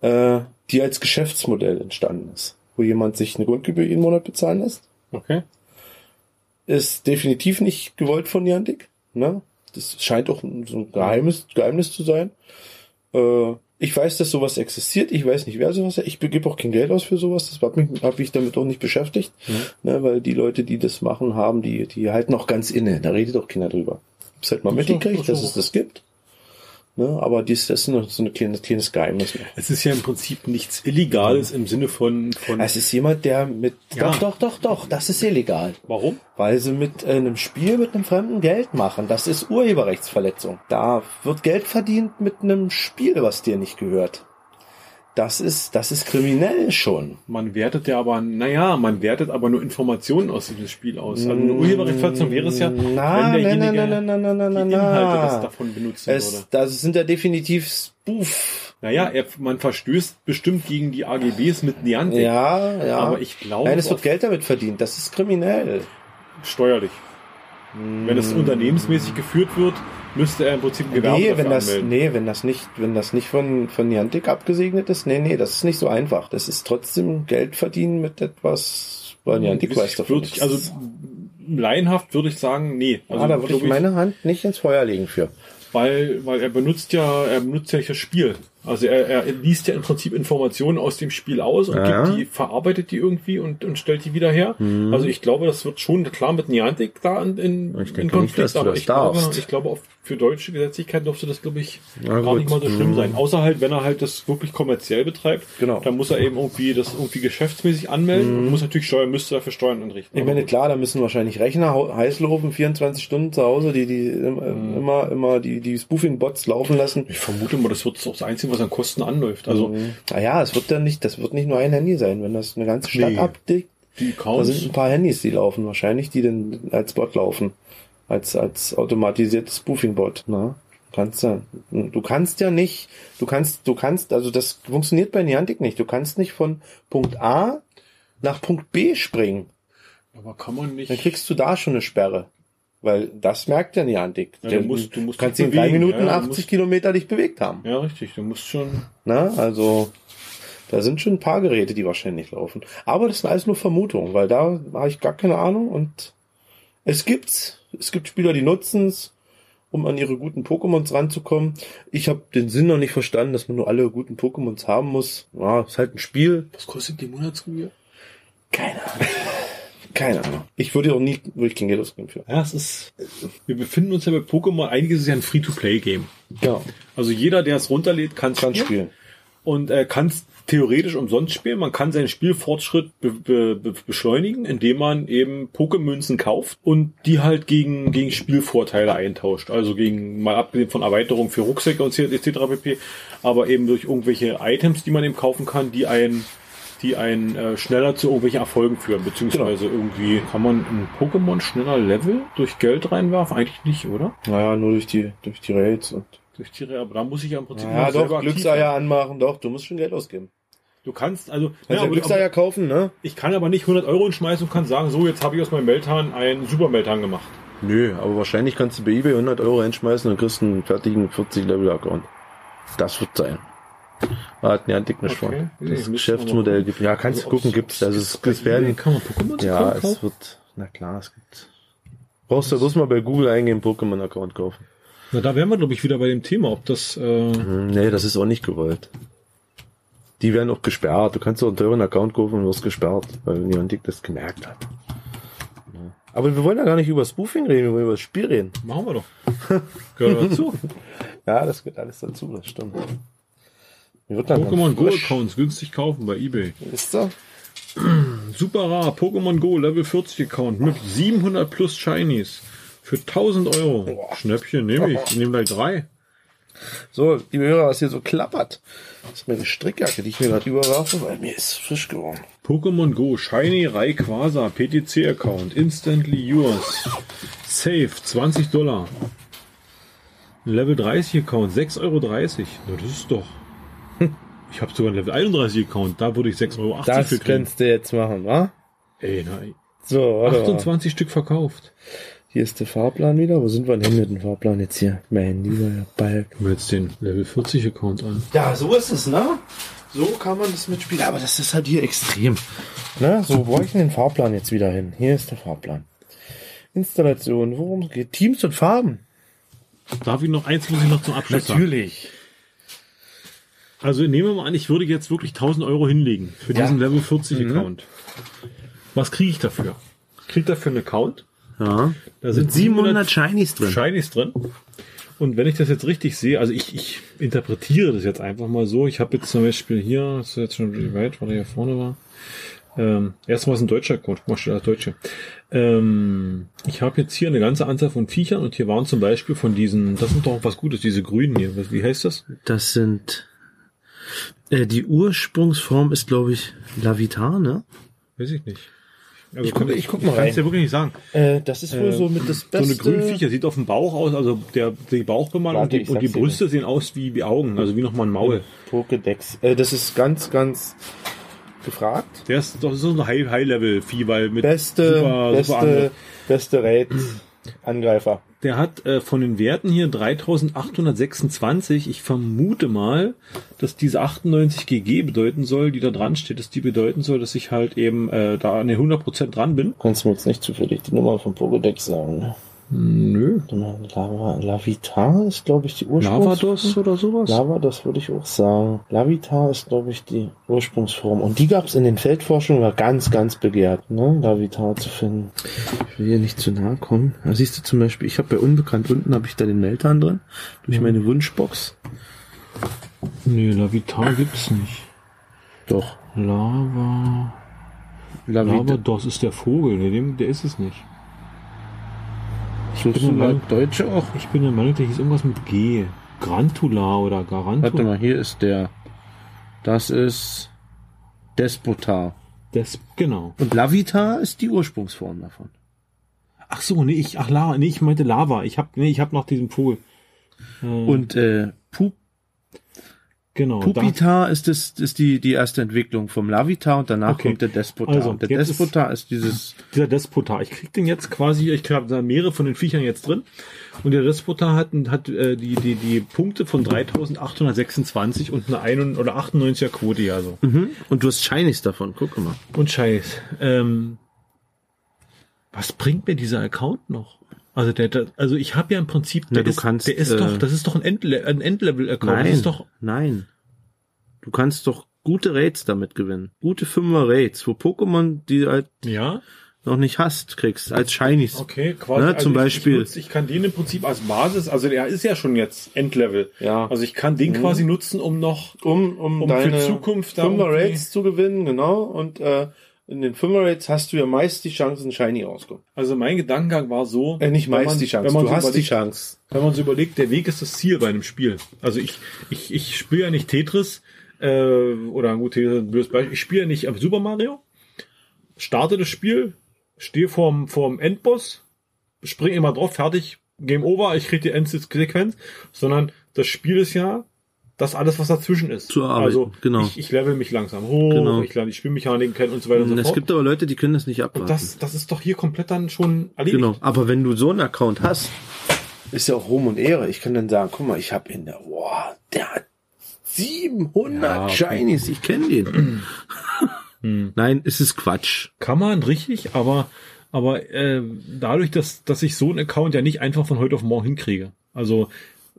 äh, die als Geschäftsmodell entstanden ist, wo jemand sich eine Grundgebühr jeden Monat bezahlen lässt, Okay. ist definitiv nicht gewollt von Jandik. Ne? Das scheint auch ein- so ein geheimes Geheimnis zu sein. Äh, ich weiß, dass sowas existiert. Ich weiß nicht, wer sowas hat. Ich gebe auch kein Geld aus für sowas. Das hat mich, hab ich damit auch nicht beschäftigt. Ne? Weil die Leute, die das machen, haben, die, die halten auch ganz inne. Da redet auch keiner drüber. Hab's halt mal mitgekriegt, dass es das gibt. Ne? Aber dies, das ist noch so ein kleines, kleines Geheimnis. Es ist ja im Prinzip nichts Illegales im Sinne von, von Es ist jemand, der mit. Hm. Ja. Doch, doch, doch, doch, das ist illegal. warum? Weil sie mit äh, einem Spiel mit einem Fremden Geld machen. Das ist Urheberrechtsverletzung. Da wird Geld verdient mit einem Spiel, was dir nicht gehört. Das ist, das ist kriminell schon. Man wertet ja aber, naja, man wertet aber nur Informationen aus diesem Spiel aus. Also eine Urheberrechtsverletzung wäre es ja, Na, wenn na, derjenige na, na, na, na, na, na, die na. Inhalte des davon benutzen würde. Es, das sind ja definitiv Spoof. Naja, er, man verstößt bestimmt gegen die AGBs mit Neantik. Ja, ja. Aber ich glaube, Nein, es wird auf- Geld damit verdient. Das ist kriminell. steuerlich. Wenn es unternehmensmäßig geführt wird, müsste er im Prinzip ein Gewerbe Mm. Nee, dafür wenn das, anmelden. nee, wenn das nicht, wenn das nicht von, von Niantic abgesegnet ist, nee, nee, das ist nicht so einfach. Das ist trotzdem Geld verdienen mit etwas, weil Niantic weiß ich, davon würde nichts. ich, also laienhaft würde ich sagen, nee. Also ah, da würde ich glaube ich, meine Hand nicht ins Feuer legen für. weil, weil er benutzt ja, er benutzt ja das Spiel. Also er, er liest ja im Prinzip Informationen aus dem Spiel aus und Ja. Mhm. gibt die, verarbeitet die irgendwie und, und stellt die wieder her. Also ich glaube, das wird schon klar mit Niantic da in, in, Ich denke in nicht, dass du aber das ich glaube, darfst. ich glaube, auf, für deutsche Gesetzlichkeit dürfte das, glaube ich, Ja, gar gut. nicht mal so schlimm Mhm. sein. Außer halt, wenn er halt das wirklich kommerziell betreibt, Genau. Mhm. dann muss er eben irgendwie das irgendwie geschäftsmäßig anmelden und muss natürlich Steuern, müsste dafür Steuern entrichten. Ich meine, klar, da müssen wahrscheinlich Rechner hau- heiß laufen, 24 Stunden zu Hause, die, die, im- immer, immer, die, die Spoofing-Bots laufen lassen. ich vermute mal, das wird auch das Einzige, was an Kosten anläuft. Also Mhm. Naja, es wird dann nicht, das wird nicht nur ein Handy sein, wenn das eine ganze Stadt Nee. abdeckt. die Da Accounts sind ein paar Handys, die laufen wahrscheinlich, die dann als Bot laufen. Als, als automatisiertes Spoofing-Bot, ne? Kannst du, du kannst ja nicht, du kannst, du kannst, also das funktioniert bei Niantic nicht. Du kannst nicht von Punkt A nach Punkt B springen. Aber kann man nicht. Dann kriegst du da schon eine Sperre. Weil das merkt ja Niantic. Ja, du musst- du musst kannst dich in drei bewegen, ja, Minuten du 80 musst- Kilometer dich bewegt haben. ja, richtig. Du musst schon. Na, also da sind schon ein paar Geräte, die wahrscheinlich laufen. Aber das sind alles nur Vermutungen, weil da habe ich gar keine Ahnung und es gibt's. Es gibt Spieler, die nutzen's, um an ihre guten Pokémons ranzukommen. Ich habe den Sinn noch nicht verstanden, dass man nur alle guten Pokémons haben muss. Ja, ist halt ein Spiel. Was kostet die Monatsgebühr? Keine Ahnung. Keine Ahnung. Ich würde auch nie, würde ich kein Geld ausgeben für. Ja, es ist. Wir befinden uns ja bei Pokémon. Einiges ist ja ein Free-to-Play-Game. Ja, Also jeder, der es runterlädt, kann es kann spielen. und äh, kann es theoretisch umsonst spielen. Man kann seinen Spielfortschritt be be be beschleunigen, indem man eben Pokémünzen kauft und die halt gegen, gegen Spielvorteile eintauscht. Also gegen, mal abgesehen von Erweiterungen für Rucksäcke und etc. pp. Aber eben durch irgendwelche Items, die man eben kaufen kann, die einen die einen äh, schneller zu irgendwelchen Erfolgen führen, beziehungsweise irgendwie kann man ein Pokémon schneller Level durch Geld reinwerfen? Eigentlich nicht, oder? Naja, nur durch die, durch die Raids und. Durch Tiere, aber da muss ich ja im Prinzip Ja, noch doch, selber aktiv Glückseier anmachen, doch, du musst schon Geld ausgeben. werden. Du kannst, also, ja, Kannst ja, aber, aber Glückseier kaufen, ne? ich kann aber nicht 100 Euro hinschmeißen und kann sagen, so, jetzt habe ich aus meinem Meltan einen Super Meltan gemacht. Nö, aber wahrscheinlich kannst du bei eBay 100 Euro reinschmeißen und kriegst einen fertigen 40-Level-Account. Das wird sein. Ah, Da hat Niantic nicht Okay. von. Nee, Das müssen wir Geschäftsmodell gibt. Ja, kannst du Also, gucken, ob's- gibt's. Also es, Bei es werden. eBay Kann man Pokémon Ja, kaufen? es wird. Na klar, es gibt. Brauchst du bloß mal bei Google eingehen, Pokémon-Account kaufen. Na, da wären wir, glaube ich, wieder bei dem Thema, ob das, äh, Hm, Nee, das ist auch nicht gewollt. Die werden auch gesperrt. Du kannst auch einen teuren Account kaufen und wirst gesperrt, weil Niantic das gemerkt hat. Ja. Aber wir wollen ja gar nicht über Spoofing reden, wir wollen über das Spiel reden. machen wir doch. Gehört dazu. Ja, das gehört alles dazu, das stimmt. Mir wird dann Pokémon Go frisch. Accounts günstig kaufen bei eBay. Ist da? Super rar, Pokémon Go Level 40 Account mit 700 plus Shinies für 1000 Euro. Schnäppchen nehme ich. Ich nehme gleich drei. So, liebe Hörer, was hier so klappert, ist meine Strickjacke, die ich mir gerade überwerfe, weil mir ist frisch geworden. Pokémon Go Shiny Rayquaza PTC Account instantly yours. Safe 20 Dollar. Ein Level 30 Account 6,30 Euro. Na, das ist doch. Ich habe sogar einen Level 31 Account. Da würde ich 6,80 Euro für kriegen. du jetzt machen, wa? Ey, nein. So, warte mal. 28 Stück verkauft. Hier ist der Fahrplan wieder. Wo sind wir denn hin mit dem Fahrplan jetzt hier? Mein lieber Balk. Gucken wir jetzt den Level 40 Account an. Ja, so ist es, ne? So kann man das mitspielen. Aber das ist halt hier extrem. Ne? So, wo ich denn den Fahrplan jetzt wieder hin? Hier ist der Fahrplan. Installation, worum geht? Teams und Farben. Darf ich noch eins, muss ich noch zum Abschluss sagen? Natürlich. Also nehmen wir mal an, ich würde jetzt wirklich 1000 Euro hinlegen für Ja. diesen Level 40 Account. Was kriege ich dafür? Ich kriege dafür einen Account. Ja. Da sind 700 Shinies drin. Shinies drin. Und wenn ich das jetzt richtig sehe, also ich, ich interpretiere das jetzt einfach mal so. Ich habe jetzt zum Beispiel hier, das ist jetzt schon richtig weit, weil er hier vorne war. Ähm, erstmal ist ein deutscher Code, guck mal, steht als Deutsche. Ähm, ich habe jetzt hier eine ganze Anzahl von Viechern und hier waren zum Beispiel von diesen, das sind doch was Gutes, diese Grünen hier. Was- Wie heißt das? Das sind. Äh, die Ursprungsform ist, glaube ich, Lavitar, ne? Weiß ich nicht. Also Ich guck- kann- ich guck mal kann's rein. dir wirklich nicht sagen. Äh, das ist wohl so mit das Beste. So eine Grünviecher sieht auf dem Bauch aus, also der, die Bauchbemalung Warte, und ich die, und die sag's dir Brüste sehen aus wie, wie Augen, also wie nochmal ein Maul. Pokédex. Äh, das ist ganz, ganz gefragt. Der ist doch so ein High- High-Level-Vieh, weil mit Beste, super, beste, super Angriff. beste Raid-Angreifer. Der hat äh, von den Werten hier 3826. Ich vermute mal, dass diese 98 GG bedeuten soll, die da dran steht, dass die bedeuten soll, dass ich halt eben äh, da an den 100% dran bin. Kannst du mir jetzt nicht zufällig die Nummer vom Pokédex sagen, ne? Nö. Lava, Lavitar ist, glaube ich, die Ursprungsform. Lavados oder sowas? Lava, das würde ich auch sagen. Lavitar ist, glaube ich, die Ursprungsform. Und die gab es in den Feldforschungen war ganz, ganz begehrt, ne? Lavitar zu finden. Ich will hier nicht zu nahe kommen. Da siehst du zum Beispiel, ich habe bei Unbekannt unten habe ich da den Meltan drin. Durch meine Wunschbox. Nee, Lavitar gibt's nicht. Doch. Lava. Lavitar. Lavados ist der Vogel, nee, dem, der ist es nicht. Ich muss bin mal mal- Deutsche auch. Ich bin der Meinung, der hieß irgendwas mit G. Grantula oder Warte Garantula. mal, hier ist der. Das ist Despotar. Das, genau. Und Lavitar ist die Ursprungsform davon. Ach so, nee, ich, ach, Lava, nee, ich meinte Lava. Ich hab, nee, ich hab noch diesen Vogel. Und äh, Pup Genau. da- Pupitar ist, das, ist die, die erste Entwicklung vom Lavitar und danach Okay. kommt der Despotar. Also, und der jetzt Despotar ist, dieses. dieser Despotar. Ich krieg den jetzt quasi, ich habe da mehrere von den Viechern jetzt drin. Und der Despotar hat, hat äh, die, die, die Punkte von 3826 und eine 91 oder 98er Quote ja so. Mhm. Und du hast Shinies davon, guck mal. Und scheiß. Ähm, was bringt mir dieser Account noch? Also der, der also ich habe ja im Prinzip, der, Na, du ist, kannst, der ist äh, doch, das ist doch ein, Endle ein Endlevel-Account. Das Nein, ist doch nein. Du kannst doch gute Raids damit gewinnen. Gute Fünfer Raids, wo Pokémon, die halt ja. noch nicht hast, kriegst. Als Shinies. Okay, quasi. also Ne, zum ich- Beispiel. Ich, nutze, ich kann den im Prinzip als Basis, also der ist ja schon jetzt Endlevel. Ja. Also ich kann den quasi nutzen, um noch. um, um, Um für deine Zukunft da Fünfer irgendwie- Rates zu gewinnen, genau. Und äh, in den Fünfer Rates hast du ja meist die Chance, ein Shiny rauszukommen. Also mein Gedankengang war so. Äh, nicht wenn meist man- die Chance, Wenn man, du so hast die überlegt, Chance. wenn man so überlegt, der Weg ist das Ziel bei einem Spiel. Also ich, ich, ich spiele ja nicht Tetris, äh, oder gut, Tetris ist ein blödes Beispiel. Ich spiele ja nicht auf Super Mario, starte das Spiel, stehe vorm, vorm Endboss, springe immer drauf, fertig, Game Over, ich kriege die Endsequenz, sondern das Spiel ist ja das alles, was dazwischen ist. Zu erarbeiten, also genau. ich, ich level mich langsam hoch, Genau. ich lerne die Spielmechaniken kennen und so Mhm, weiter und so Es fort. gibt aber Leute, die können das nicht abwarten. und das, das ist doch hier komplett dann schon erledigt. genau. Aber wenn du so einen Account hast, Ist ja auch Ruhm und Ehre. Ich kann dann sagen, guck mal, ich habe in der, boah, der hat 700 Shinies. Hm. Chinese, ich kenne den. Nein, es ist Quatsch. Kann man, richtig, aber, aber äh, dadurch, dass, dass ich so einen Account ja nicht einfach von heute auf morgen hinkriege. Also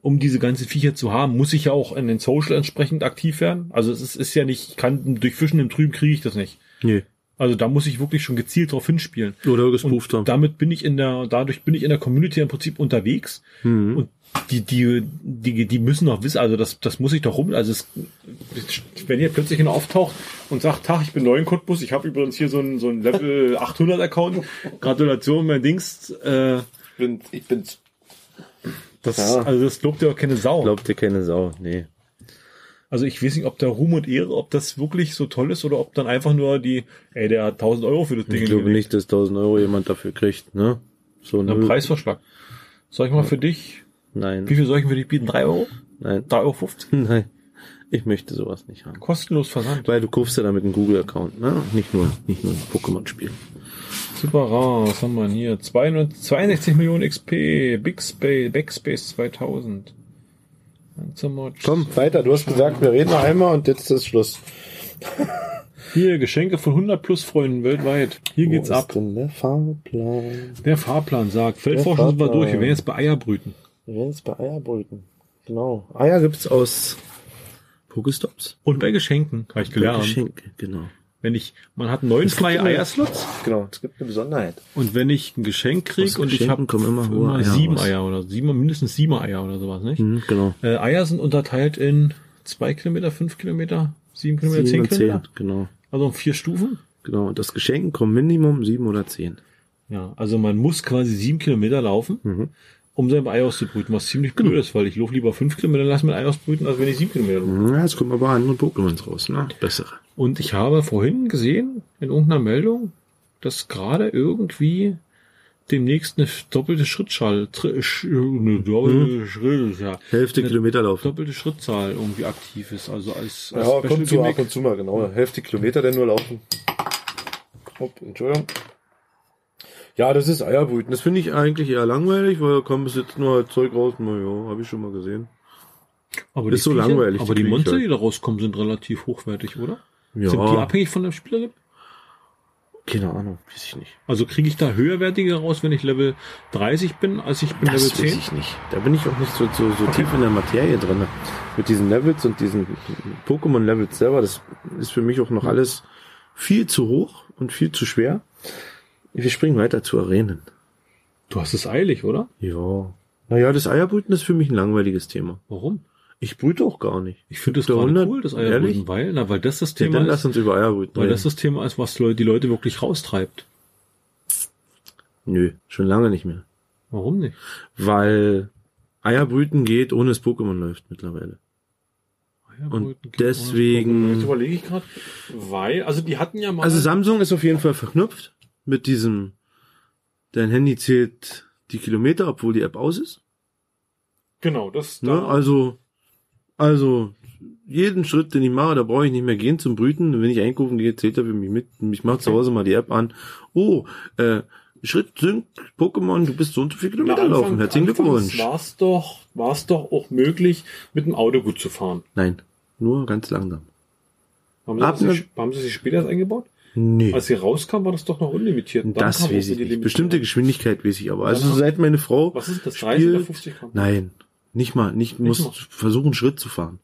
um diese ganzen Viecher zu haben, muss ich ja auch in den Social entsprechend aktiv werden. Also es ist, ist ja nicht, ich kann durch Fischen im Trüben kriege ich das nicht. Nee. Also da muss ich wirklich schon gezielt drauf hinspielen. Oder gespooft haben. Und damit bin ich in der, dadurch bin ich in der Community im Prinzip unterwegs. Mhm. Und die, die, die, die müssen doch wissen, also das, das muss ich doch rum. Also es, wenn ihr plötzlich einer auftaucht und sagt, Tag, ich bin neu in Cottbus, ich habe übrigens hier so einen, so einen Level 800 Account. Gratulation, mein Dings. Äh, Ich bin, ich bin's. das, Ja. also das lobt ja auch keine Sau. Glaubt ihr keine Sau? Nee. Also ich weiß nicht, ob da Ruhm und Ehre, ob das wirklich so toll ist oder ob dann einfach nur die, ey, der hat 1000 Euro für das Ding. Ich glaube hingelegt. nicht, dass 1000 Euro jemand dafür kriegt, ne? So Ein ein Preisverschlag. Soll ich mal für dich, wie Nein, viel soll ich für dich bieten? 3 Euro? nein, 3,50 Euro? nein. Ich möchte sowas nicht haben. Kostenlos versandt. Weil du kaufst ja damit einen Google-Account, ne? Nicht nur, nicht nur ein Pokémon-Spiel. Super rar. Was haben wir denn hier? 92, 62 Millionen XP. Big Space, Backspace 2000. Langsamer. Komm, weiter. Du hast gesagt, wir reden noch einmal und jetzt ist Schluss. Hier, Geschenke von 100 plus Freunden weltweit. Hier Wo geht's ist ab. Denn der Fahrplan. Der Fahrplan sagt, Feldforschung sind wir Fahrplan. durch. Wir werden jetzt bei Eierbrüten. Wir werden jetzt bei Eierbrüten. Genau. Eier gibt's aus Pokestops. Und bei Geschenken, habe ich gelernt. Geschenk, genau. Wenn ich, man hat neun freie immer- Eierslots Genau. Es gibt eine Besonderheit. und wenn ich ein Geschenk Aus krieg und ich Geschenken habe kommen immer hohe Eier sieben raus. Eier oder sieben, mindestens sieben Eier oder sowas, nicht? Hm, genau. Äh, Eier sind unterteilt in zwei Kilometer, fünf Kilometer, sieben Kilometer, zehn Kilometer. genau. Also in vier Stufen. Genau. Und das Geschenken kommen Minimum sieben oder zehn. Ja, also man muss quasi sieben Kilometer laufen, um sein Ei auszubrüten, was ziemlich blöd ist, weil ich laufe lieber fünf Kilometer, lass mein Ei ausbrüten, als wenn ich sieben Kilometer laufe. Ja, jetzt kommen aber andere Pokémons raus, ne? Bessere. Und ich habe vorhin gesehen, in irgendeiner Meldung, dass gerade irgendwie demnächst eine doppelte Schrittzahl, tri- sch- eine doppelte Schrittzahl, Hm. Hälfte Eine Kilometer laufen. doppelte Schrittzahl irgendwie aktiv ist, also als, als Ja, kommt zu Gimmick. ab und zu mal, genau. Mhm. Hälfte Kilometer denn nur laufen. Hopp, Entschuldigung. Ja, das ist Eierbrüten. Das finde ich eigentlich eher langweilig, weil da kommen bis jetzt nur halt Zeug raus. Na ja, habe ich schon mal gesehen. Aber Ist so langweilig, Aber die die Viecher. Monster, die da rauskommen, sind relativ hochwertig, oder? Ja. Sind die abhängig von dem Spieler? Keine Ahnung, weiß ich nicht. Also kriege ich da höherwertige raus, wenn ich Level 30 bin, als ich bin Das Level weiß 10? ich nicht. Da bin ich auch nicht so, so, so tief in der Materie drin. Mit diesen Levels und diesen Pokémon-Levels selber, das ist für mich auch noch alles viel zu hoch und viel zu schwer. Wir springen weiter zu Arenen. Du hast es eilig, oder? Ja. Naja, das Eierbrüten ist für mich ein langweiliges Thema. Warum? Ich brüte auch gar nicht. Ich finde das Der gerade 100 cool, das Eierbrüten, ehrlich? weil, na, weil das das Ja, Thema dann lass ist, uns über Eierbrüten weil reden. das das Thema ist, was Leute, die Leute wirklich raustreibt. Nö, schon lange nicht mehr. Warum nicht? Weil Eierbrüten geht, ohne das Pokémon läuft mittlerweile. Ah Und Eierbrüten geht deswegen... Jetzt überlege ich gerade, weil, also die hatten ja mal, Also Samsung ist auf jeden Fall verknüpft mit diesem, dein Handy zählt die Kilometer, obwohl die App aus ist. genau, das, Ne? Also, also jeden Schritt, den ich mache, da brauche ich nicht mehr gehen zum Brüten. Wenn ich einkaufen gehe, zählt er für mich mit. Ich mache zu Hause mal die App an. Oh, äh, Schritt Sync, Pokémon, du bist so und so viel Kilometer laufen. Herzlichen Glückwunsch. War es doch, war es doch auch möglich, mit dem Auto gut zu fahren. Nein, nur ganz langsam. Haben Ab sie, ne- das, haben sie sich später erst eingebaut? Nee. Als sie rauskam, war das doch noch unlimitiert. Und dann das kam auch weiß ich die nicht. Limitierung. Bestimmte Geschwindigkeit weiß ich aber. Also Danach- seit meine Frau Was ist das, 30 spielt, oder 50 km/h? Nein, nicht mal. Nicht, muss mal. versuchen, Schritt zu fahren.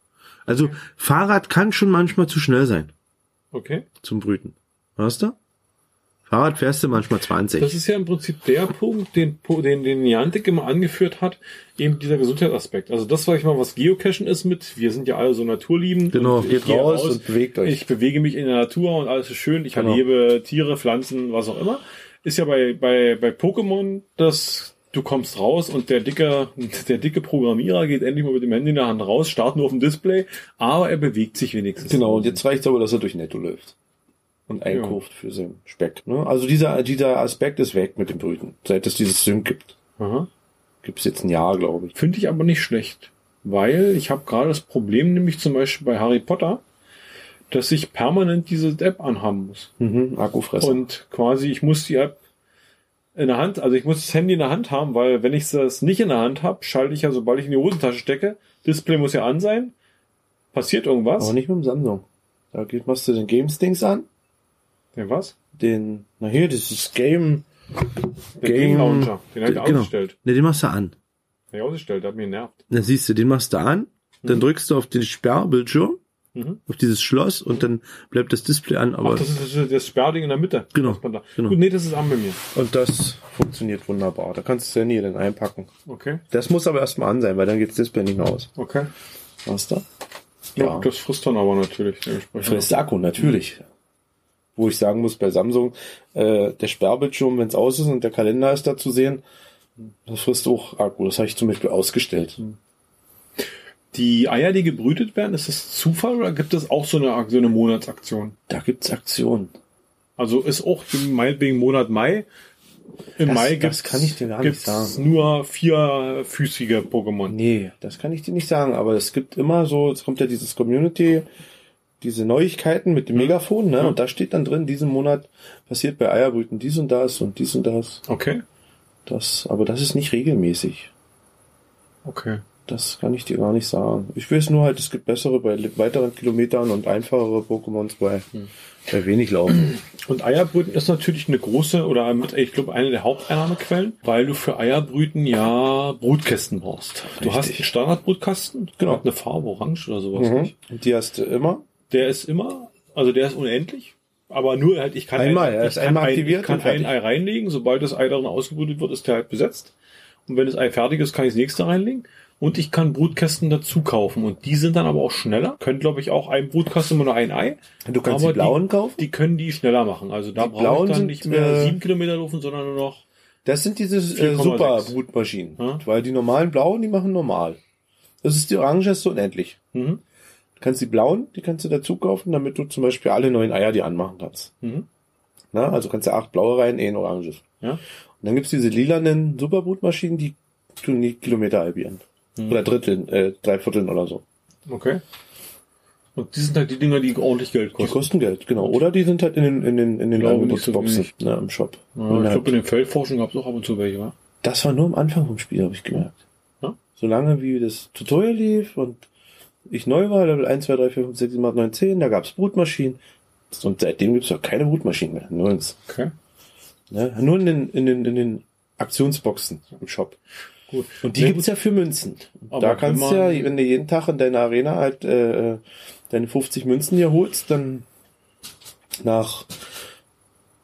Also Fahrrad kann schon manchmal zu schnell sein Okay. zum Brüten. Weißt du? Fahrrad fährst du manchmal 20. Das ist ja im Prinzip der Punkt, den, Po- den, den Niantic immer angeführt hat, eben dieser Gesundheitsaspekt. Also das, sag ich mal, was Geocachen ist mit, wir sind ja alle so naturliebend. Genau, und ich geht gehe raus und bewegt euch. Ich bewege mich in der Natur und alles ist schön, ich Genau. erlebe Tiere, Pflanzen, was auch immer. Ist ja bei, bei, bei Pokémon, dass du kommst raus und der dicke, der dicke Programmierer geht endlich mal mit dem Handy in der Hand raus, startet nur auf dem Display, aber er bewegt sich wenigstens. Genau, und jetzt reicht aber, dass er durch Netto läuft. Und einkauft für seinen Speck. Ne? Also dieser, dieser Aspekt ist weg mit dem Brüten, seit es dieses Sync gibt. Aha. Gibt es jetzt ein Jahr, glaube ich. Finde ich aber nicht schlecht, weil ich habe gerade das Problem, nämlich zum Beispiel bei Harry Potter, dass ich permanent diese App anhaben muss. Mhm, Akkufresser. Und quasi, ich muss die App in der Hand, also ich muss das Handy in der Hand haben, weil wenn ich das nicht in der Hand habe, schalte ich ja, sobald ich in die Hosentasche stecke, Display muss ja an sein, passiert irgendwas. aber nicht mit dem Samsung. Da geht, machst du den Games-Dings an. Den was? Den, na hier, dieses Game. Den Game Launcher. Den habe ich genau. ausgestellt. Ne, den machst du an. Den hab ich ausgestellt, der hat mich genervt. Dann siehst du, den machst du an, dann drückst du auf den Sperrbildschirm, Mhm. auf dieses Schloss und dann bleibt das Display an, aber Ach, das ist das, das Sperrding in der Mitte. Genau, Was man Da. genau. Gut, nee, das ist an bei mir. Und das funktioniert wunderbar. Da kannst du das Handy dann einpacken. Okay, Das muss aber erstmal an sein, weil dann geht's Display nicht mehr aus. okay. Was da? Ja. Das frisst dann aber natürlich dementsprechend. Frisst Akku, natürlich. Wo ich sagen muss, bei Samsung, äh, der Sperrbildschirm, wenn es aus ist und der Kalender ist da zu sehen, das frisst auch Akku. Das habe ich zum Beispiel ausgestellt. Die Eier, die gebrütet werden, ist das Zufall oder gibt es auch so eine, so eine Monatsaktion? Da gibt's Aktionen. Also ist auch im- meinetwegen Monat Mai. Im Das- Mai das gibt's, kann ich dir gar nicht gibt's sagen. nur vierfüßige Pokémon. Nee, das kann ich dir nicht sagen, aber es gibt immer so, es kommt ja dieses Community, diese Neuigkeiten mit dem Megafon, ne? Und da steht dann drin, diesen Monat passiert bei Eierbrüten dies und das und dies und das. Okay, Das, aber das ist nicht regelmäßig. okay. Das kann ich dir gar nicht sagen. Ich weiß nur halt, es gibt bessere bei le- weiteren Kilometern und einfachere Pokémons bei, bei wenig Laufen. Und Eierbrüten ist natürlich eine große oder mit, ich glaube, eine der Haupteinnahmequellen, weil du für Eierbrüten ja Brutkästen brauchst. Du hast einen Standardbrutkasten, Genau. Mhm. hat eine Farbe orange oder sowas. Nicht? Und die hast du immer. Der ist immer, also der ist unendlich, aber nur halt, ich kann Einmal, ein, er ich ist kann einmal aktiviert ein, ich kann und ein fertig. Ei reinlegen, sobald das Ei darin ausgebrütet wird, ist der halt besetzt. Und wenn das Ei fertig ist, kann ich das nächste reinlegen. Und ich kann Brutkästen dazu kaufen. Und die sind dann aber auch schneller. Können, glaube ich, auch ein Brutkasten immer nur ein Ei. Du kannst aber die blauen kaufen. Die können die schneller machen. Also da Die brauche blauen ich dann sind, nicht mehr äh, sieben Kilometer laufen, sondern nur noch. Das sind diese äh, 4,6. super Brutmaschinen. Ja. Weil die normalen blauen, die machen normal. Das ist die Orange, ist so unendlich. Mhm. Du kannst die blauen, die kannst du dazu kaufen, damit du zum Beispiel alle neuen Eier die anmachen kannst. Mhm. Na, also kannst du acht blaue rein, ein oranges. Ja. Und dann gibt's diese lilanen Superbrutmaschinen, die tun die Kilometer halbieren. Mhm. Oder Dritteln, äh, Dreivierteln oder so. Okay. Und die sind halt die Dinger, die ordentlich Geld Die kosten. kosten Geld, genau. Oder die sind halt in den, in den, in den Glaube nicht so Angebotsboxen ne, im Shop. Ja, Und ich halt- glaube, in den Feldforschungen gab es auch ab und zu welche, wa? das war nur am Anfang vom Spiel, habe ich gemerkt. Ja. Solange wie das Tutorial lief und ich neu war, Level 1, 2, 3, 4, 5, 6, 7, 8, 9, 10, da gab's Brutmaschinen. Und seitdem gibt's doch keine Brutmaschinen mehr. Nirgends. Okay. Ne? Nur in den, in, den, in den Aktionsboxen im Shop. Gut. Und die Wenn- gibt's ja für Münzen. Aber da kannst wenn du ja, man- wenn du jeden Tag in deiner Arena halt äh, äh, deine 50 Münzen hier holst, dann nach,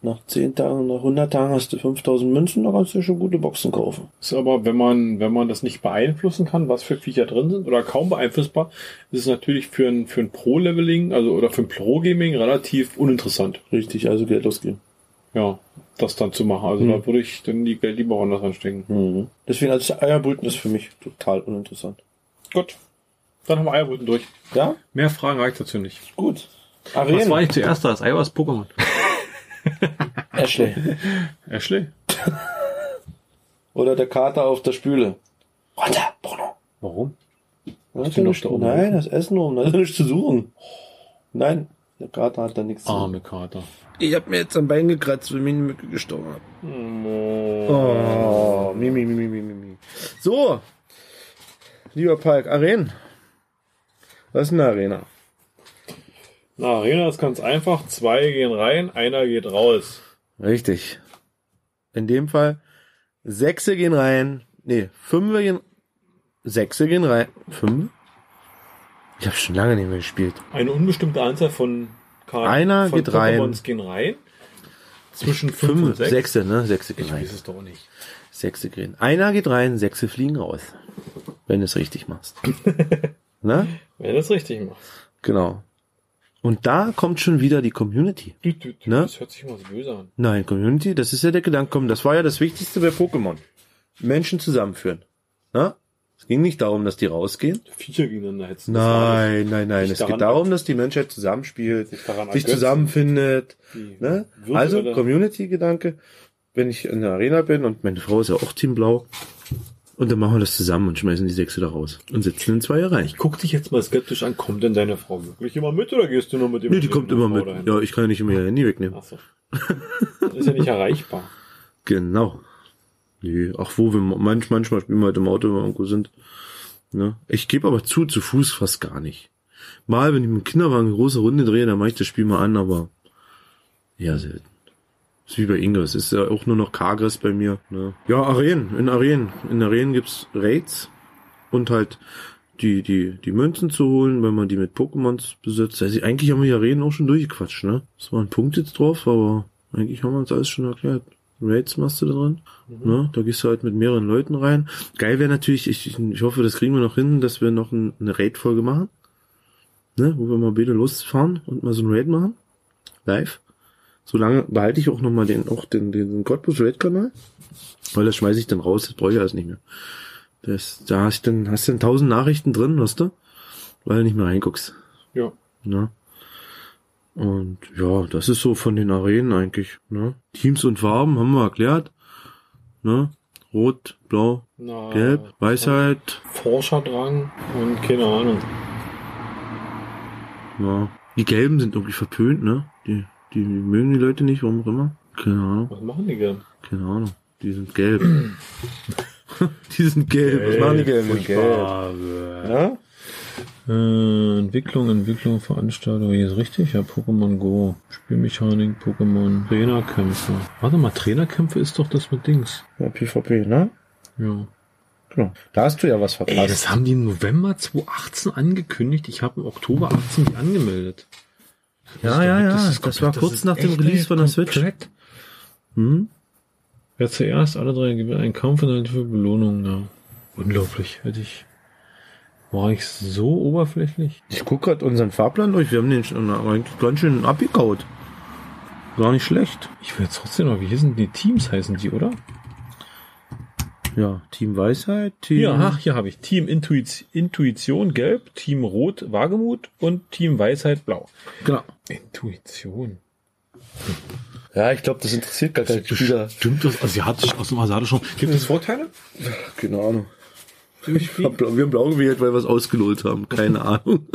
nach 10 Tagen, nach 100 Tagen hast du 5000 Münzen, da kannst du dir schon gute Boxen kaufen. Ist aber, wenn man, wenn man das nicht beeinflussen kann, was für Viecher drin sind oder kaum beeinflussbar, ist es natürlich für ein, für ein Pro-Leveling, also oder für ein Pro-Gaming relativ uninteressant. Richtig, also Geld ausgeben. Ja, das dann zu machen. Also da würde ich dann die Geld lieber woanders anstecken. Deswegen, also Eierbrüten ist für mich total uninteressant. Gut. Dann haben wir Eierbrüten durch. Ja? Mehr Fragen reicht dazu nicht. Gut. Arena. eigentlich zuerst da? Das Ei war das Pokémon. Ashley. Ashley? Oder der Kater auf der Spüle. Runter, Bruno. Warum? Da den Hat er doch nicht, da oben nein, das Essen oben, da hat er nichts zu suchen. Nein, der Kater hat da nichts zu suchen. Arme Kater. ich habe mir jetzt am Bein gekratzt, weil mir eine Mücke gestorben hat. Oh, mimi, mimi, mimi, mimi. So, lieber Palk, Arenen. Was ist eine Arena? Na, Arena ist ganz einfach. Zwei gehen rein, einer geht raus. Richtig. In dem Fall, Sechse gehen rein. Nee, Fünfe gehen. Sechse gehen rein. Fünfe? Ich habe schon lange nicht mehr gespielt. Eine unbestimmte Anzahl von Karten Einer von geht rein. Pokémons gehen rein. zwischen fünf Fünf, und sechs. sechste, ne? Sechste gehen Ich rein. weiß es doch nicht. Sechste gehen. Einer geht rein, sechste fliegen raus. Wenn du es richtig machst. ne? Wenn du das richtig machst. Genau. Und da kommt schon wieder die Community. Du, du, du, Ne? Das hört sich immer so böse an. Nein, Community, das ist ja der Gedanke. komm, Das war ja das Wichtigste bei Pokémon. Menschen zusammenführen. Na? Es ging nicht darum, dass die rausgehen. Viecher gegeneinander hetzen. Das war Nein, nein, nein. Sich Es geht daran- darum, dass die Menschheit zusammenspielt, Sich daran sich ergötzen. zusammenfindet. Die Ne? virtuelle- Also Community-Gedanke. Wenn ich in der Arena bin und meine Frau ist ja auch Team Blau. Und dann machen wir das zusammen und schmeißen die Sechse da raus. Und sitzen in zwei rein. nicht. Guck dich jetzt mal skeptisch an. Kommt denn deine Frau wirklich immer mit oder gehst du nur mit dem? Nee, die kommt immer mit. Ja, ich kann ja nicht immer ihr Handy wegnehmen. Achso. Ist ja nicht erreichbar. Genau. Nee, ach wo, wir manch, manchmal spielen wir halt im Auto, wenn wir irgendwo sind. Ne? Ich gebe aber zu, zu Fuß fast gar nicht. Mal, wenn ich mit dem Kinderwagen eine große Runde drehe, dann mache ich das Spiel mal an, aber ja, selten. Ist wie bei Ingress, ist ja auch nur noch Kargres bei mir. Ne? Ja, Arenen, in Arenen. In Arenen gibt's Raids und halt die, die, die Münzen zu holen, wenn man die mit Pokémons besitzt. Also eigentlich haben wir die Arenen auch schon durchgequatscht, ne? Es war ein Punkt jetzt drauf, aber eigentlich haben wir uns alles schon erklärt. Raids machst du da drin, ne? Da gehst du halt mit mehreren Leuten rein. Geil wäre natürlich, ich, ich, ich hoffe, das kriegen wir noch hin, dass wir noch ein, eine Raid-Folge machen. Ne? Wo wir mal beide losfahren und mal so ein Raid machen. Live. Solange behalte ich auch nochmal den, auch den, den, den Cottbus Raid-Kanal. Weil das schmeiße ich dann raus, das brauche ich alles nicht mehr. Das, da hast du dann, hast du dann tausend Nachrichten drin, weißt du? Weil du nicht mehr reinguckst. Ja. Ne? Und ja, das ist so von den Arenen eigentlich. Ne? Teams und Farben haben wir erklärt. Ne? Rot, Blau, Na, Gelb, Weisheit. Forscherdrang und keine Ahnung. Ja. Die Gelben sind irgendwie verpönt, ne? Die, die mögen die Leute nicht, warum auch immer. Keine Ahnung. Was machen die denn? Keine Ahnung. Die sind gelb. die sind gelb. Was machen die gelben? Die sind gelb. Ja? Äh, Entwicklung, Entwicklung, Veranstaltung. Hier ist richtig, ja. Pokémon Go. Spielmechanik, Pokémon. Trainerkämpfe. Warte mal, Trainerkämpfe ist doch das mit Dings. Ja, PvP, ne? Ja. Genau. Da hast du ja was Ey, verpasst. das haben die im November 2018 angekündigt. Ich habe im Oktober 18 mich angemeldet. Ja, ja, ja. Das, war kurz nach dem Release von der Switch. Hm? Wer zuerst alle drei gewinnt, einen Kampf und eine für Belohnung. Ja. Unglaublich. Hätte ich. War ich so oberflächlich? Ich guck grad unseren Fahrplan durch. Wir haben den schon eigentlich ganz schön abgekaut. Gar nicht schlecht. Ich will jetzt trotzdem noch, wie hießen die Teams, heißen die, oder? Ja, Team Weisheit, Team. Ja, ach, hier habe ich Team Intuiz- Intuition gelb, Team Rot Wagemut und Team Weisheit blau. Genau. Intuition. Ja, ich glaube, das interessiert gar keinen Spieler. Stimmt das asiatisch aus dem asiatischen Raum? Gibt es Vorteile? Keine Ahnung. Ich hab, blau- wir haben blau gewählt, weil wir es ausgelotet haben. Keine Ahnung.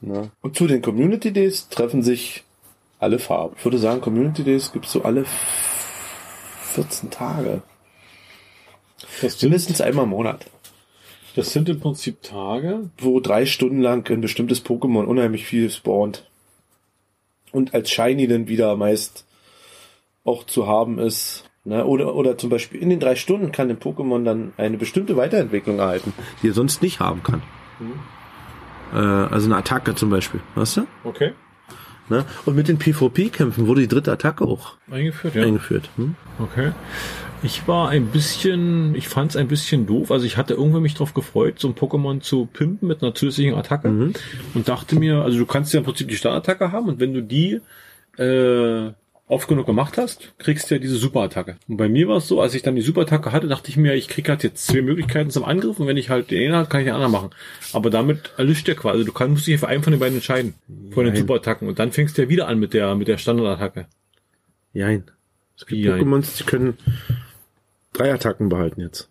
Ne? Und zu den Community Days treffen sich alle Farben. Ich würde sagen, Community Days gibt's so alle f- 14 Tage. Das sind, Mindestens einmal im Monat. das sind im Prinzip Tage. wo drei Stunden lang ein bestimmtes Pokémon unheimlich viel spawnt. Und als Shiny dann wieder meist auch zu haben ist. Ne? Oder, oder zum Beispiel in den drei Stunden kann ein Pokémon dann eine bestimmte Weiterentwicklung erhalten. Die er sonst nicht haben kann. Äh, also eine Attacke zum Beispiel. Weißt du? Okay. Ne? Und mit den PvP-Kämpfen wurde die dritte Attacke auch Eingeführt, ja. eingeführt. Hm? Okay. Ich war ein bisschen, ich fand es ein bisschen doof. Also ich hatte irgendwann mich drauf gefreut, so ein Pokémon zu pimpen mit einer zusätzlichen Attacke Mhm. und dachte mir, also du kannst ja im Prinzip die Startattacke haben und wenn du die äh, oft genug gemacht hast, kriegst du ja diese Superattacke. Und bei mir war es so, als ich dann die Superattacke hatte, dachte ich mir, ich krieg halt jetzt zwei Möglichkeiten zum Angriff und wenn ich halt den einen habe, kann ich den anderen machen. Aber damit erlischt der quasi. Also Du kannst, musst dich für einen von den beiden entscheiden, von den Superattacken. Und dann fängst du ja wieder an mit der, mit der Standardattacke. Jein. Es gibt Jein. Pokémons, die können drei Attacken behalten jetzt.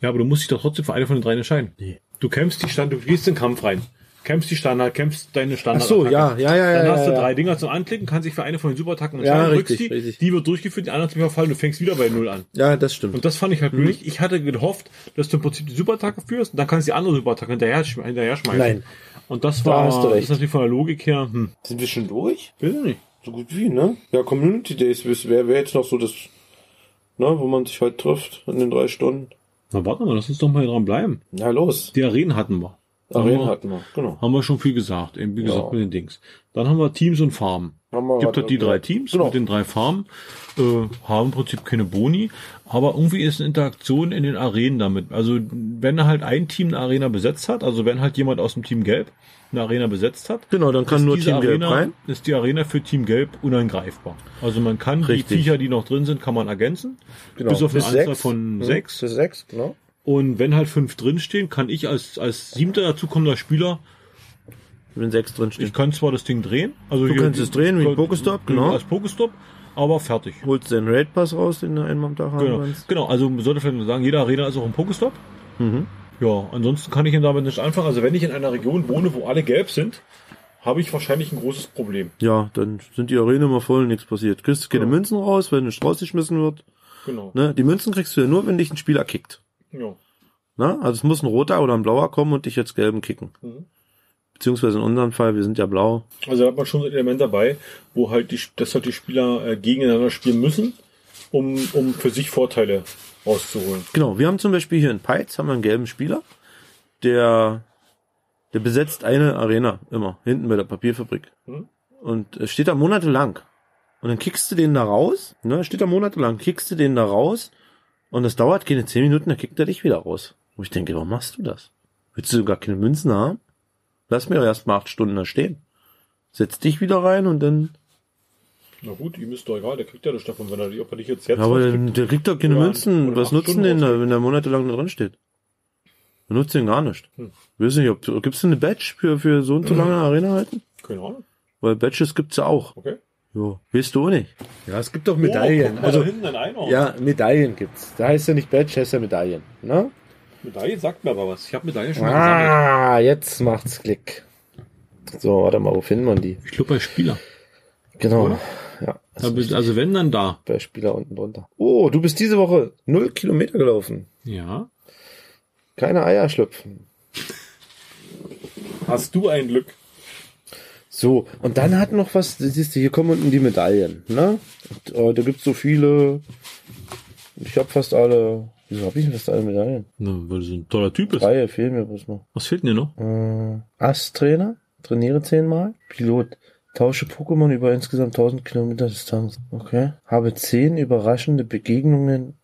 Ja, aber du musst dich doch trotzdem für eine von den dreien entscheiden. Nee. Du kämpfst die Standard, du gehst in den Kampf rein. Kämpfst die Standard, kämpfst deine Standard. so, ja, ja, ja, Dann ja, hast du ja, ja. drei Dinger zum Anklicken, kannst dich für eine von den Superattacken Ja, entscheiden, drückst richtig, die, richtig. die wird durchgeführt, die anderen zum Verfallen, du fängst wieder bei Null an. Ja, das stimmt. Und das fand ich halt Mhm. blöd. Ich hatte gehofft, dass du im Prinzip die Superattacke führst und dann kannst du die andere Superattacke hinterher, sch- hinterher schmeißen. Nein. Und das war, hast das du ist recht. natürlich von der Logik her, hm, Sind wir schon durch? will ich nicht. So gut wie, ne? Ja, Community Days wäre wär jetzt noch so das, ne, wo man sich halt trifft in den drei Stunden. Na, warte mal, lass uns doch mal hier dran bleiben. Na los. Die Arenen hatten wir. Also, Haben Arenen wir- hatten wir, genau. Haben wir schon viel gesagt, eben wie gesagt, mit den Dings. Dann haben wir Teams und Farmen. Haben wir Gibt was- halt die drei Teams Genau. mit den drei Farmen, äh, haben im Prinzip keine Boni, aber irgendwie ist eine Interaktion in den Arenen damit. Also wenn halt ein Team eine Arena besetzt hat, also wenn halt jemand aus dem Team Gelb eine Arena besetzt hat, Genau, dann kann ist nur diese Team Gelb Arena, rein. Ist die Arena für Team Gelb unangreifbar. Also man kann die Richtig. Viecher, die noch drin sind, kann man ergänzen. Bis auf eine Anzahl von sechs. Bis sechs, genau. Und wenn halt fünf drinstehen, kann ich als, als siebter dazukommender Spieler Wenn sechs drin ich steht. kann zwar das Ding drehen, also Du kannst es drehen wie ein Pokestop, genau. Mhm, Als Pokestop, aber fertig. Holst den Raid Pass raus, den du einmal am Tag haben Genau. kannst. genau, also man sollte vielleicht nur sagen, jede Arena ist auch ein Pokestop. Mhm. Ja, ansonsten kann ich ihn damit nicht anfangen. Also wenn ich in einer Region wohne, wo alle gelb sind, habe ich wahrscheinlich ein großes Problem. Ja, dann sind die Arenen immer voll und nichts passiert. Kriegst keine Münzen raus, wenn eine Strauß geschmissen wird. Genau. Ne? Die Münzen kriegst du ja nur, wenn dich ein Spieler kickt. Ja. Ne? Also es muss ein roter oder ein blauer kommen und dich jetzt gelben kicken. Mhm. Beziehungsweise in unserem Fall, wir sind ja blau. Also da hat man schon so ein Element dabei, wo halt die, dass halt die Spieler äh, gegeneinander spielen müssen, um, um für sich Vorteile rauszuholen. Genau, wir haben zum Beispiel hier in Peitz haben wir einen gelben Spieler, der, der besetzt eine Arena immer, hinten bei der Papierfabrik. Und äh, steht da monatelang. Und dann kickst du den da raus, ne, steht da monatelang, kickst du den da raus und das dauert keine zehn Minuten, dann kickt er dich wieder raus. Wo ich denke, warum machst du das? Willst du gar keine Münzen haben? Lass mir doch erst mal acht Stunden da stehen. Setz dich wieder rein und dann. Na gut, ihm ist doch egal, der kriegt ja das davon, wenn er, die- ob er dich jetzt jetzt Ja, aber was der, der kriegt doch keine Oder- Münzen. oder Was acht nutzen Stunden den da, wenn der monatelang da drin steht? Wir nutzen den gar nicht. Hm. Weiß nicht, ob gibt's denn eine Badge für, für so und so lange Arena halten? Keine Ahnung. Weil Badges gibt's ja auch. Okay. Jo, weißt du auch nicht. Ja, es gibt doch Medaillen. also, hinten ein Einhorn. ja, Medaillen gibt's. Da heißt ja nicht Badge, heißt ja Medaillen. Ne? Medaille sagt mir aber was. Ich habe Medaille schon mal gesammelt. Ah, jetzt macht's Klick. So, warte mal, wo findet man die? Ich glaube bei Spieler. Genau. Ja, ist richtig. also wenn dann da. bei Spieler unten drunter. Oh, du bist diese Woche null Kilometer gelaufen. Ja. Keine Eier schlüpfen. Hast du ein Glück? So, und dann hat noch was, siehst du, hier kommen unten die Medaillen, ne? Und, äh, da gibt's so viele. Ich habe fast alle. Wieso habe ich denn fast alle Medaillen? Na, weil du so ein toller Typ bist. Drei fehlen mir bloß noch. Was fehlt denn hier noch? Äh, Ast-Trainer, trainiere zehnmal. Pilot, tausche Pokémon über insgesamt 1000 Kilometer Distanz. Okay. Habe zehn überraschende Begegnungen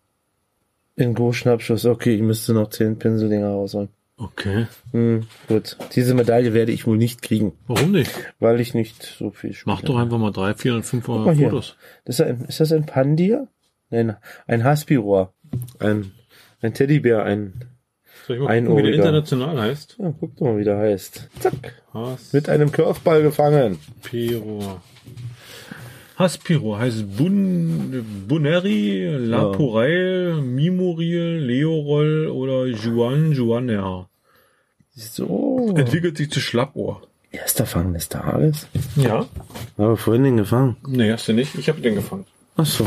in Go-Schnappschuss. Okay, ich müsste noch zehn Pinseldinger rausholen. Okay. Hm, gut. Diese Medaille werde ich wohl nicht kriegen, Warum nicht? weil ich nicht so viel spiele. Mach doch einfach mal drei, vier und fünf Guck mal hier. Fotos. Das ist, ein, ist das ein Pandir? Nein, ein Haspirohr. Ein, ein Teddybär, ein. Soll ich mal Ein gucken, wie der Ohrige. international heißt? Ja, guck doch mal, wie der heißt. Zack. Haspiro. Mit einem Curveball gefangen. Haspiro heißt Bun Buneri, Laporeil, Mimoril, Leorol oder Juan Juaner. So. Oh. Entwickelt sich zu Schlappohr. Erster Fang des Tages. Ja? Aber vorhin den gefangen. Nee, hast du nicht. Ich habe den gefangen. Ach so.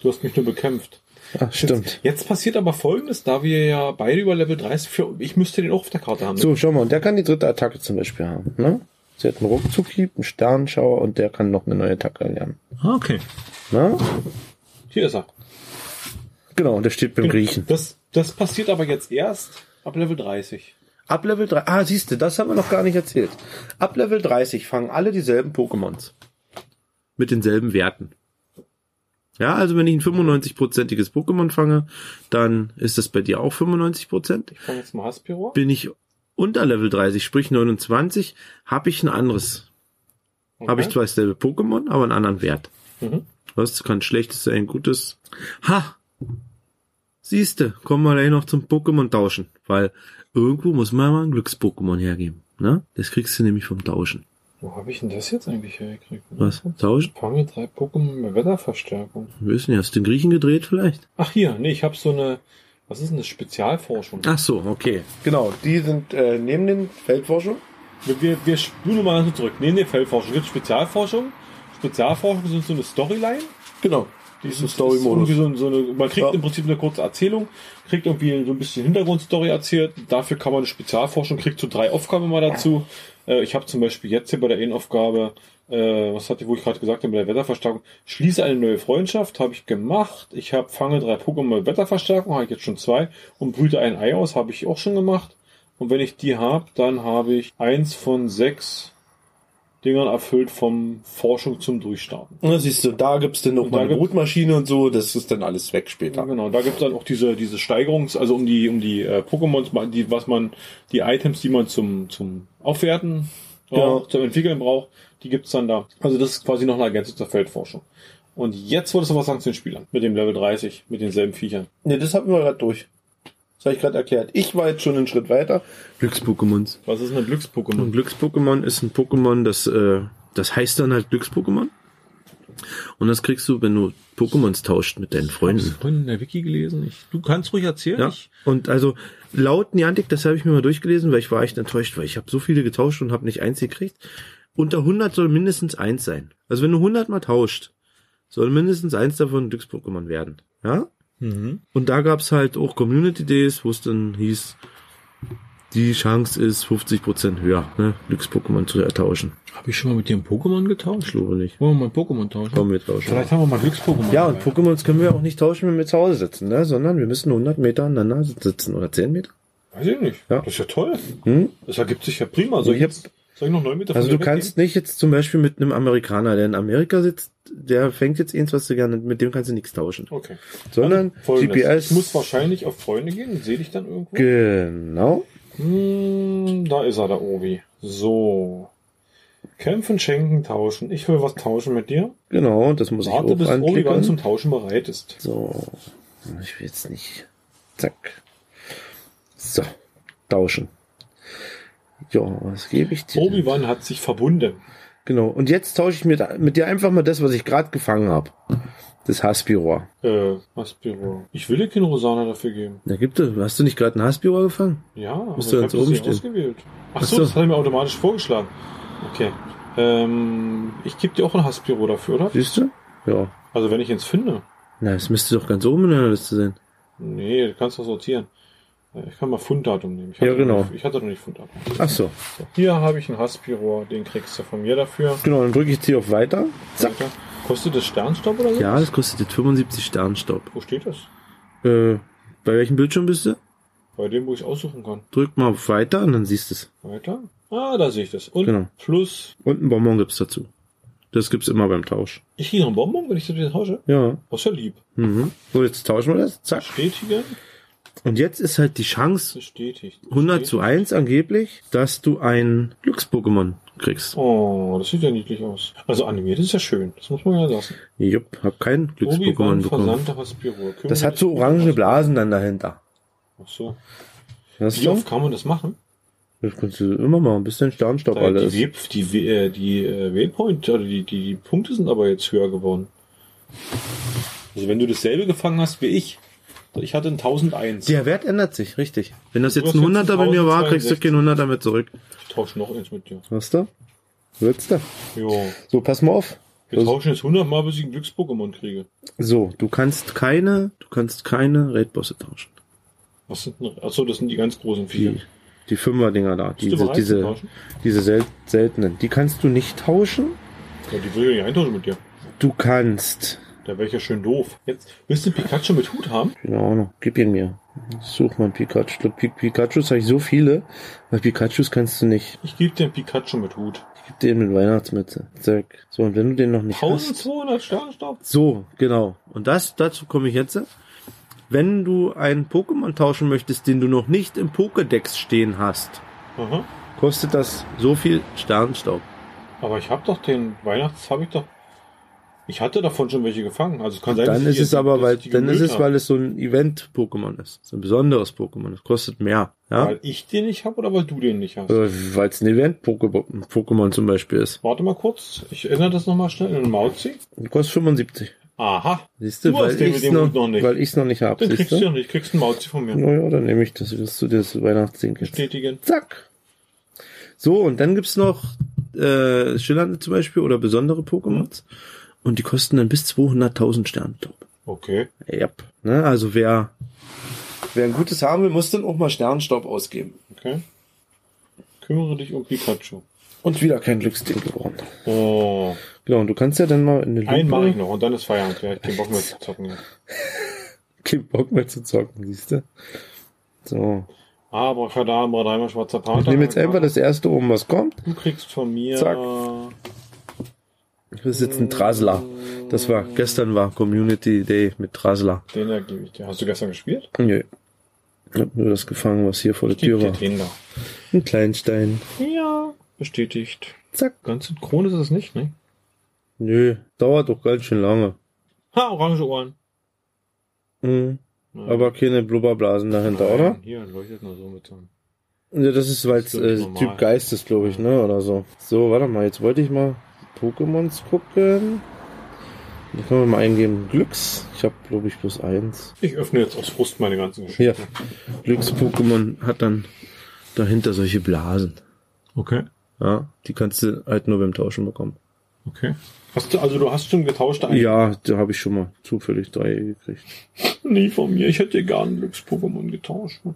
Du hast mich nur bekämpft. Ach, Ah, stimmt. Jetzt passiert aber folgendes, da wir ja beide über Level 30 für, ich müsste den auch auf der Karte haben. ne? So, schau mal, und der kann die dritte Attacke zum Beispiel haben. Ne? Sie hat einen Ruckzuckhieb, einen Sternenschauer und der kann noch eine neue Attacke lernen. Ah, okay. Ne? Hier ist er. Genau, und der steht beim Griechen. Das, das passiert aber jetzt erst ab Level 30. Ab Level 3. Ah, siehst du, das haben wir noch gar nicht erzählt. Ab Level 30 fangen alle dieselben Pokémons. Mit denselben Werten. Ja, also wenn ich ein 95-prozentiges Pokémon fange, dann ist das bei dir auch 95 Prozent. Ich fange jetzt mal Haspiro. bin ich unter Level 30, sprich 29, habe ich ein anderes. Habe ich zwar dasselbe Pokémon, aber einen anderen Wert. Mhm. Was kann schlechtes sein, gutes. Ha! Siehste, kommen wir gleich noch zum Pokémon tauschen, weil irgendwo muss man mal ein Glücks-Pokémon hergeben. Ne? Das kriegst du nämlich vom Tauschen. Wo habe ich denn das jetzt eigentlich hergekriegt? Was? Tauschen? Fange drei Pokémon mit Wetterverstärkung. Wir wissen ja, hast du den Griechen gedreht vielleicht? Ach hier, nee, ich habe so eine, was ist denn das, Spezialforschung. Ach so, okay. Genau, die sind äh, neben den Feldforschung. Wir, wir, wir spulen mal ganz kurz zurück. Neben der Feldforschung gibt Spezialforschung. Spezialforschung sind so eine Storyline. Genau. Die Diesen ist- ist irgendwie Story-Modus. So, ein- so eine, man kriegt Ja. im Prinzip eine kurze Erzählung, kriegt irgendwie so ein bisschen Hintergrundstory erzählt. Dafür kann man eine Spezialforschung, kriegt so drei Aufgaben mal dazu. Äh, ich habe zum Beispiel jetzt hier bei der einen Aufgabe, äh, was hatte, wo ich gerade gesagt habe, bei der Wetterverstärkung, schließe eine neue Freundschaft, habe ich gemacht. Ich habe fange drei Pokémon mit Wetterverstärkung, habe ich jetzt schon zwei und brüte ein Ei aus, habe ich auch schon gemacht. Und wenn ich die habe, dann habe ich eins von sechs Dingern erfüllt vom Forschung zum Durchstarten. Na, siehst du, da gibt's dann noch Und mal da eine gibt- Brutmaschine und so, das ist dann alles weg später. Genau, da gibt's dann auch diese, diese Steigerungs-, also um die, um die äh, Pokémons, die, was man, die Items, die man zum, zum Aufwerten, braucht, zum Entwickeln braucht, die gibt's dann da. Also das ist quasi noch eine Ergänzung zur Feldforschung. Und jetzt wolltest du was sagen zu den Spielern mit dem Level 30, mit denselben Viechern. Ne, das haben wir gerade durch. Das habe ich gerade erklärt. Ich war jetzt schon einen Schritt weiter. Glückspokémons. Was ist denn ein Glückspokémon? Ein Glückspokémon ist ein Pokémon, das, äh, das heißt dann halt Glückspokémon. Und das kriegst du, wenn du Pokémons tauscht mit deinen Freunden. Vorhin in der Wiki gelesen. Ich, du kannst ruhig erzählen. Ja. Ich, Und also laut Niantic, das habe ich mir mal durchgelesen, weil ich war echt enttäuscht, weil ich habe so viele getauscht und habe nicht eins gekriegt. Unter 100 soll mindestens eins sein. Also wenn du 100 mal tauscht, soll mindestens eins davon ein Glücks-Pokémon werden. Ja? Und da gab's halt auch Community Days, wo es dann hieß, die Chance ist 50% höher, ne? Glücks-Pokémon zu ertauschen. Habe ich schon mal mit dir ein Pokémon Ich getauscht? glaube nicht. Wollen wir mal ein Pokémon tauschen? Komm, wir tauschen. Vielleicht haben wir mal Glückspokémon. Ja, und Pokémons können wir auch nicht tauschen, wenn wir zu Hause sitzen, ne? Sondern wir müssen 100 Meter aneinander sitzen oder 10 Meter. Weiß ich nicht. Ja. Das ist ja toll. Hm? Das ergibt sich ja prima. Soll ich, Ich hab- jetzt, soll ich noch neun Meter Also von du dir kannst nicht jetzt zum Beispiel mit einem Amerikaner, der in Amerika sitzt, der fängt jetzt eins, was du gerne, mit dem kannst du nichts tauschen. weggehen? Okay. Sondern Also Folgendes. GPS Ich muss wahrscheinlich auf Freunde gehen. Sehe dich dann irgendwo? Genau. Hm, da ist er, der Obi. So. Kämpfen, schenken, tauschen. Ich will was tauschen mit dir. Genau, das muss ich Warte, auch bis Obi wann zum anklicken. Tauschen bereit ist. So. Ich will jetzt nicht. Zack. So. Tauschen. Ja, was gebe ich dir? denn? Obi-Wan hat sich verbunden. Genau. Und jetzt tausche ich mit, mit dir einfach mal das, was ich gerade gefangen habe. Das Haspiror. Äh, Aspiro. Ich will dir keine Rosana dafür geben. Na gibt es. Hast du nicht gerade ein Haspiror gefangen? Ja, aber Musst ich du habe ganz oben das nicht stehen. ausgewählt. Ach Ach so, so. das hat er mir automatisch vorgeschlagen. Okay. Ähm, ich gebe dir auch ein Haspiro dafür, oder? Siehst du? Ja. Also wenn ich jetzt finde. Na, das müsste doch ganz oben in der Liste sein. Nee, du kannst doch sortieren. Äh, Ich kann mal Funddatum nehmen. Ich Ja, hatte noch genau. Nicht, ich hatte noch nicht Funddatum. Ach so. So, hier habe ich einen Haspiro, den kriegst du von mir dafür. Genau, dann drücke ich hier auf Weiter. Zack. Weiter. Kostet das Sternstaub oder so? Ja, das kostet jetzt 75 Sternstaub. Wo steht das? Äh, bei welchem Bildschirm bist du? Bei dem, wo ich aussuchen kann. Drück mal auf Weiter und dann siehst du es. Weiter. Ah, da sehe ich das. Und Genau. plus, Und ein Bonbon gibt's dazu. Das gibt's immer beim Tausch. ich kriege einen Bonbon, wenn ich das wieder tausche. Ja. Das ist ja lieb. Mhm. So, jetzt tauschen wir das. Zack. Stetigen. Und jetzt ist halt die Chance Bestätigt. 100 zu 1 angeblich, dass du ein Glücks-Pokémon kriegst. Oh, das sieht ja niedlich aus. Also animiert ist ja schön. Das muss man ja lassen. Jupp, hab kein Glücks-Pokémon Obi-Wan bekommen. versandte Haspiro. Kümmere Das hat dich so um orangene Haspiro. Blasen dann dahinter. Ach so. Hast Wie du? oft kann man das machen? Das kannst du immer mal, bis dein Sternstaub alle Äh, die ist. Web, die, We- äh, die äh, Waypoint, oder die, die, die Punkte sind aber jetzt höher geworden. Also wenn du dasselbe gefangen hast wie ich, ich hatte ein 1001. Der Wert ändert sich, richtig. Wenn das Du jetzt hast ein jetzt 100er bei mir war, kriegst du 1062. keinen 100er mehr zurück. Ich tausche noch eins mit dir. Hast du? Willst du? Jo. So, pass mal auf. Wir Was? tauschen jetzt 100 Mal, bis ich ein Glücks-Pokémon kriege. So, du kannst keine, du kannst keine Raid-Bosse tauschen. Was sind denn, achso, das sind die ganz großen Die, Viecher. die Fünfer-Dinger da, du diese, bereit zu diese, tauschen? diese sel seltenen. Die kannst du nicht tauschen. Ja, die will ich nicht eintauschen mit dir. Du kannst, Da wäre ich ja schön doof. Jetzt willst du einen Pikachu mit Hut haben? keine Ahnung, gib ihn mir. Ich Such mal einen Pikachu. Ich glaub, Pi- Pikachus habe ich so viele, weil Pikachus kannst du nicht. Ich gebe dir einen Pikachu mit Hut. Ich geb den mit Weihnachtsmütze. Zack. So, und wenn du den noch nicht hast. 1200 Sternstaub? So, genau. Und das, dazu komme ich jetzt. Wenn du einen Pokémon tauschen möchtest, den du noch nicht im Pokédex stehen hast, Aha. kostet das so viel Sternstaub. Aber ich habe doch den Weihnachts habe ich doch. Ich hatte davon schon welche gefangen. Also es kann sein, Dann dass ich ist die- es aber, dass weil, ich die dann ist gemüllt es, hab. weil es so ein Event-Pokémon ist. So ein besonderes Pokémon. Es kostet mehr. Ja? Weil ich den nicht habe oder weil du den nicht hast? Äh, Weil es ein Event-Pokémon zum Beispiel ist. Warte mal kurz. Ich erinnere das nochmal schnell in Mauzi. Und kostet 75. Aha. Siehst du, Du hast weil den mit ich es dem noch, Hut noch nicht. weil ich's noch nicht habe. Dann Siehst kriegst du du? ja nicht. Kriegst einen Mauzi von mir. Naja, dann nehme ich das, dass du dir das Weihnachtsding jetzt. Bestätigen. Zack. So, und dann gibt's noch äh, schillernde zum Beispiel oder besondere Pokémons. Und die kosten dann bis 200.000 Sternenstaub. Okay. Yep. Ne? Also wer, wer ein gutes haben will, muss dann auch mal Sternenstaub ausgeben. Okay. Kümmere dich um Pikachu. Und wieder kein Glücksding geworden. Oh. Genau, und du kannst ja dann mal in eine Lupe... Einen mache ich noch und dann ist Feierabend. Ja, ich hab keinen Bock mehr zu zocken. Kein Bock mehr zu zocken, siehst du? So, Aber Kadabra, dreimal schwarzer Panther. Ich nehme jetzt einfach das erste oben, was kommt. Du kriegst von mir. Zack. Das ist jetzt ein Trasler. Das war, gestern war Community Day mit Trasler. Den da gebe ich dir. Hast du gestern gespielt? Nö. Ich hab nur das gefangen, was hier vor der Tür dir war. den da. Ein Kleinstein. Ja, bestätigt. Zack. Ganz synchron ist es nicht, ne? Nö, dauert doch ganz schön lange. Ha, orange Ohren. Mhm. Ja. Aber keine Blubberblasen dahinter, oder? Hier leuchtet nur so mit so einem. Ja, das ist, weil es Das ist äh, normal. Typ Geist ist, glaube ich, ne? Oder so. So, warte mal, jetzt wollte ich mal Pokémons gucken. Da können wir mal eingeben. Glücks. Ich habe, glaube ich, bloß eins. Ich öffne jetzt aus Frust meine ganzen Geschichten. Hier. Glücks-Pokémon hat dann dahinter solche Blasen. Okay, Ja, die kannst du halt nur beim Tauschen bekommen. okay. Hast du, also du hast schon getauscht eigentlich Ja, da habe ich schon mal zufällig drei gekriegt. nie von mir. Ich hätte gar ein Glücks-Pokémon getauscht. Gut.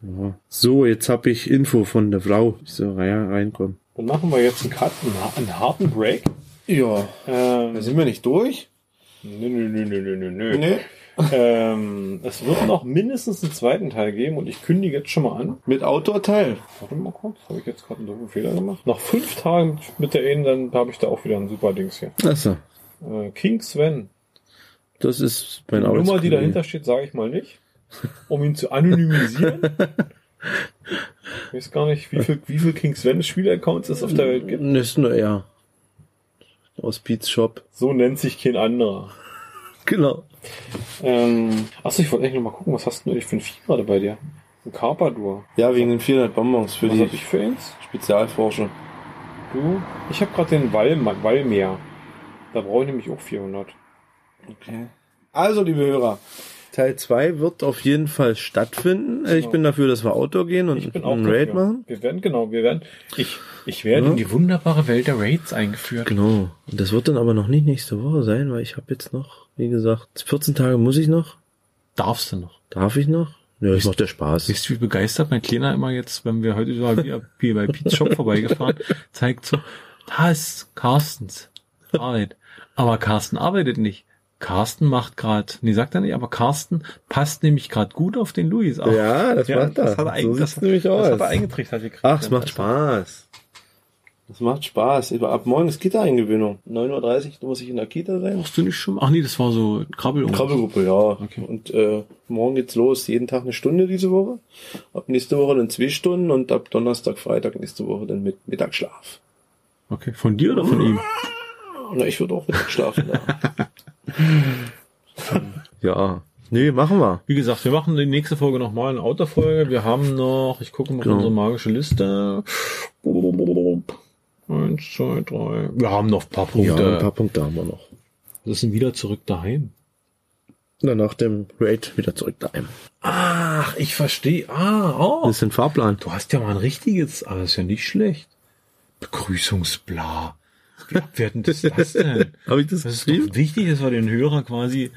Ja. So, jetzt habe ich Info von der Frau. Ich soll rein, reinkommen. Dann machen wir jetzt einen Cut, einen, har- einen harten Break. Ja, Ähm, sind wir nicht durch? nö, nö, nö, nö, nö, nö, nö. Nee. Ähm, es wird noch mindestens einen zweiten Teil geben und ich kündige jetzt schon mal an. Mit Outdoor-Teil. Warte mal kurz, habe ich jetzt gerade einen doofen Fehler gemacht? Nach fünf Tagen mit der Ehen, dann habe ich da auch wieder ein super Dings hier. Achso. Äh, King Sven. Das ist mein Die Nummer, die Arbeitskollege. dahinter steht, sage ich mal nicht. Um ihn zu anonymisieren. ich weiß gar nicht, wie viel, wie viel King Sven Spielaccounts es auf der Welt gibt. Das ist nur er. Aus Pete's Shop. So nennt sich kein anderer. Genau. Ähm, achso, ich wollte eigentlich noch mal gucken, was hast denn du eigentlich für ein Vieh gerade bei dir? Ein Carpador. Ja, wegen den 400 Bonbons für Was die hab ich für eins? Spezialforscher. Du? Ich habe gerade den Wall, Wallmeer. Da brauche ich nämlich auch 400. Okay. Also, liebe Hörer. Teil 2 wird auf jeden Fall stattfinden. Äh, Ich bin dafür, dass wir Outdoor gehen und einen dafür. Raid machen. Wir werden, genau, wir werden. Ich, ich werde in die wunderbare Welt der Raids eingeführt. Genau. Und das wird dann aber noch nicht nächste Woche sein, weil ich habe jetzt noch, wie gesagt, 14 Tage muss ich noch. Darfst du noch? Darf ich noch? Ja, das macht der Spaß. Siehst du, wie begeistert mein Kleiner immer jetzt, wenn wir heute mal wieder hier bei Pete's Shop vorbeigefahren, zeigt so, da ist Carstens Arbeit. Aber Carsten arbeitet nicht. Carsten macht gerade, nee, sagt er nicht, aber Carsten passt nämlich gerade gut auf den Luis auf. Ja, das macht er. Das hat er, so eigentlich das, sieht's nämlich aus. das hat er eingetrichtert gekriegt. Ach, es macht Spaß. Das macht Spaß. Aber Ab morgen ist Kita-Eingewöhnung. 9.30 Uhr muss ich in der Kita sein. Brauchst du nicht schon? Ach nee, das war so Krabbel. Krabbelgruppe, ja. Okay. Und äh, morgen geht's los. Jeden Tag eine Stunde diese Woche. Ab nächste Woche dann zwei Stunden und ab Donnerstag, Freitag nächste Woche dann mit Mittagsschlaf. Okay, von dir oder von ihm? Na, ich würde auch Mittag schlafen. ja. Ja. Nee, machen wir. Wie gesagt, wir machen die nächste Folge nochmal, eine Outdoor-Folge. Wir haben noch, ich gucke mal auf Genau. unsere magische Liste. Eins, zwei, drei. Wir haben noch ein paar Ja, Punkte. ein paar Punkte haben wir noch. Wir sind wieder zurück daheim. Dann nach dem Raid wieder zurück daheim. Ach, ich verstehe. Ah, oh. Das ist ein Fahrplan. Du hast ja mal ein richtiges, aber das ist ja nicht schlecht. Begrüßungsbla. Wie abwertend ist das denn? Habe ich das Das ist doch wichtig, dass wir den Hörer quasi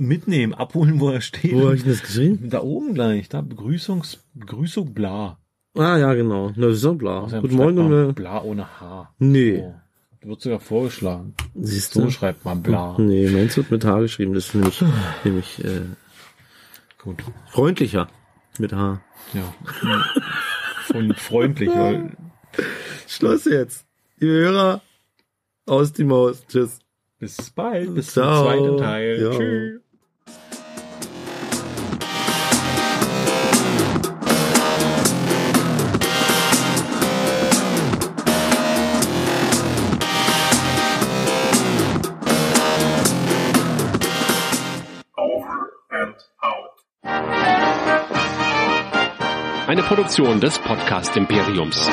mitnehmen, abholen, wo er steht. Wo habe ich denn das geschrieben? Da oben gleich, da Begrüßungs, Begrüßung bla. Ah ja, genau. Na, das ist doch bla. Aus einem Guten Morgen. äh, schreibt man Junge. Bla ohne H. Nee. Oh. Wird sogar vorgeschlagen. Siehst So du? schreibt man bla. Nee, meins wird mit H geschrieben. Das ist nämlich, nämlich äh, Gut. freundlicher mit H. Ja. Und freundlich, weil Schluss jetzt. Ihr Hörer, aus die Maus. Tschüss. bis bald, bis Ciao. zum zweiten Teil. Ja. Tschüss. Eine Produktion des Podcast Imperiums.